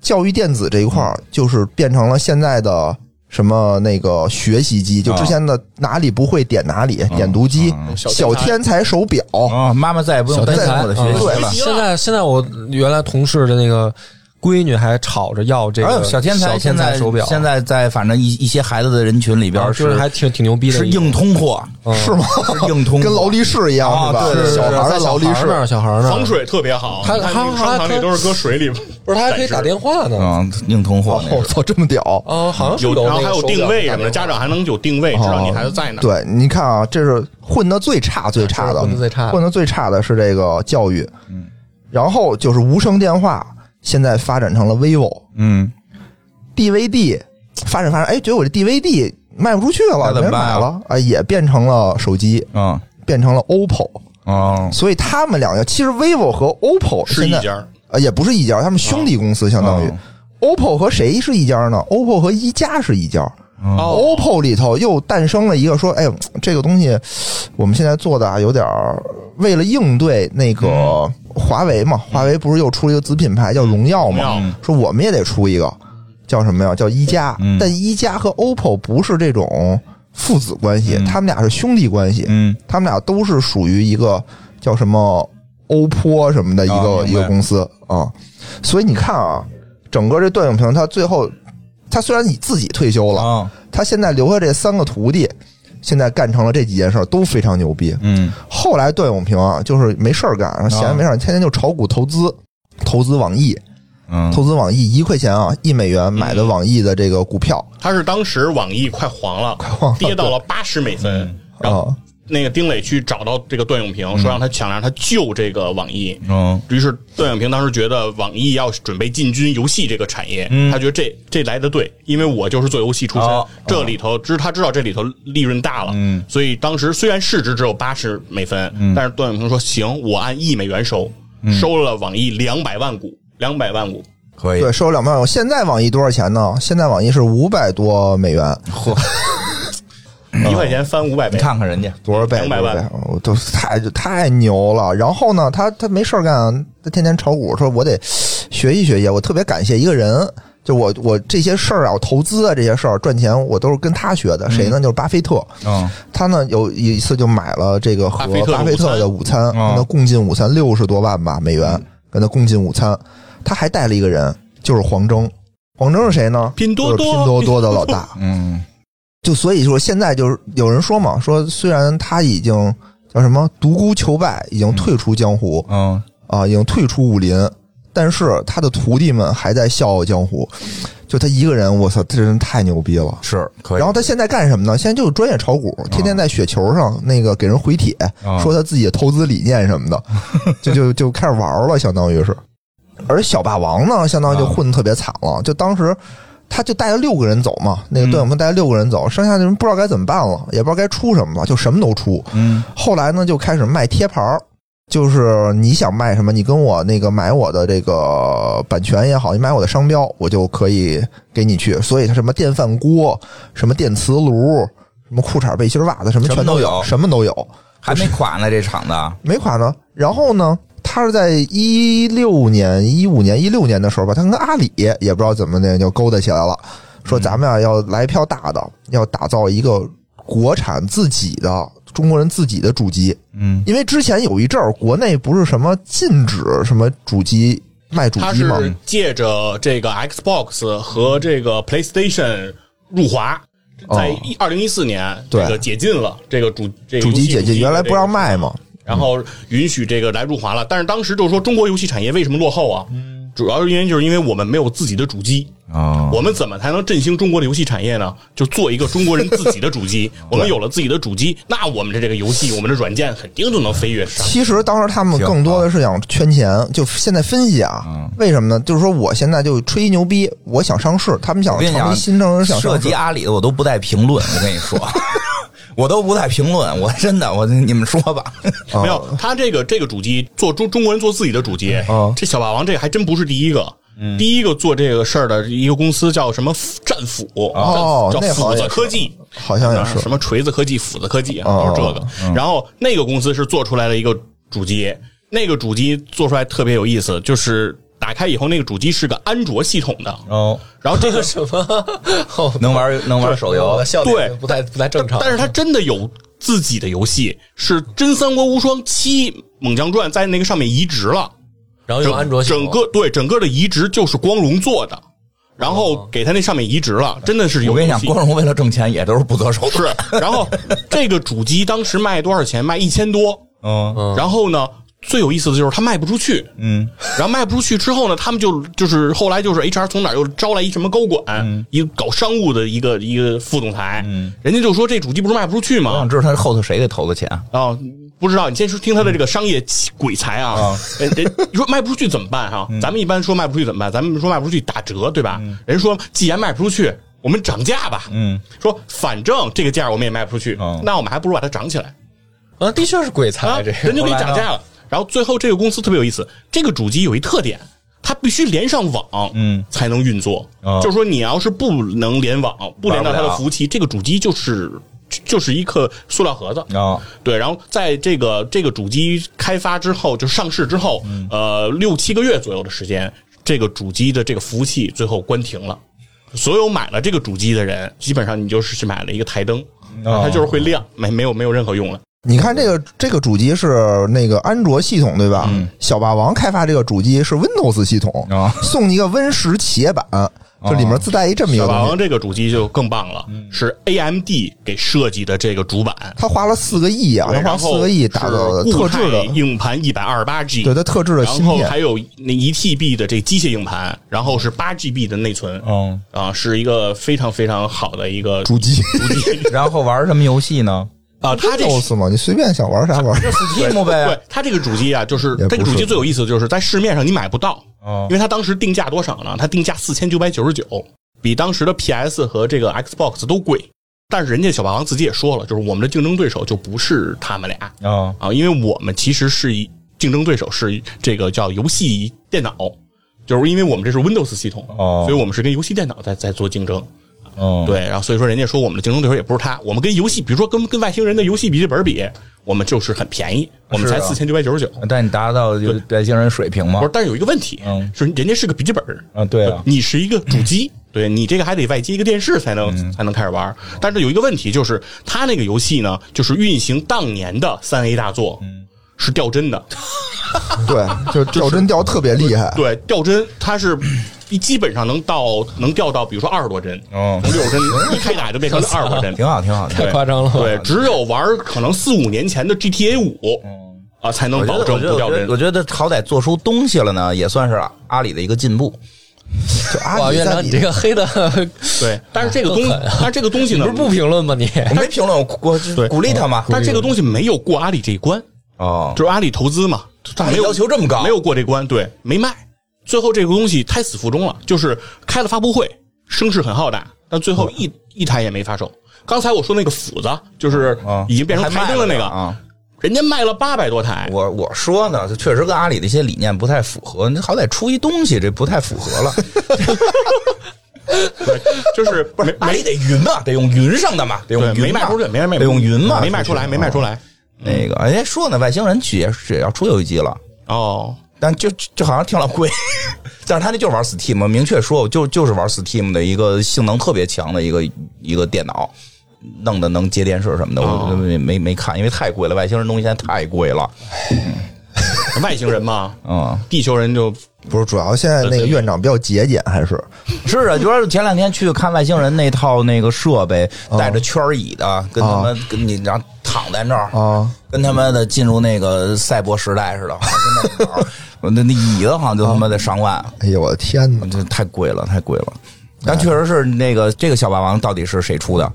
Speaker 3: 教育电子这一块儿，就是变成了现在的什么那个学习机，就之前的哪里不会点哪里，点读机、小天才手表，
Speaker 1: 啊，妈妈再也不用
Speaker 2: 小
Speaker 1: 担
Speaker 2: 天
Speaker 1: 心
Speaker 2: 才
Speaker 1: 我的学习
Speaker 3: 对
Speaker 1: 了。
Speaker 2: 现在现在我原来同事的那个闺女还吵着要这
Speaker 1: 哎呦
Speaker 2: 个
Speaker 1: 小天才
Speaker 2: 小
Speaker 1: 现
Speaker 2: 天才
Speaker 1: 在
Speaker 2: 手表，
Speaker 1: 现在在反正一一些孩子的人群里边
Speaker 2: 啊就是还挺挺牛逼的，
Speaker 1: 是硬通货，
Speaker 3: 是吗？
Speaker 1: 嗯是硬通货，
Speaker 3: 跟劳力士一样、
Speaker 1: 啊
Speaker 3: 是吧？
Speaker 1: 对对对
Speaker 3: 小孩
Speaker 2: 孩
Speaker 3: 的劳力士，
Speaker 2: 那儿，小孩儿那儿
Speaker 4: 防水特别好，
Speaker 2: 还
Speaker 4: 你看那个
Speaker 2: 还
Speaker 4: 商场
Speaker 2: 还
Speaker 4: 里都是搁水里，
Speaker 2: 不是他还可以打电话呢啊
Speaker 1: 嗯，硬通货那
Speaker 3: 我
Speaker 1: 是。
Speaker 3: 操，这么屌！
Speaker 2: 好像是
Speaker 4: 有，然后
Speaker 2: 那
Speaker 4: 还
Speaker 2: 个
Speaker 4: 有
Speaker 2: 手
Speaker 4: 定
Speaker 2: 表
Speaker 4: 位
Speaker 2: 打
Speaker 4: 什么的，
Speaker 2: 电
Speaker 4: 家
Speaker 2: 话
Speaker 4: 长还能有定位，知道你孩子在哪。
Speaker 3: 对，你看啊，这是混的最差最差的，
Speaker 2: 这是混得最差的
Speaker 3: 混得最差的是这个教育，嗯，然后就是无声电话，现在发展成了 vivo、
Speaker 1: 嗯，
Speaker 3: DVD，发展发展，哎，觉得我这 DVD 卖不出去了，
Speaker 1: 那怎
Speaker 3: 没
Speaker 1: 么
Speaker 3: 人
Speaker 1: 办
Speaker 3: 买
Speaker 1: 啊
Speaker 3: 了，啊，也变成了手机，
Speaker 1: 啊
Speaker 3: 变成了 OPPO，
Speaker 1: 哦，
Speaker 3: 所以他们两个其实 vivo 和 OPPO
Speaker 4: 是
Speaker 3: 现
Speaker 4: 一
Speaker 3: 在
Speaker 4: 家
Speaker 3: 呃，也不是一家，他们
Speaker 4: 啊
Speaker 3: 兄弟公司相当于。
Speaker 1: 嗯
Speaker 3: OPPO 和谁是一家呢？OPPO 和一加是一家。OPPO
Speaker 4: 啊
Speaker 3: 里头又诞生了一个说，哎，这个东西我们现在做的啊，有点儿为了应对那
Speaker 4: 嗯
Speaker 3: 个华为嘛，华为不是又出了一个子品牌叫荣耀
Speaker 4: 荣耀
Speaker 3: 嘛
Speaker 4: 嗯，
Speaker 3: 说我们也得出一个叫什么呀？叫一加。
Speaker 1: 嗯
Speaker 3: 但一加和 OPPO 不是这种父子关
Speaker 4: 嗯
Speaker 3: 系，他们俩是兄弟关系。
Speaker 1: 嗯
Speaker 3: 他们俩都是属于一个叫什么欧坡什么的一个、
Speaker 1: 啊明白
Speaker 3: 一个公司啊，所以你看啊，整个这段永平他最后，他虽然你自己退休了，
Speaker 1: 啊，
Speaker 3: 他现在留下这三个徒弟，现在干成了这几件事儿都非常牛逼。
Speaker 1: 嗯
Speaker 3: 后来段永平啊，就是没事儿干，然后闲着没事儿，天天就炒股投资，投资网易，
Speaker 1: 嗯，
Speaker 3: 投资网易一块钱啊，一美元买的网易的这个股票
Speaker 4: 他是当时网易快黄了，
Speaker 3: 黄了
Speaker 4: 跌到了八十美分，然后
Speaker 3: 啊，
Speaker 4: 那个丁磊去找到这个段永平，说让他想让他救这个网易。
Speaker 1: 嗯
Speaker 4: 于是段永平当时觉得网易要准备进军游戏这个产业，
Speaker 3: 嗯
Speaker 4: 他觉得这这来的对，因为我就是做游戏出身，
Speaker 1: 哦
Speaker 4: 这里头知他知道这里头利润大了，
Speaker 1: 嗯
Speaker 4: 所以当时虽然市值只有八十美分，
Speaker 3: 嗯
Speaker 4: 但是段永平说行，我按一美元收，收了网易两百万股，两百万股。
Speaker 1: 可以
Speaker 3: 对，，收两万。现在网易多少钱呢？现在网易是五百多美元，
Speaker 1: 嚯，
Speaker 3: 哦
Speaker 4: 一块钱翻五百倍
Speaker 1: 你，看看人家，
Speaker 3: 多少倍？
Speaker 4: 200万
Speaker 3: 多少倍，我都太太牛了。然后呢，他他没事儿干，啊他天天炒股，说我得学习学习。我特别感谢一个人，就我我这些事儿啊，我投资啊这些事儿赚钱，我都是跟他学的。谁呢？就是巴菲特。
Speaker 1: 嗯
Speaker 3: 他呢有一次就买了这个和
Speaker 4: 巴菲特的啊
Speaker 3: 巴菲特的午餐，
Speaker 1: 嗯
Speaker 3: 跟他共进午餐六十多万吧美
Speaker 4: 嗯
Speaker 3: 元，跟他共进午餐。他还带了一个人，就是黄峥。黄峥是谁呢？
Speaker 4: 拼多多
Speaker 3: 就是拼多多的老大。
Speaker 1: 嗯
Speaker 3: 就所以说，现在就是有人说嘛，说虽然他已经叫什么独孤求败，已经退出江湖
Speaker 1: 嗯
Speaker 3: 啊、已经退出武林，但是他的徒弟们还在笑傲江湖，就他一个人，我操，这人太牛逼了。
Speaker 1: 是可以。
Speaker 3: 然后他现在干什么呢？现在就是专业炒股，天天在雪球上那个给人回帖，
Speaker 1: 啊
Speaker 3: 说他自己的投资理念什么 的，就就就开始玩了，相当于是。而小霸王呢，相当于就混得特别惨了，就当时。他就带了六个人走嘛，那个段小鹏带了六个人走，剩下的人不知道该怎么办了，也不知道该出什么了，就什么都出。
Speaker 1: 嗯
Speaker 3: 后来呢，就开始卖贴牌儿，就是你想卖什么，你跟我那个买我的这个版权也好，你买我的商标，我就可以给你去。所以它什么电饭锅、什么电磁炉、什么裤衩、背心、袜子，什么全都有，什
Speaker 1: 什
Speaker 3: 么都有，
Speaker 1: 还没垮呢，这厂子
Speaker 3: 没垮呢。然后呢？他是在一六年、一五年、一六年的时候吧，他跟阿里也不知道怎么的就勾搭起来了，说咱们啊要来一票大的，要打造一个国产自己的中国人自己的主机。
Speaker 1: 嗯
Speaker 3: 因为之前有一阵儿，国内不是什么禁止什么主机卖主
Speaker 4: 它
Speaker 3: 机吗？
Speaker 4: 是借着这个 Xbox 和这个 PlayStation 入华，在
Speaker 3: 哦
Speaker 4: 一二零一四年这
Speaker 3: 对
Speaker 4: 个解禁了这个主这个
Speaker 3: 主
Speaker 4: 游戏
Speaker 3: 机解禁，原来不让卖嘛。
Speaker 4: 然后允许这个来入华了。但是当时就是说，中国游戏产业为什么落后啊？
Speaker 3: 嗯
Speaker 4: 主要原因就是因为我们没有自己的主机。
Speaker 3: 哦
Speaker 1: 啊，
Speaker 4: 嗯我们怎么才能振兴中国的游戏产业呢？就做一个中国人自己的 主机。我们有了自己的主机，那我们的这个游戏，我们的软件肯定就能飞跃上。
Speaker 3: 其实当时他们更多的是想圈钱，就现在分析啊
Speaker 1: 嗯，
Speaker 3: 为什么呢？就是说我现在就吹牛逼，我想上市，他们想
Speaker 1: 我跟你
Speaker 3: 成
Speaker 1: 讲，
Speaker 3: 立新政想
Speaker 1: 涉
Speaker 3: 上市
Speaker 4: 啊
Speaker 1: 及，阿里的我都不带评论，我跟你说，我都不带评论，我真的，我你们说吧，
Speaker 3: 啊
Speaker 4: 没有，他这个这个主机做中中国人做自己的主机，
Speaker 3: 嗯
Speaker 4: 这小霸王这还真不是第一个。第一个做这个事儿的一个公司叫什么？战斧，
Speaker 3: 哦
Speaker 4: 战斧
Speaker 3: 那
Speaker 4: 叫
Speaker 3: 好像
Speaker 4: 斧
Speaker 3: 也
Speaker 4: 子
Speaker 3: 是
Speaker 4: 科技，啊
Speaker 3: 好像也是
Speaker 4: 什么锤子科技、斧子科技，啊
Speaker 3: 哦
Speaker 4: 都是这个。然后那个公司是做出来了一个主机，那个主机做出来特别有意思，就是打开以后，那个主机是个安卓系统的，
Speaker 1: 哦，
Speaker 4: 然后这个
Speaker 2: 什么？哦
Speaker 1: 能玩能玩手游
Speaker 2: 我的，笑点
Speaker 4: 对
Speaker 2: 不太不太正常。
Speaker 4: 但是它真的有自己的游戏，是《真三国无双七》《猛将传》在那个上面移植了。
Speaker 2: 然后用
Speaker 4: 整
Speaker 2: 安卓系统
Speaker 4: 整个对整个的移植就是光荣做的，然
Speaker 2: 哦
Speaker 4: 后给他那上面移植了，真的是有
Speaker 1: 我跟你
Speaker 4: 游
Speaker 1: 讲，
Speaker 4: 戏
Speaker 1: 光荣为了挣钱也都是不择手段，
Speaker 4: 是。然后这个主机当时卖多少钱？卖一千多。
Speaker 1: 嗯
Speaker 2: 嗯
Speaker 4: 然后呢，最有意思的就是它卖不出去，
Speaker 1: 嗯，
Speaker 4: 然后卖不出去之后呢，他们就就是后来就是 HR 从哪儿又招来一什么高管，
Speaker 2: 嗯
Speaker 4: 一个搞商务的一个一个副总裁，
Speaker 1: 嗯
Speaker 4: 人家就说这主机不是卖不出去
Speaker 2: 嗯
Speaker 1: 我
Speaker 4: 吗
Speaker 1: 想？知道他后头谁给投的钱，
Speaker 4: 啊，不知道，你先说听他的这个商业鬼才啊，人人你说卖不出去怎么办哈、啊
Speaker 1: 嗯
Speaker 4: 咱们一般说卖不出去怎么办？咱们说卖不出去打折对吧？人说既然卖不出去，我们涨价吧。
Speaker 1: 嗯，
Speaker 4: 说反正这个价我们也卖不出去，
Speaker 1: 哦
Speaker 4: 那我们还不如把它涨起来
Speaker 2: 啊，的确是鬼
Speaker 4: 啊，
Speaker 2: 才这个
Speaker 4: 人就给你涨价了。然后最后这个公司特别有意思，这个主机有一特点，它必须连上网，
Speaker 1: 嗯，
Speaker 4: 才能运作。
Speaker 1: 哦
Speaker 4: 就是说，你要是不能联网，不连到它
Speaker 1: 玩不
Speaker 4: 的
Speaker 1: 了
Speaker 4: 服务器，这个主机就是就是一个塑料盒子。
Speaker 1: 哦，
Speaker 4: 对，然后在这个这个主机开发之后，就上市之后，
Speaker 1: 嗯
Speaker 4: 呃，六七个月左右的时间，这个主机的这个服务器最后关停了。所有买了这个主机的人，基本上你就是去买了一个台灯，
Speaker 1: 哦
Speaker 4: 它就是会亮，没没有没有任何用了。
Speaker 3: 你看这个这个主机是那个安卓系统对吧？
Speaker 4: 嗯
Speaker 3: 小霸王开发这个主机是 Windows 系统，
Speaker 4: 哦
Speaker 1: 啊
Speaker 3: 送你一个 Win 十企业版，这里面自带一这么一
Speaker 4: 小
Speaker 3: 个
Speaker 4: 霸
Speaker 3: 东
Speaker 4: 王
Speaker 3: 西。
Speaker 4: 这个主机就更棒了，
Speaker 3: 嗯
Speaker 4: 是 AMD 给设计的这个主板，
Speaker 3: 他花了四个亿啊，他
Speaker 4: 对
Speaker 3: 花
Speaker 4: 然
Speaker 3: 了
Speaker 4: 后
Speaker 3: 四个亿打造的
Speaker 4: 是
Speaker 3: 特
Speaker 4: 固
Speaker 3: 制
Speaker 4: 态
Speaker 3: 的，
Speaker 4: 硬盘一百二十八 G，
Speaker 3: 对它特制的芯
Speaker 4: 然后
Speaker 3: 片。
Speaker 4: 还有那一 TB 的这机械硬盘，然后
Speaker 3: 嗯
Speaker 4: 是八 GB 的内存，
Speaker 1: 嗯，
Speaker 4: 啊，是一个非常非常好的一个
Speaker 3: 哦主机哦
Speaker 4: 主 机
Speaker 1: 然后玩什么游戏呢？
Speaker 4: 啊，它这
Speaker 3: Windows 嘛，你随便想玩啥玩啥。
Speaker 1: Steam
Speaker 4: 对
Speaker 1: 呗，
Speaker 4: 它这个主机啊，就是
Speaker 3: 也不
Speaker 4: 这个主
Speaker 3: 是
Speaker 4: 机最有意思的就是在市面上你买不到，
Speaker 1: 哦
Speaker 4: 因为它当时定价多少呢？它定价四千九百九十九，比当时的 PS 和这个 Xbox 都贵。但是人家小霸王自己也说了，就是我们的竞争对手就不是他们俩
Speaker 1: 啊，
Speaker 4: 啊，因为我们其实是一竞争对手是这个叫游戏电脑，就是因为我们这是 Windows 系统，
Speaker 1: 哦
Speaker 4: 所以我们是跟游戏电脑在在做竞争。
Speaker 1: 嗯，
Speaker 4: 对，然后所以说人家说我们的竞争对手也不是他，我们跟游戏，比如说跟跟外星人的游戏笔记本比，我们就是很便宜，我们才
Speaker 1: 是啊
Speaker 4: 四千九百九十九。
Speaker 1: 但你达到就外星人水平吗
Speaker 4: 不是，？但是有一个问题，
Speaker 1: 嗯
Speaker 4: 就是人家是个笔记本儿，呃
Speaker 1: 啊，对啊，
Speaker 4: 你是一个主机，对你这个还得外接一个电视才能、
Speaker 1: 嗯
Speaker 4: 才能开始玩儿。但是有一个问题就是，它那个游戏呢，就是运行当年的三 A 大作，
Speaker 1: 嗯
Speaker 4: 是掉 帧的，
Speaker 3: 对，就掉帧掉特别厉害。
Speaker 4: 对，掉帧它是。基本上能到能掉到，比如说二十多帧，
Speaker 1: 嗯
Speaker 4: 从六十帧一开打就变成二十多帧，
Speaker 1: 挺好，挺好，
Speaker 2: 太夸张了吧
Speaker 4: 对，只有玩可能四五年前的 GTA 五，啊，才能
Speaker 1: 嗯我觉
Speaker 4: 保
Speaker 1: 得，我
Speaker 4: 证
Speaker 1: 觉得
Speaker 4: 不掉
Speaker 1: 我觉
Speaker 4: 帧
Speaker 1: 得，我。觉得好歹做出东西了呢，也算是阿里的一个进步。
Speaker 3: 就阿
Speaker 2: 哇，
Speaker 3: 里
Speaker 2: 院
Speaker 3: 在
Speaker 2: 长，你
Speaker 3: 里
Speaker 2: 这个黑的，
Speaker 4: 对，但是这个东，但是这个东西
Speaker 2: 你
Speaker 4: 呢
Speaker 2: 不是，不评论吗？你
Speaker 1: 我没评论，我我就是
Speaker 4: 对哦
Speaker 1: 鼓励他嘛。
Speaker 4: 但是这个东西没有过阿里这一关，
Speaker 1: 哦，
Speaker 4: 就是阿里投资嘛，它没有
Speaker 1: 要求这么高，
Speaker 4: 没有过这关，对，没卖。最后这个东西胎死腹中了，就是开了发布会，声势很浩大，但最后一、一台也没发售。刚才我说那个斧子，就是
Speaker 1: 啊，
Speaker 4: 已经变成
Speaker 1: 还卖
Speaker 4: 台灯了那个，
Speaker 1: 啊。
Speaker 4: 人家卖了八百多台，
Speaker 1: 我我说呢，这确实跟阿里的一些理念不太符合。你好歹出一东西，这不太符合 了。
Speaker 4: 对就是不是
Speaker 1: 阿
Speaker 4: 没
Speaker 1: 里得云嘛，得用云上的嘛，得
Speaker 4: 对
Speaker 1: 用云
Speaker 4: 没卖
Speaker 1: 嘛
Speaker 4: 出去，没人卖
Speaker 1: 得用云嘛，
Speaker 4: 没卖出来，没卖出
Speaker 1: 来。啊
Speaker 4: 来。
Speaker 1: 那个哎，说呢，外星人去也是也要出游戏机了，
Speaker 4: 哦，
Speaker 1: 但就就就好像挺老贵， 但是他那就是玩 Steam，明确说就就是玩 Steam 的一个性能特别强的一个一个电脑，弄的能接电视什么的，我
Speaker 4: 哦
Speaker 1: 没没没看，因为太贵了，外星人东西现在太贵了，
Speaker 4: 外星人嘛，
Speaker 1: 嗯。
Speaker 4: 地球人就
Speaker 3: 不是主要现在那个院长比较节俭，还是
Speaker 1: 是啊，就是前两天去看外星人那套那个设备，带着圈儿椅的，跟他们跟你然后躺在那儿，
Speaker 3: 啊
Speaker 1: 跟他妈的进入那个赛博时代似的，好像跟那玩儿我那那椅子好像就他妈的上万，
Speaker 3: 哎呦我的天哪！
Speaker 1: 这太贵了，太贵了。但确实是那个这个小霸王到底是谁出的？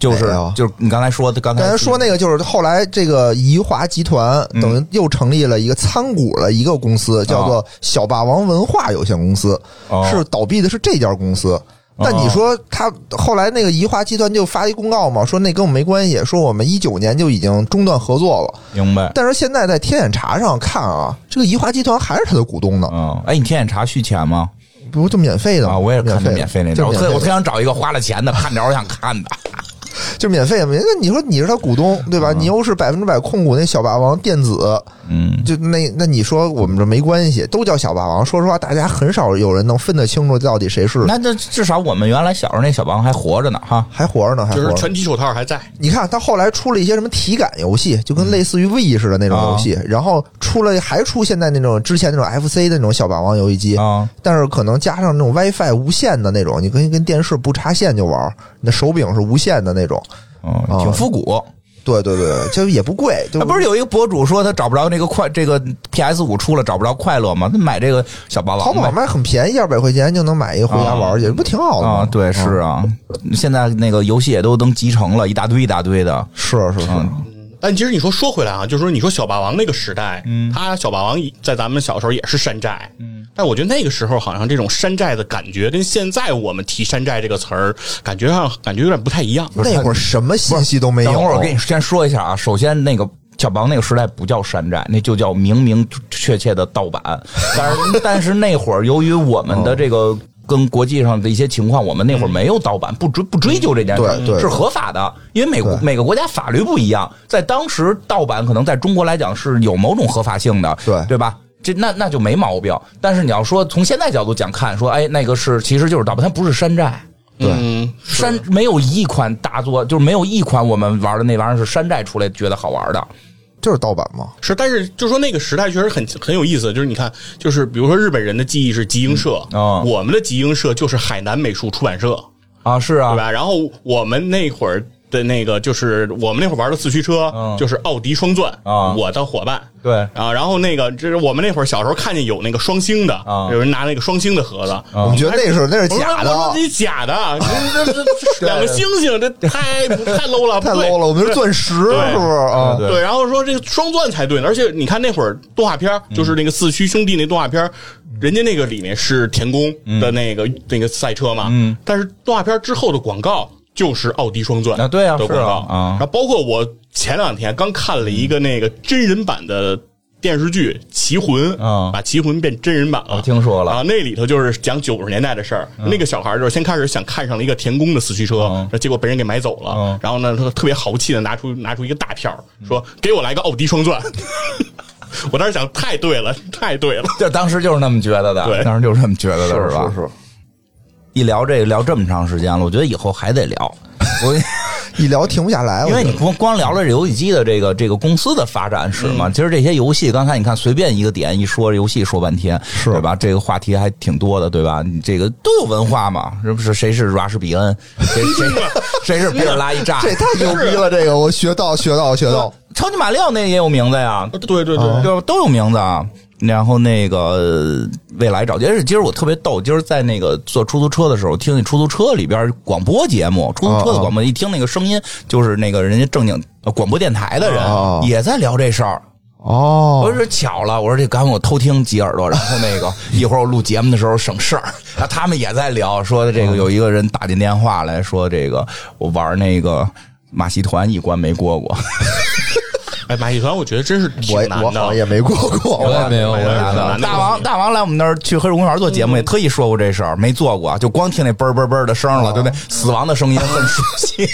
Speaker 1: 就是
Speaker 3: 哎呦
Speaker 1: 就是你刚才说的，刚才
Speaker 3: 刚才说那个就是后来这个怡华集团
Speaker 1: 嗯
Speaker 3: 等于又成立了一个参股了一个公司，叫做小霸王文化有限公司，
Speaker 1: 啊哦
Speaker 3: 是倒闭的是这家公司。但你说他后来那个怡华集团就发一公告嘛，说那跟我们没关系，说我们一九年就已经中断合作了。
Speaker 1: 明白。
Speaker 3: 但是现在在天眼查上看啊，这个怡华集团还是他的股东呢，
Speaker 1: 嗯，哎，你天眼查续钱吗？
Speaker 3: 不是就免费的吗
Speaker 1: 啊，我也是看
Speaker 3: 费
Speaker 1: 着
Speaker 3: 的
Speaker 1: 免费那
Speaker 3: 就
Speaker 1: 种，
Speaker 3: 是
Speaker 1: 我
Speaker 3: 免
Speaker 1: 特
Speaker 3: 费
Speaker 1: 我
Speaker 3: 的
Speaker 1: 特想找一个花了钱的，看着我想看 的。
Speaker 3: 就免费嘛。那你说你是他股东对吧？你又是百分之百控股那小霸王电子，
Speaker 1: 嗯，
Speaker 3: 就那那你说我们这没关系，都叫小霸王。说实话，大家很少有人能分得清楚到底谁是，
Speaker 1: 那这至少我们原来小时候那小霸王还活着呢，哈。
Speaker 3: 还活着呢，还
Speaker 4: 就
Speaker 3: 活着
Speaker 4: 是
Speaker 3: 呢。
Speaker 4: 拳击手套还在，
Speaker 3: 你看他后来出了一些什么体感游戏，就
Speaker 1: 嗯
Speaker 3: 跟类似于 V 似的那种游戏，
Speaker 1: 啊
Speaker 3: 然后出了还出现在那种之前那种 FC 的那种小霸王游戏机，
Speaker 1: 啊，
Speaker 3: 但是可能加上那种 WiFi 无线的那种，你可以跟电视不插线就玩，你的手柄是无线的那种。
Speaker 1: 嗯，
Speaker 3: 啊
Speaker 1: 挺复古。
Speaker 3: 对对对，就也不贵，就
Speaker 1: 啊不是有一个博主说他找不着那个快，这个 PS 五出了找不着快乐吗？他买这个小霸王，
Speaker 3: 淘宝卖很便宜，二百块钱就能买一个回家玩去，这不挺好的吗？
Speaker 1: 啊，对，是啊，现在那个游戏也都能集成了，一大堆一大堆的。
Speaker 3: 是是是，
Speaker 4: 但其实你说说回来啊，就是说你说小霸王那个时代，嗯，他小霸王在咱们小时候也是山寨，嗯，但我觉得那个时候好像这种山寨的感觉跟现在我们提山寨这个词儿，感觉上感觉有点不太一样。
Speaker 3: 那会儿什么信息都没有。
Speaker 1: 等会儿我给你先说一下啊，首先那个。小霸王那个时代不叫山寨，那就叫明明确切的盗 版。但是但是那会儿，由于我们
Speaker 3: 哦
Speaker 1: 的这个跟国际上的一些情况，我们那会儿没有盗版，不追不追究这件事儿
Speaker 3: 对对
Speaker 1: 是合法的。因为每国
Speaker 3: 对
Speaker 1: 每个国家法律不一样，在当时盗版可能在中国来讲是有某种合法性的，
Speaker 3: 对
Speaker 1: 对吧？这那那就没毛病。但是你要说从现在角度讲看，说哎那个是其实就是盗版，它不是山寨。
Speaker 3: 对
Speaker 4: 嗯，
Speaker 1: 山没有一款大作，就是没有一款我们玩的那玩意儿是山寨出来觉得好玩的。
Speaker 3: 就是盗版嘛。
Speaker 4: 是，但是就说那个时代确实很很有意思，就是你看，就是比如说日本人的记忆是集英社，
Speaker 1: 嗯啊
Speaker 4: 我们的集英社就是海南美术出版社，
Speaker 1: 啊，是啊
Speaker 4: 对，吧？然后我们那会儿的那个就是我们那会儿玩的四驱车，
Speaker 1: 嗯
Speaker 4: 就是奥迪双钻
Speaker 1: 啊
Speaker 4: 我的伙伴。
Speaker 1: 对
Speaker 4: 啊，然后那个就是我们那会儿小时候看见有那个双星的，
Speaker 1: 啊
Speaker 4: 有人拿那个双星的盒子。哎
Speaker 3: 我们觉得那是那是假
Speaker 4: 啊我说
Speaker 3: 的啊
Speaker 4: 这，假的，这这这两个星星，这太不太 low 了，
Speaker 3: 太
Speaker 4: 不对
Speaker 3: low 了。我们是钻石，
Speaker 4: 对
Speaker 3: 是不是啊？
Speaker 1: 对
Speaker 4: 对，然后说这个双钻才对呢，而且你看那会儿动画片儿，就是那个四驱兄弟那动画片儿，人家那个里面是田宫的那个、那个赛车嘛，嗯，但是动画片儿之后的广告就是奥迪双钻
Speaker 1: 啊对啊
Speaker 4: 的
Speaker 1: 是
Speaker 4: 广
Speaker 1: 啊
Speaker 4: 告
Speaker 1: 啊
Speaker 4: 然后包括我前两天刚看了一个那个真人版的。电视剧《棋魂》
Speaker 1: 啊哦
Speaker 4: 把《棋魂》变真人版了，
Speaker 1: 我听说了
Speaker 4: 啊。那里头就是讲九十年代的事儿。那个小孩儿就是先开始想看上了一个田宫的四驱车，
Speaker 1: 嗯
Speaker 4: 结果被人给买走了。
Speaker 1: 嗯
Speaker 4: 然后呢，他特别豪气的拿出拿出一个大票，说：“给我来个奥迪双钻。”我当时想，太对了，太对了。
Speaker 1: 就当时就是那么觉得的，
Speaker 4: 对
Speaker 1: 当时就是这么觉得的，
Speaker 3: 是
Speaker 1: 吧？
Speaker 3: 是
Speaker 1: 一聊这个聊这么长时间了，我觉得以后还得聊。我
Speaker 3: 一聊停不下来。哎我
Speaker 1: 因为
Speaker 3: 觉
Speaker 1: 你
Speaker 3: 得
Speaker 1: 光光聊了这游戏机的这个这个公司的发展史
Speaker 3: 嗯
Speaker 1: 嘛，其实这些游戏，刚才你看随便一个点一说游戏说半天，是对吧？这个话题还挺多的，对吧？你这个都有文化嘛，是不是？谁是拉什比 恩？谁谁谁是贝尔拉一扎？
Speaker 4: 啊
Speaker 3: 这也太牛逼了，这个我学到学到学到。嗯
Speaker 1: 超级马里奥那也有名字呀，
Speaker 4: 对对
Speaker 3: 哦
Speaker 4: 对，
Speaker 1: 对吧？都有名字啊。然后那个呃未来找，而且今儿我特别逗，今儿在那个坐出租车的时候，听那出租车里边广播节目，出租车
Speaker 3: 哦
Speaker 1: 的广播，一听那个声音，就是那个人家正经呃广播电台的人
Speaker 3: 哦
Speaker 1: 也在聊这事儿。
Speaker 3: 哦
Speaker 1: 我，说巧了，我说这刚我偷听几耳朵，然后那 个一会儿我录节目的时候省事儿。然后他们也在聊，说这个
Speaker 3: 嗯
Speaker 1: 有一个人打进电话来说这个我玩那个马戏团一关没过过，
Speaker 4: 哎，马戏团我觉得真是挺
Speaker 3: 我
Speaker 4: 难
Speaker 3: 我
Speaker 4: 的
Speaker 3: 好像。也没过过哎
Speaker 2: 我也没有，我也没
Speaker 4: 难
Speaker 2: 有。
Speaker 4: 的
Speaker 1: 大王大王来我们那儿去黑水公园做节目，也特意说过这事儿，没做过，就光听那嘣嘣嘣的声儿
Speaker 2: 哦
Speaker 1: 了，就那死亡的声音很熟悉。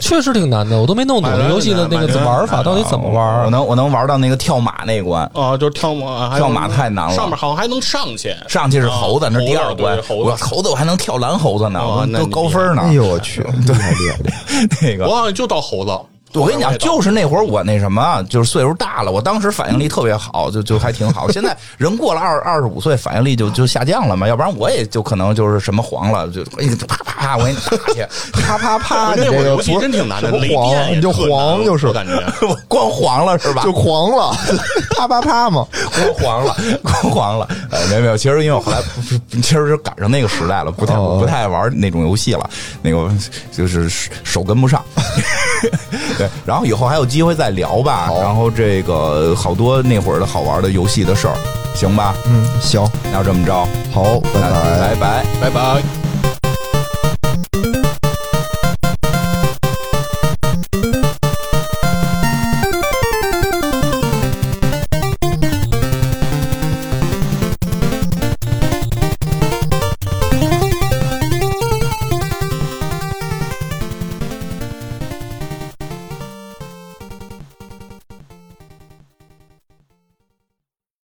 Speaker 2: 确实挺难的，我都没弄懂
Speaker 4: 买了
Speaker 2: 游戏的那个
Speaker 4: 买了
Speaker 2: 玩法啊到底怎么玩
Speaker 1: 我
Speaker 2: 儿。
Speaker 1: 能我能玩到那个跳马那关，
Speaker 4: 啊，就是跳马，还有
Speaker 1: 跳马太难了
Speaker 4: 上面好像还能上去，
Speaker 1: 上去是猴子，那是第
Speaker 4: 猴
Speaker 1: 二
Speaker 4: 子
Speaker 1: 关
Speaker 4: 对。
Speaker 1: 我
Speaker 4: 猴
Speaker 1: 要
Speaker 4: 子，
Speaker 1: 猴子，我还能跳蓝猴子呢，
Speaker 4: 哦
Speaker 1: 我
Speaker 4: 那
Speaker 1: 都
Speaker 4: 你
Speaker 1: 高分呢。
Speaker 3: 哎呦我 去，厉害厉害！
Speaker 1: 那个
Speaker 4: 我好像就到猴子。
Speaker 1: 我跟你讲，
Speaker 4: 也到
Speaker 1: 就是那会儿我那什么，就是岁数大了，我当时反应力特别好，就就还挺好。现在人过了二二十五岁，反应力就就下降了嘛，要不然我也就可能就是什么黄了，就哎啪啪啪，我给你打去，
Speaker 3: 啪啪啪，
Speaker 4: 我
Speaker 3: 你啊
Speaker 4: 那
Speaker 3: 这
Speaker 4: 会儿
Speaker 3: 个
Speaker 4: 游戏
Speaker 3: 不
Speaker 4: 真挺难的，
Speaker 3: 什么
Speaker 4: 雷
Speaker 3: 黄
Speaker 4: 电
Speaker 3: 你就黄就是
Speaker 4: 我感觉。
Speaker 1: 我 光黄了是吧？
Speaker 3: 就狂 了，啪啪啪嘛。
Speaker 1: 光黄了， 光黄了。呃，没有没有，其实因为我后来 不不其实就赶上那个时代了，不太
Speaker 3: 哦
Speaker 1: 不太玩那种游戏了，那个就是手跟不上。 对，然后以后还有机会再聊吧。
Speaker 3: 好
Speaker 1: 然后这个好多那会儿的好玩的游戏的事儿，行吧？
Speaker 3: 嗯，行，
Speaker 1: 那就这么着，
Speaker 3: 好，拜
Speaker 1: 那
Speaker 3: 拜。
Speaker 1: 拜拜。
Speaker 4: 拜拜。